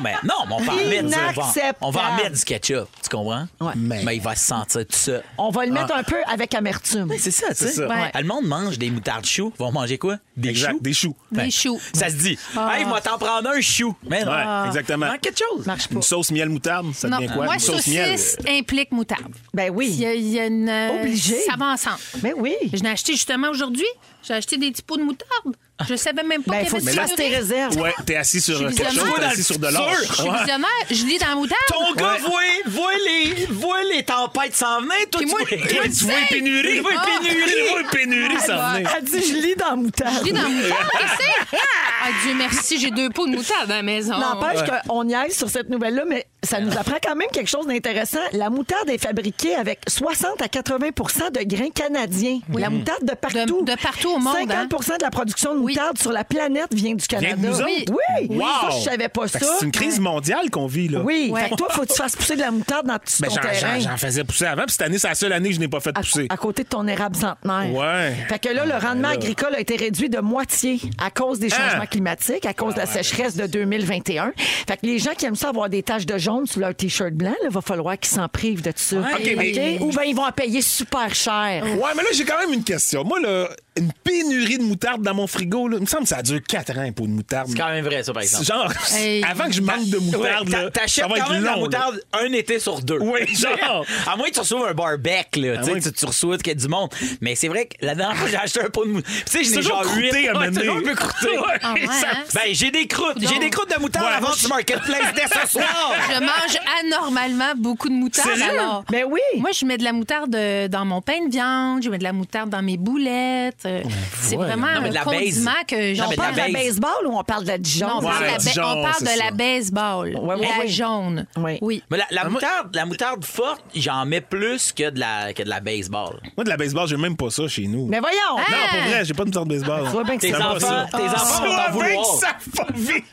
[SPEAKER 3] mais non, mais on va en mettre. du- On va, on va en mettre du ketchup, tu comprends?
[SPEAKER 1] Ouais.
[SPEAKER 3] Mais... il va se sentir tout ça.
[SPEAKER 1] On va le mettre un peu avec amertume.
[SPEAKER 3] C'est ça, tu sais.
[SPEAKER 2] ça.
[SPEAKER 4] Ouais.
[SPEAKER 3] Ah, Le monde mange des moutardes choux. Ils vont manger quoi? Des
[SPEAKER 2] Exact,
[SPEAKER 3] choux.
[SPEAKER 2] des choux.
[SPEAKER 1] Ben,
[SPEAKER 4] Des choux. Ah.
[SPEAKER 3] Ça se dit. Hey, moi, t'en prendre un chou. Mais non.
[SPEAKER 2] Ouais, exactement.
[SPEAKER 3] Manque quelque chose.
[SPEAKER 1] Marche pas.
[SPEAKER 2] Une sauce miel moutarde, ça
[SPEAKER 4] Non,
[SPEAKER 2] devient quoi?
[SPEAKER 4] moi,
[SPEAKER 2] Une sauce miel.
[SPEAKER 4] saucisse implique moutarde.
[SPEAKER 1] Ben
[SPEAKER 4] Il y
[SPEAKER 1] oui.
[SPEAKER 4] a, il y a une. euh,
[SPEAKER 1] Obligé.
[SPEAKER 4] Ça va ensemble.
[SPEAKER 1] Ben oui.
[SPEAKER 4] Je l'ai acheté justement aujourd'hui. J'ai acheté des petits pots de moutarde. Je savais même pas
[SPEAKER 1] Ben, il
[SPEAKER 4] qu'il y
[SPEAKER 1] faut
[SPEAKER 4] avait
[SPEAKER 1] que
[SPEAKER 4] de
[SPEAKER 1] tu fasses tes
[SPEAKER 4] pénurie.
[SPEAKER 1] réserves.
[SPEAKER 2] Ouais, t'es assis sur
[SPEAKER 4] Je suis
[SPEAKER 2] quelque chose,
[SPEAKER 4] visionnaire.
[SPEAKER 2] t'es assis sur de
[SPEAKER 3] Dans le
[SPEAKER 2] l'or.
[SPEAKER 4] Je suis visionnaire. Je lis dans la moutarde.
[SPEAKER 3] Ton gars, voit, voit les, voit les tempêtes s'en venir. Toi,
[SPEAKER 4] Puis moi,
[SPEAKER 3] tu vois-
[SPEAKER 4] je le
[SPEAKER 3] tu vois
[SPEAKER 4] sais. Ah.
[SPEAKER 3] pénurie. Tu vois pénurie.
[SPEAKER 2] Oui, pénurie, ça venait.
[SPEAKER 1] Elle dit, je lis dans la moutarde.
[SPEAKER 4] Je lis dans la moutarde. Qu'est-ce que c'est? Ah, Dieu merci, j'ai deux pots de moutarde à la maison.
[SPEAKER 1] N'empêche qu'on y aille sur cette nouvelle-là, mais ça nous apprend quand même quelque chose d'intéressant. La moutarde est fabriquée avec 60 à 80 de grains canadiens. La moutarde de partout.
[SPEAKER 4] De- de partout au monde, hein.
[SPEAKER 1] 50 de la production de
[SPEAKER 4] Oui.
[SPEAKER 1] moutarde sur la planète vient du Canada.
[SPEAKER 2] de nous autres?
[SPEAKER 1] oui.
[SPEAKER 2] Wow!
[SPEAKER 1] Ça, je savais pas ça.
[SPEAKER 2] Fait que C'est une crise mondiale qu'on vit, là.
[SPEAKER 1] Oui.
[SPEAKER 4] Ouais.
[SPEAKER 1] Fait que toi, faut que tu fasses pousser de la moutarde dans tout
[SPEAKER 2] Ben,
[SPEAKER 1] ton
[SPEAKER 2] j'en-
[SPEAKER 1] terrain.
[SPEAKER 2] j'en j'en faisais pousser avant, puis cette année, c'est la seule année que je n'ai pas fait
[SPEAKER 1] À,
[SPEAKER 2] pousser.
[SPEAKER 1] à côté de ton érable centenaire.
[SPEAKER 2] Ouais.
[SPEAKER 1] Fait que là, le rendement agricole a été réduit de moitié à cause des changements climatiques, à cause de la sécheresse de 2021. Fait que les gens qui aiment ça avoir des taches de jaune sur leur T-shirt blanc, il va falloir qu'ils s'en privent de ça.
[SPEAKER 2] OK, mais-
[SPEAKER 1] OK? Ou bien ils vont en payer super cher.
[SPEAKER 2] Ouais, mais là, j'ai quand même une question. Moi, là, une pénurie de moutarde dans mon frigo, là, il me semble que ça dure 4 ans pour une moutarde.
[SPEAKER 3] C'est quand même vrai, ça, par exemple.
[SPEAKER 2] Genre,
[SPEAKER 4] Hey.
[SPEAKER 2] avant que je manque de moutarde,
[SPEAKER 3] Ouais, t'a-
[SPEAKER 2] là,
[SPEAKER 3] T'achètes
[SPEAKER 2] ça va
[SPEAKER 3] quand
[SPEAKER 2] être
[SPEAKER 3] même
[SPEAKER 2] long.
[SPEAKER 3] la
[SPEAKER 2] là.
[SPEAKER 3] moutarde un été sur deux.
[SPEAKER 2] Oui, Ah genre.
[SPEAKER 3] À moins que tu reçoives un barbec, là. Tu sais,
[SPEAKER 2] moins
[SPEAKER 3] tu-
[SPEAKER 2] que-
[SPEAKER 3] tu reçois qu'il y a du monde. Mais c'est vrai que la dernière fois, j'ai acheté un pot de moutarde. Tu sais, je
[SPEAKER 2] C'est
[SPEAKER 3] n'ai
[SPEAKER 2] toujours
[SPEAKER 3] genre huit.
[SPEAKER 2] croûté à
[SPEAKER 3] Ouais,
[SPEAKER 2] mener.
[SPEAKER 3] toujours un peu croûté.
[SPEAKER 2] Ouais.
[SPEAKER 4] Ah ouais, hein?
[SPEAKER 3] Ben, j'ai des croûtes. J'ai
[SPEAKER 4] Coudonc.
[SPEAKER 3] des croûtes de moutarde
[SPEAKER 2] Ouais,
[SPEAKER 3] à
[SPEAKER 2] moi,
[SPEAKER 3] vendre
[SPEAKER 2] je-
[SPEAKER 3] sur Marketplace dès ce soir.
[SPEAKER 4] Je mange anormalement beaucoup de moutarde.
[SPEAKER 2] Sérieux?
[SPEAKER 4] Alors,
[SPEAKER 1] Ben oui.
[SPEAKER 4] Moi, je mets de la moutarde euh, dans mon pain de viande, je mets de la moutarde dans mes boulettes. Euh, C'est vraiment
[SPEAKER 3] Non, mais de la
[SPEAKER 4] un condiment
[SPEAKER 3] baise.
[SPEAKER 4] que
[SPEAKER 3] Non, mais
[SPEAKER 4] j'en
[SPEAKER 1] on
[SPEAKER 3] de la
[SPEAKER 1] parle de la
[SPEAKER 3] base.
[SPEAKER 1] baseball ou on parle de la Dijon?
[SPEAKER 4] Non, on parle, de, la ba-
[SPEAKER 2] Dijon,
[SPEAKER 4] on parle de
[SPEAKER 2] c'est
[SPEAKER 4] la
[SPEAKER 2] ça.
[SPEAKER 4] baseball,
[SPEAKER 1] Ouais, ouais,
[SPEAKER 4] la
[SPEAKER 1] ouais.
[SPEAKER 4] jaune.
[SPEAKER 1] Ouais.
[SPEAKER 4] Oui.
[SPEAKER 3] Mais
[SPEAKER 2] Ah,
[SPEAKER 3] la, la moutarde, la moutarde forte, j'en mets plus que de la, que de la baseball.
[SPEAKER 2] Moi, de la baseball, j'ai même pas ça chez nous.
[SPEAKER 1] Mais voyons!
[SPEAKER 2] Non, pour vrai, j'ai pas de moutarde de baseball.
[SPEAKER 1] Tu vois bien que
[SPEAKER 3] Tes
[SPEAKER 1] c'est pas
[SPEAKER 3] enfants,
[SPEAKER 1] ça.
[SPEAKER 3] tes enfants vont t'en
[SPEAKER 2] bien
[SPEAKER 3] vouloir.
[SPEAKER 2] que ça va vite.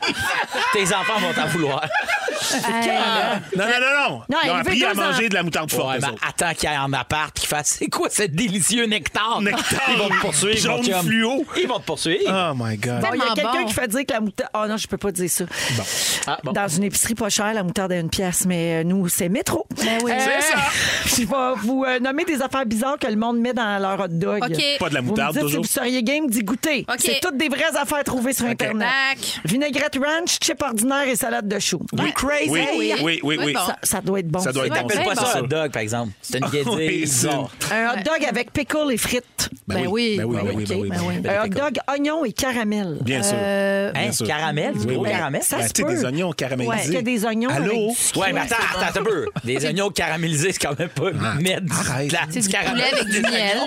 [SPEAKER 3] Tes enfants vont t'en vouloir.
[SPEAKER 4] Euh,
[SPEAKER 2] Non, non, non, non.
[SPEAKER 1] Non,
[SPEAKER 2] Ils ont
[SPEAKER 1] élever
[SPEAKER 2] appris à
[SPEAKER 1] deux
[SPEAKER 2] manger
[SPEAKER 1] ans.
[SPEAKER 2] de la moutarde forte.
[SPEAKER 3] Ouais,
[SPEAKER 2] eux
[SPEAKER 3] ben,
[SPEAKER 2] autres.
[SPEAKER 3] attends qu'il y ait en appart, qu'ils fassent c'est quoi ce délicieux nectar?
[SPEAKER 2] Nectar.
[SPEAKER 3] Ils vont te poursuivre.
[SPEAKER 2] Jaune
[SPEAKER 3] mon chum.
[SPEAKER 2] fluo.
[SPEAKER 3] Ils vont te poursuivre.
[SPEAKER 2] Oh my God.
[SPEAKER 1] Bon, il y a
[SPEAKER 4] Tellement
[SPEAKER 1] quelqu'un
[SPEAKER 4] bon.
[SPEAKER 1] qui fait dire que la moutarde. Oh non, je peux pas dire ça.
[SPEAKER 3] Ah, bon.
[SPEAKER 1] Dans une épicerie pas chère, la moutarde est une pièce, mais euh, nous, c'est métro.
[SPEAKER 4] Ben oui.
[SPEAKER 1] C'est ça. Je vais vous euh, nommer des affaires bizarres que le monde met dans leur hot dog.
[SPEAKER 4] OK.
[SPEAKER 2] Pas de la
[SPEAKER 1] Vous me
[SPEAKER 2] moutarde,
[SPEAKER 1] dites si
[SPEAKER 2] toujours.
[SPEAKER 1] vous seriez game d'y goûter.
[SPEAKER 4] OK. Ah.
[SPEAKER 1] C'est toutes des vraies affaires trouvées sur Internet.
[SPEAKER 4] Tac.
[SPEAKER 1] Vinaigrette ranch, chip ordinaire et salade de choux. You crazy?
[SPEAKER 2] Oui, oui, oui, oui.
[SPEAKER 4] Oui, bon.
[SPEAKER 1] Ça, ça doit être bon.
[SPEAKER 2] Ça doit
[SPEAKER 1] ça.
[SPEAKER 2] être bon.
[SPEAKER 3] C'est
[SPEAKER 4] Ouais,
[SPEAKER 3] pas
[SPEAKER 4] bon.
[SPEAKER 3] ça, un hot dog, par exemple. C'est une guédille.
[SPEAKER 2] Oui, c'est
[SPEAKER 3] bizarre.
[SPEAKER 1] Un hot dog avec pickle et frites.
[SPEAKER 4] Ben oui.
[SPEAKER 2] Ben oui, ben oui, ben oui, ben oui.
[SPEAKER 1] Un hot dog oignon et caramel.
[SPEAKER 2] Bien sûr.
[SPEAKER 3] Hein,
[SPEAKER 2] sûr.
[SPEAKER 3] caramel, du
[SPEAKER 2] Oui,
[SPEAKER 3] gros
[SPEAKER 2] oui.
[SPEAKER 3] caramel.
[SPEAKER 1] Ça
[SPEAKER 2] Ben,
[SPEAKER 1] se
[SPEAKER 2] tu sais,
[SPEAKER 1] peut.
[SPEAKER 2] des oignons
[SPEAKER 1] Ouais. Est-ce
[SPEAKER 2] caramélisés.
[SPEAKER 1] qu'il y a des oignons avec
[SPEAKER 2] Allô?
[SPEAKER 1] du sucre?
[SPEAKER 3] Ouais, mais attends, attends un peu. Des oignons caramélisés, c'est quand même pas mettre du,
[SPEAKER 2] Ah, arrête.
[SPEAKER 3] de la-
[SPEAKER 4] C'est
[SPEAKER 3] du
[SPEAKER 4] du
[SPEAKER 3] caramel.
[SPEAKER 4] poulet avec du miel.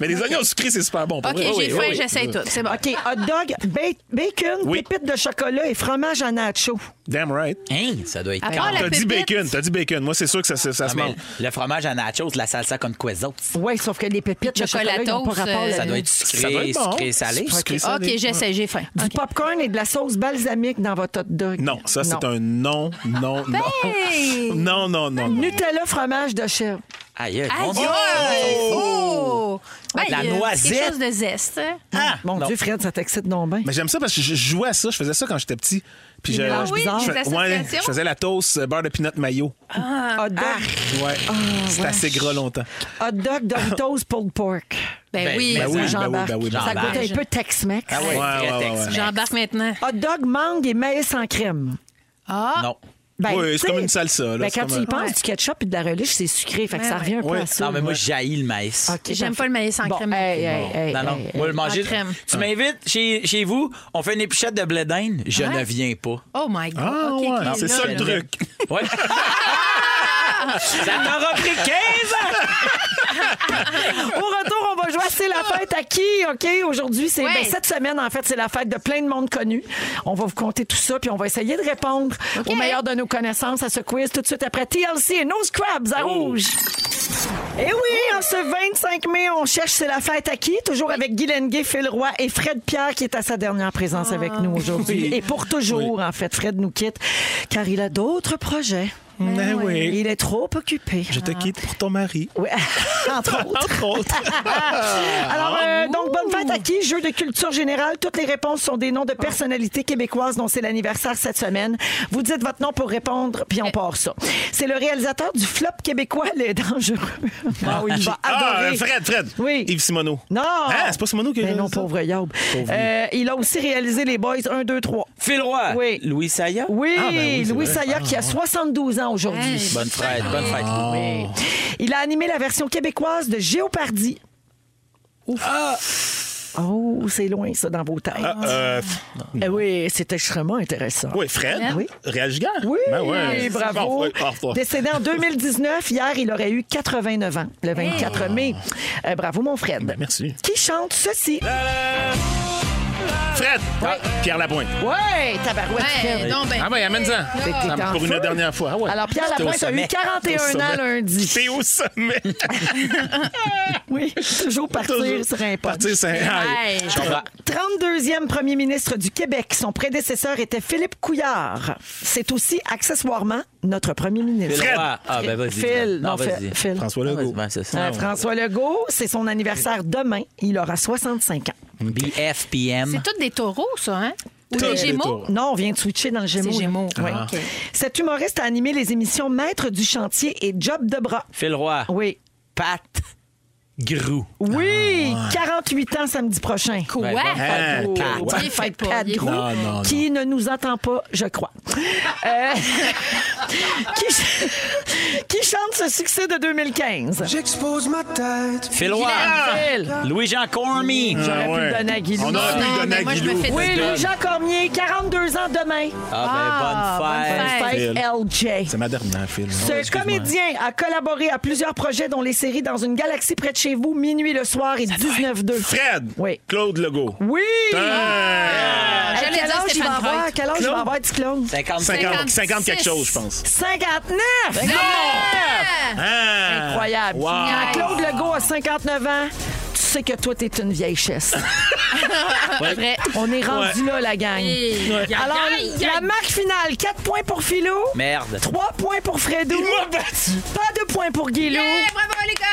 [SPEAKER 2] Mais des oignons sucrés, c'est super bon. pour
[SPEAKER 4] OK,
[SPEAKER 2] vrai.
[SPEAKER 4] j'ai
[SPEAKER 2] Oui,
[SPEAKER 4] faim,
[SPEAKER 2] oui, oui.
[SPEAKER 4] j'essaye tout. C'est bon.
[SPEAKER 1] OK, hot dog, ba- bacon,
[SPEAKER 2] Oui.
[SPEAKER 1] pépites de chocolat et fromage à nacho.
[SPEAKER 2] Damn right.
[SPEAKER 3] Hein, ça doit être
[SPEAKER 4] À part
[SPEAKER 3] quand
[SPEAKER 4] la
[SPEAKER 2] T'as dit
[SPEAKER 4] pépite.
[SPEAKER 2] bacon, t'as dit bacon. Moi, c'est sûr que ça, ça, ça
[SPEAKER 3] Ah,
[SPEAKER 2] se mange.
[SPEAKER 3] Le fromage à nachos, la salsa comme quezos.
[SPEAKER 1] Oui, sauf que les pépites de chocolat, ils n'ont pas
[SPEAKER 4] Chocolatos,
[SPEAKER 1] rapport
[SPEAKER 4] euh,
[SPEAKER 3] Ça
[SPEAKER 1] là-dedans.
[SPEAKER 3] doit être
[SPEAKER 2] Ça doit
[SPEAKER 3] sucré,
[SPEAKER 2] être bon.
[SPEAKER 3] sucré, salé.
[SPEAKER 2] Sucré,
[SPEAKER 4] OK,
[SPEAKER 2] salé.
[SPEAKER 4] j'essaye, j'ai faim.
[SPEAKER 1] Du popcorn et de la sauce balsamique dans votre hot dog.
[SPEAKER 2] Non, ça, c'est un non, non, non.
[SPEAKER 4] Hey!
[SPEAKER 2] Non, non, non. non.
[SPEAKER 1] Nutella fromage de chèvre.
[SPEAKER 3] Aïe, aïe,
[SPEAKER 4] Aïe,
[SPEAKER 3] mon Dieu.
[SPEAKER 4] aïe! Oh! Ben,
[SPEAKER 3] La
[SPEAKER 4] il y a
[SPEAKER 3] noisette.
[SPEAKER 4] Quelque chose de zeste.
[SPEAKER 3] Ah!
[SPEAKER 1] Mon
[SPEAKER 3] Non.
[SPEAKER 1] Dieu, Fred, ça t'excite non bien.
[SPEAKER 2] Mais j'aime ça parce que je je jouais à ça, je faisais ça quand j'étais petit. Puis je,
[SPEAKER 4] mélanges
[SPEAKER 2] je-
[SPEAKER 4] bizarres.
[SPEAKER 2] je,
[SPEAKER 4] Ah oui, des
[SPEAKER 2] ouais,
[SPEAKER 4] associations?
[SPEAKER 2] je faisais la toast euh, beurre de peanut mayo.
[SPEAKER 4] Ah.
[SPEAKER 1] Hot dog,
[SPEAKER 2] Ouais. C'était assez gras longtemps.
[SPEAKER 1] hot dog, Doritos, pulled pork.
[SPEAKER 4] Ben,
[SPEAKER 3] Ben,
[SPEAKER 4] oui.
[SPEAKER 3] ben
[SPEAKER 2] oui,
[SPEAKER 4] ça-
[SPEAKER 2] ben
[SPEAKER 1] J'embarque.
[SPEAKER 2] oui, ben oui.
[SPEAKER 1] Ça goûte un peu Tex-Mex.
[SPEAKER 3] Ah oui,
[SPEAKER 2] Ouais,
[SPEAKER 3] très
[SPEAKER 2] ouais, ouais,
[SPEAKER 3] Tex-Mex.
[SPEAKER 4] J'embarque maintenant.
[SPEAKER 1] Hot dog, mangue et maïs en crème.
[SPEAKER 4] Ah!
[SPEAKER 3] Non.
[SPEAKER 1] Ben,
[SPEAKER 2] Oui, c'est
[SPEAKER 1] tu sais,
[SPEAKER 2] comme une salsa, là,
[SPEAKER 1] ben,
[SPEAKER 2] c'est
[SPEAKER 1] quand
[SPEAKER 2] comme
[SPEAKER 1] tu
[SPEAKER 2] un-
[SPEAKER 1] y penses,
[SPEAKER 4] Ouais. Ben
[SPEAKER 1] du ketchup et de la relish, c'est sucré. Fait que
[SPEAKER 4] Ouais,
[SPEAKER 1] ça revient un peu
[SPEAKER 2] ouais.
[SPEAKER 1] à ça.
[SPEAKER 3] Non, mais moi, j'haïs le maïs.
[SPEAKER 1] Ok,
[SPEAKER 4] J'aime
[SPEAKER 1] parfait.
[SPEAKER 4] pas le maïs en
[SPEAKER 1] Bon,
[SPEAKER 4] crème.
[SPEAKER 1] hey, hey, hey,
[SPEAKER 3] non, non.
[SPEAKER 1] hey,
[SPEAKER 3] Moi, le manger.
[SPEAKER 4] en crème.
[SPEAKER 3] Tu m'invites chez, chez vous, on fait une épluchette de blé d'Inde, je
[SPEAKER 4] Ouais.
[SPEAKER 3] ne viens pas.
[SPEAKER 4] Oh my God.
[SPEAKER 2] Ah,
[SPEAKER 4] Ok,
[SPEAKER 2] ouais,
[SPEAKER 4] ok,
[SPEAKER 2] c'est
[SPEAKER 4] là,
[SPEAKER 2] ça le
[SPEAKER 4] je-
[SPEAKER 2] truc.
[SPEAKER 3] Ouais. ça t'aura pris 15 ans!
[SPEAKER 1] Au retour, on va jouer à C'est la fête à qui, OK? Aujourd'hui, c'est
[SPEAKER 4] Ouais.
[SPEAKER 1] ben, cette semaine, en fait, c'est la fête de plein de monde connu. On va vous compter tout ça, puis on va essayer de répondre au meilleur de nos connaissances à ce quiz tout de suite après TLC et Nose Crabs
[SPEAKER 2] Oh.
[SPEAKER 1] à Rouge. Et oui, en ce 25 mai, on cherche C'est la fête à qui? Toujours avec Guy Lenguet, Phil Roy et Fred Pierre qui est à sa dernière présence avec
[SPEAKER 2] Ah.
[SPEAKER 1] nous aujourd'hui. Et pour toujours, en fait, Fred nous quitte car il a d'autres projets.
[SPEAKER 2] Ben oui.
[SPEAKER 1] Il est trop occupé.
[SPEAKER 2] Je te quitte pour ton mari.
[SPEAKER 1] Oui, entre autres.
[SPEAKER 2] Entre autres.
[SPEAKER 1] Alors, euh, donc, bonne fête à qui? Jeu de culture générale. Toutes les réponses sont des noms de personnalités québécoises dont c'est l'anniversaire cette semaine. Vous dites votre nom pour répondre, puis on part ça. C'est le réalisateur du flop québécois, Les Dangereux. Ah oui, il va
[SPEAKER 2] Ah,
[SPEAKER 1] adorer.
[SPEAKER 2] euh, Fred, Fred.
[SPEAKER 1] Oui.
[SPEAKER 2] Yves Simoneau.
[SPEAKER 1] Non!
[SPEAKER 2] Hein, c'est pas Simoneau qui a
[SPEAKER 1] Mais non,
[SPEAKER 2] ça?
[SPEAKER 1] pauvre Yob. Euh, il a aussi réalisé Les Boys 1, 2, 3.
[SPEAKER 3] Phil Roy,
[SPEAKER 1] Oui.
[SPEAKER 3] Louis Saya.
[SPEAKER 1] Oui,
[SPEAKER 2] Ah, ben oui, c'est
[SPEAKER 1] Louis
[SPEAKER 2] vrai.
[SPEAKER 1] Sayat qui a 72 ans aujourd'hui.
[SPEAKER 4] Hey.
[SPEAKER 3] Bonne fête, bonne fête.
[SPEAKER 1] Oui. Il a animé la version québécoise de Géopardy.
[SPEAKER 2] Ah!
[SPEAKER 1] Oh, c'est loin, ça, dans vos têtes.
[SPEAKER 2] Euh, f-
[SPEAKER 1] Eh oui, c'est extrêmement intéressant.
[SPEAKER 2] oui,
[SPEAKER 4] Ah.
[SPEAKER 2] Fred.
[SPEAKER 1] Oui.
[SPEAKER 2] Réal Giguère.
[SPEAKER 1] Oui,
[SPEAKER 2] Ben ouais.
[SPEAKER 1] bravo.
[SPEAKER 2] Bon, oui, au revoir.
[SPEAKER 1] Décédé en 2019, hier, il aurait eu 89 ans, le 24 mai. Euh, bravo, mon Fred.
[SPEAKER 2] Ben, Merci.
[SPEAKER 1] Qui chante ceci?
[SPEAKER 2] Fred. Ah, Pierre Lapointe.
[SPEAKER 1] Ouais, tabarouette.
[SPEAKER 4] Hey,
[SPEAKER 1] Fred.
[SPEAKER 4] non, ben,
[SPEAKER 2] Ah ben, amène-en.
[SPEAKER 1] T'es- t'es en
[SPEAKER 2] Pour une
[SPEAKER 1] feu.
[SPEAKER 2] dernière fois. Ah ouais.
[SPEAKER 1] Alors, Pierre
[SPEAKER 2] J'étais au
[SPEAKER 1] Lapointe a eu
[SPEAKER 2] sommet. J'étais au
[SPEAKER 1] 41 ans
[SPEAKER 2] sommet.
[SPEAKER 1] lundi.
[SPEAKER 2] J'étais au sommet.
[SPEAKER 1] Oui, toujours partir
[SPEAKER 2] Toujours
[SPEAKER 1] sur un punch.
[SPEAKER 2] Partir, c'est un high.
[SPEAKER 4] hey.
[SPEAKER 3] Je comprends.
[SPEAKER 1] 32e premier ministre du Québec. Son prédécesseur était Philippe Couillard. C'est aussi, accessoirement, notre premier ministre.
[SPEAKER 3] Phil Roy. Ah, ben vas-y.
[SPEAKER 1] Phil, non, Phil. Phil.
[SPEAKER 2] François Legault.
[SPEAKER 3] Legault. c'est
[SPEAKER 1] Euh,
[SPEAKER 3] ça.
[SPEAKER 1] François Legault, c'est son anniversaire demain. Il aura 65 ans.
[SPEAKER 4] C'est
[SPEAKER 3] BFPM.
[SPEAKER 4] tous des taureaux, ça, hein? Ou
[SPEAKER 2] Tout
[SPEAKER 4] des
[SPEAKER 2] des
[SPEAKER 4] gémeaux?
[SPEAKER 2] taureaux.
[SPEAKER 1] Non, on vient de switcher dans le Gémeaux.
[SPEAKER 4] C'est
[SPEAKER 1] là.
[SPEAKER 4] Gémeaux.
[SPEAKER 1] Oui.
[SPEAKER 4] Ah, OK.
[SPEAKER 1] Cet humoriste a animé les émissions Maître du chantier et Job de bras.
[SPEAKER 3] Phil Roy.
[SPEAKER 1] Oui.
[SPEAKER 3] Pat Grou.
[SPEAKER 1] Oui, 48 ans samedi prochain.
[SPEAKER 4] Quoi?
[SPEAKER 3] Ben,
[SPEAKER 2] Ah,
[SPEAKER 3] bonne fête,
[SPEAKER 1] Oh,
[SPEAKER 3] Pat.
[SPEAKER 1] bonne
[SPEAKER 4] Il est
[SPEAKER 1] fête,
[SPEAKER 4] pas,
[SPEAKER 1] Pat
[SPEAKER 4] il est
[SPEAKER 1] Gros,
[SPEAKER 2] pas. Non, non,
[SPEAKER 1] qui ne nous entend pas, je crois. Euh, qui, ch- qui chante ce succès de 2015?
[SPEAKER 8] J'expose ma tête.
[SPEAKER 3] Phil Roy.
[SPEAKER 1] Phil.
[SPEAKER 3] Louis-Jean Cormier.
[SPEAKER 1] J'aurais pu le donner à Guilou.
[SPEAKER 2] Ah, On aurait pu
[SPEAKER 4] Non,
[SPEAKER 2] le donner
[SPEAKER 4] Ah, mais
[SPEAKER 2] à
[SPEAKER 4] moi, je me
[SPEAKER 2] Guilou.
[SPEAKER 4] fais-
[SPEAKER 1] Oui,
[SPEAKER 4] Phil.
[SPEAKER 1] Louis-Jean Cormier, 42 ans demain.
[SPEAKER 3] Ah,
[SPEAKER 4] Ah,
[SPEAKER 3] ben, bonne
[SPEAKER 4] bonne
[SPEAKER 3] fête.
[SPEAKER 4] fête.
[SPEAKER 1] Fête LJ.
[SPEAKER 2] C'est ma dernière, Phil.
[SPEAKER 1] Ce comédien a collaboré à plusieurs projets, dont les séries Dans une galaxie près de chez vous, Minuit le soir et 19-2.
[SPEAKER 2] Fred.
[SPEAKER 1] Oui.
[SPEAKER 2] Claude Legault.
[SPEAKER 1] Oui!
[SPEAKER 2] Ah!
[SPEAKER 1] À
[SPEAKER 4] J'allais
[SPEAKER 1] quel
[SPEAKER 4] dire
[SPEAKER 1] âge il
[SPEAKER 4] Stéphane
[SPEAKER 1] va
[SPEAKER 4] Freud.
[SPEAKER 1] avoir? À quel âge il
[SPEAKER 2] Claude?
[SPEAKER 1] va avoir, petit Claude?
[SPEAKER 3] 55.
[SPEAKER 2] 50, 50 quelque
[SPEAKER 4] 56.
[SPEAKER 2] chose, je pense.
[SPEAKER 1] 59!
[SPEAKER 4] Ben
[SPEAKER 2] Ah!
[SPEAKER 1] Incroyable.
[SPEAKER 2] Wow.
[SPEAKER 1] Quand Ah, Claude Legault a 59 ans. Tu sais que toi, t'es une vieille chesse.
[SPEAKER 4] Vrai.
[SPEAKER 1] On est rendu là, la gang. Alors, la marque finale, 4 points pour Philou,
[SPEAKER 3] Merde.
[SPEAKER 1] 3 points pour Fredou,
[SPEAKER 2] Il m'a battu.
[SPEAKER 1] pas de points pour Guilou.
[SPEAKER 4] Hey, bravo, les gars!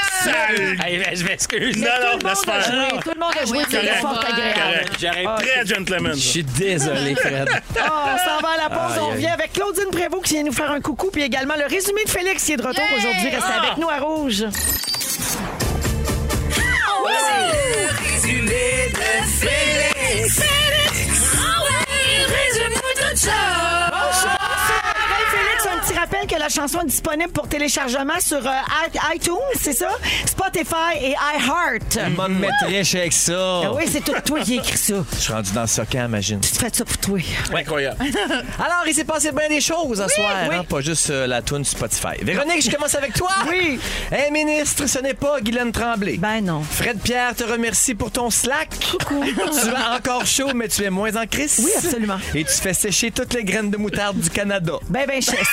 [SPEAKER 2] Salut.
[SPEAKER 3] Hey, ben, je m'excuse.
[SPEAKER 2] Non, non,
[SPEAKER 1] tout, le
[SPEAKER 2] laisse
[SPEAKER 1] monde a
[SPEAKER 2] faire.
[SPEAKER 1] joué, tout le monde a joué,
[SPEAKER 4] Ah oui,
[SPEAKER 1] c'est
[SPEAKER 4] correct.
[SPEAKER 1] fort agréable.
[SPEAKER 2] Correct.
[SPEAKER 3] J'arrive
[SPEAKER 2] Très gentleman.
[SPEAKER 3] Je suis désolé, Fred.
[SPEAKER 1] Ah, on s'en va à la pause.
[SPEAKER 3] Aïe,
[SPEAKER 1] on
[SPEAKER 3] aïe.
[SPEAKER 1] revient avec Claudine Prévost qui vient nous faire un coucou. Puis également le résumé de Félix qui est de retour aujourd'hui. Restez avec nous à Rouge.
[SPEAKER 8] Résumé de Félix.
[SPEAKER 10] Ah
[SPEAKER 1] Hey, Félix, un petit rappel que la chanson est disponible pour téléchargement sur euh, i- iTunes, c'est ça? Spotify et iHeart.
[SPEAKER 2] Mm.
[SPEAKER 5] M'en mettre riche avec
[SPEAKER 1] Ah
[SPEAKER 5] ça.
[SPEAKER 2] Oh.
[SPEAKER 1] Oui, c'est tout toi qui écris ça.
[SPEAKER 5] Je suis rendu dans le camp, imagine.
[SPEAKER 1] Tu te fais ça pour toi.
[SPEAKER 2] Incroyable.
[SPEAKER 5] Alors, il s'est passé bien des choses ce soir,
[SPEAKER 1] oui.
[SPEAKER 5] hein, pas juste euh, la toune sur Spotify. Véronique, je commence avec toi.
[SPEAKER 1] Oui.
[SPEAKER 5] Hey, ministre, ce n'est pas Guylaine Tremblay.
[SPEAKER 1] Ben non.
[SPEAKER 5] Fred Pierre te remercie pour ton slack. Bah. Coucou. tu as encore chaud, mais tu es moins en crise.
[SPEAKER 1] Oui, absolument.
[SPEAKER 5] Et tu fais sécher toutes les graines de moutarde du Canada.
[SPEAKER 1] Ben, ben, chef.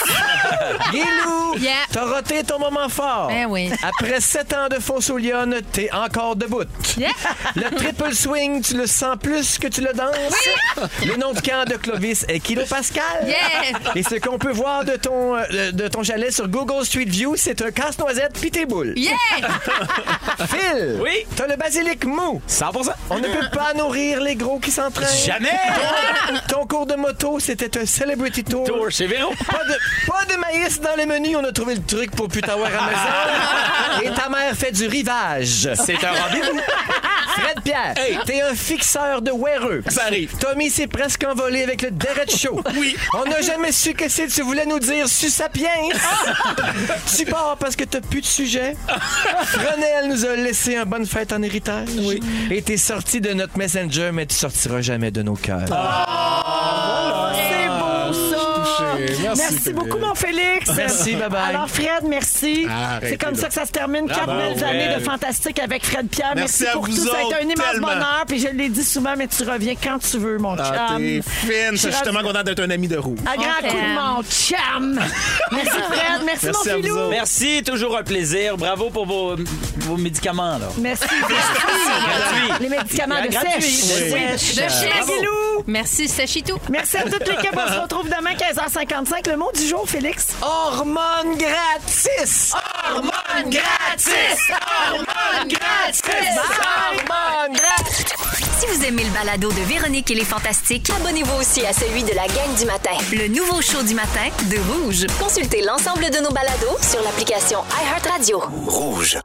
[SPEAKER 5] Guilou,
[SPEAKER 4] Yeah.
[SPEAKER 5] t'as roté ton moment fort.
[SPEAKER 4] Ben oui.
[SPEAKER 5] Après sept ans de fausse aux lionnes, t'es encore debout.
[SPEAKER 4] Yeah.
[SPEAKER 5] Le triple swing, tu le sens plus que tu le danses. Le nom de camp de Clovis est kilopascal.
[SPEAKER 4] Yeah.
[SPEAKER 5] Et ce qu'on peut voir de ton, euh, de ton chalet sur Google Street View, c'est un casse-noisette pis tes boules.
[SPEAKER 4] Yeah!
[SPEAKER 5] Phil,
[SPEAKER 3] Oui.
[SPEAKER 5] t'as le basilic mou.
[SPEAKER 3] 100%.
[SPEAKER 5] On ne peut pas nourrir les gros qui
[SPEAKER 1] Ah.
[SPEAKER 5] s'entraînent.
[SPEAKER 3] Jamais!
[SPEAKER 5] Ton cours de moto, c'était un celebrity tour.
[SPEAKER 3] Tour chez Véro.
[SPEAKER 5] Pas de, pas de maïs dans les menus, on a trouvé le truc pour putavoir à la maison. Et ta mère fait du rivage.
[SPEAKER 3] C'est un rendez-vous.
[SPEAKER 5] Fred Pierre, t'es un fixeur de weareux.
[SPEAKER 2] Ça arrive.
[SPEAKER 5] Tommy s'est presque envolé avec le Derek Show.
[SPEAKER 2] Oui.
[SPEAKER 5] On n'a jamais su qu'est-ce que tu voulais nous dire sur Sapiens. tu pars parce que t'as plus de sujet. Renel nous a laissé un bonne fête en héritage. Oui. Et t'es sorti de notre Messenger, mais tu sortiras jamais de nos cœurs.
[SPEAKER 1] C'est beau, ça.
[SPEAKER 2] touché.
[SPEAKER 1] Oh. Merci,
[SPEAKER 2] Merci,
[SPEAKER 1] beaucoup, mon Félix.
[SPEAKER 5] Merci, bye-bye.
[SPEAKER 1] Alors, Fred, merci.
[SPEAKER 2] Arrêtez
[SPEAKER 1] C'est comme
[SPEAKER 2] là.
[SPEAKER 1] ça que ça se termine. Quatre
[SPEAKER 2] Bravo,
[SPEAKER 1] belles
[SPEAKER 2] Fred.
[SPEAKER 1] années de fantastique avec Fred Pierre. Merci,
[SPEAKER 2] Merci à
[SPEAKER 1] pour
[SPEAKER 2] vous
[SPEAKER 1] tout. ça a été
[SPEAKER 2] autres,
[SPEAKER 1] un immense
[SPEAKER 2] tellement.
[SPEAKER 1] bonheur. Puis je l'ai dit souvent, mais tu reviens quand tu veux, mon
[SPEAKER 2] Ah,
[SPEAKER 1] chum. Ah,
[SPEAKER 2] t'es fine. Ça, Je suis tellement content d'être un ami de roue.
[SPEAKER 1] À grand
[SPEAKER 4] On
[SPEAKER 1] coup de
[SPEAKER 4] t'aime.
[SPEAKER 1] mon chum. Merci, Fred. Merci,
[SPEAKER 2] Merci à
[SPEAKER 1] mon
[SPEAKER 2] vous
[SPEAKER 1] filou.
[SPEAKER 2] autres.
[SPEAKER 3] Merci, toujours un plaisir. Bravo pour vos, vos médicaments. Là.
[SPEAKER 1] Merci.
[SPEAKER 3] gratuit.
[SPEAKER 1] Ah, Les médicaments de
[SPEAKER 3] Gratuit.
[SPEAKER 1] sèche.
[SPEAKER 3] Oui.
[SPEAKER 1] Sèche.
[SPEAKER 4] De chez
[SPEAKER 1] Bravo.
[SPEAKER 4] Merci, Sachitou.
[SPEAKER 1] Merci à toute l'équipe. On se retrouve demain, 15h55. Le mot du jour, Félix.
[SPEAKER 5] Hormones gratis!
[SPEAKER 1] Hormones gratis! Hormones gratis!
[SPEAKER 5] Hormones gratis!
[SPEAKER 10] Si vous aimez le balado de Véronique et les Fantastiques, abonnez-vous aussi à celui de la gang du matin. Le nouveau show du matin de Rouge. Consultez l'ensemble de nos balados sur l'application iHeartRadio.
[SPEAKER 8] Rouge.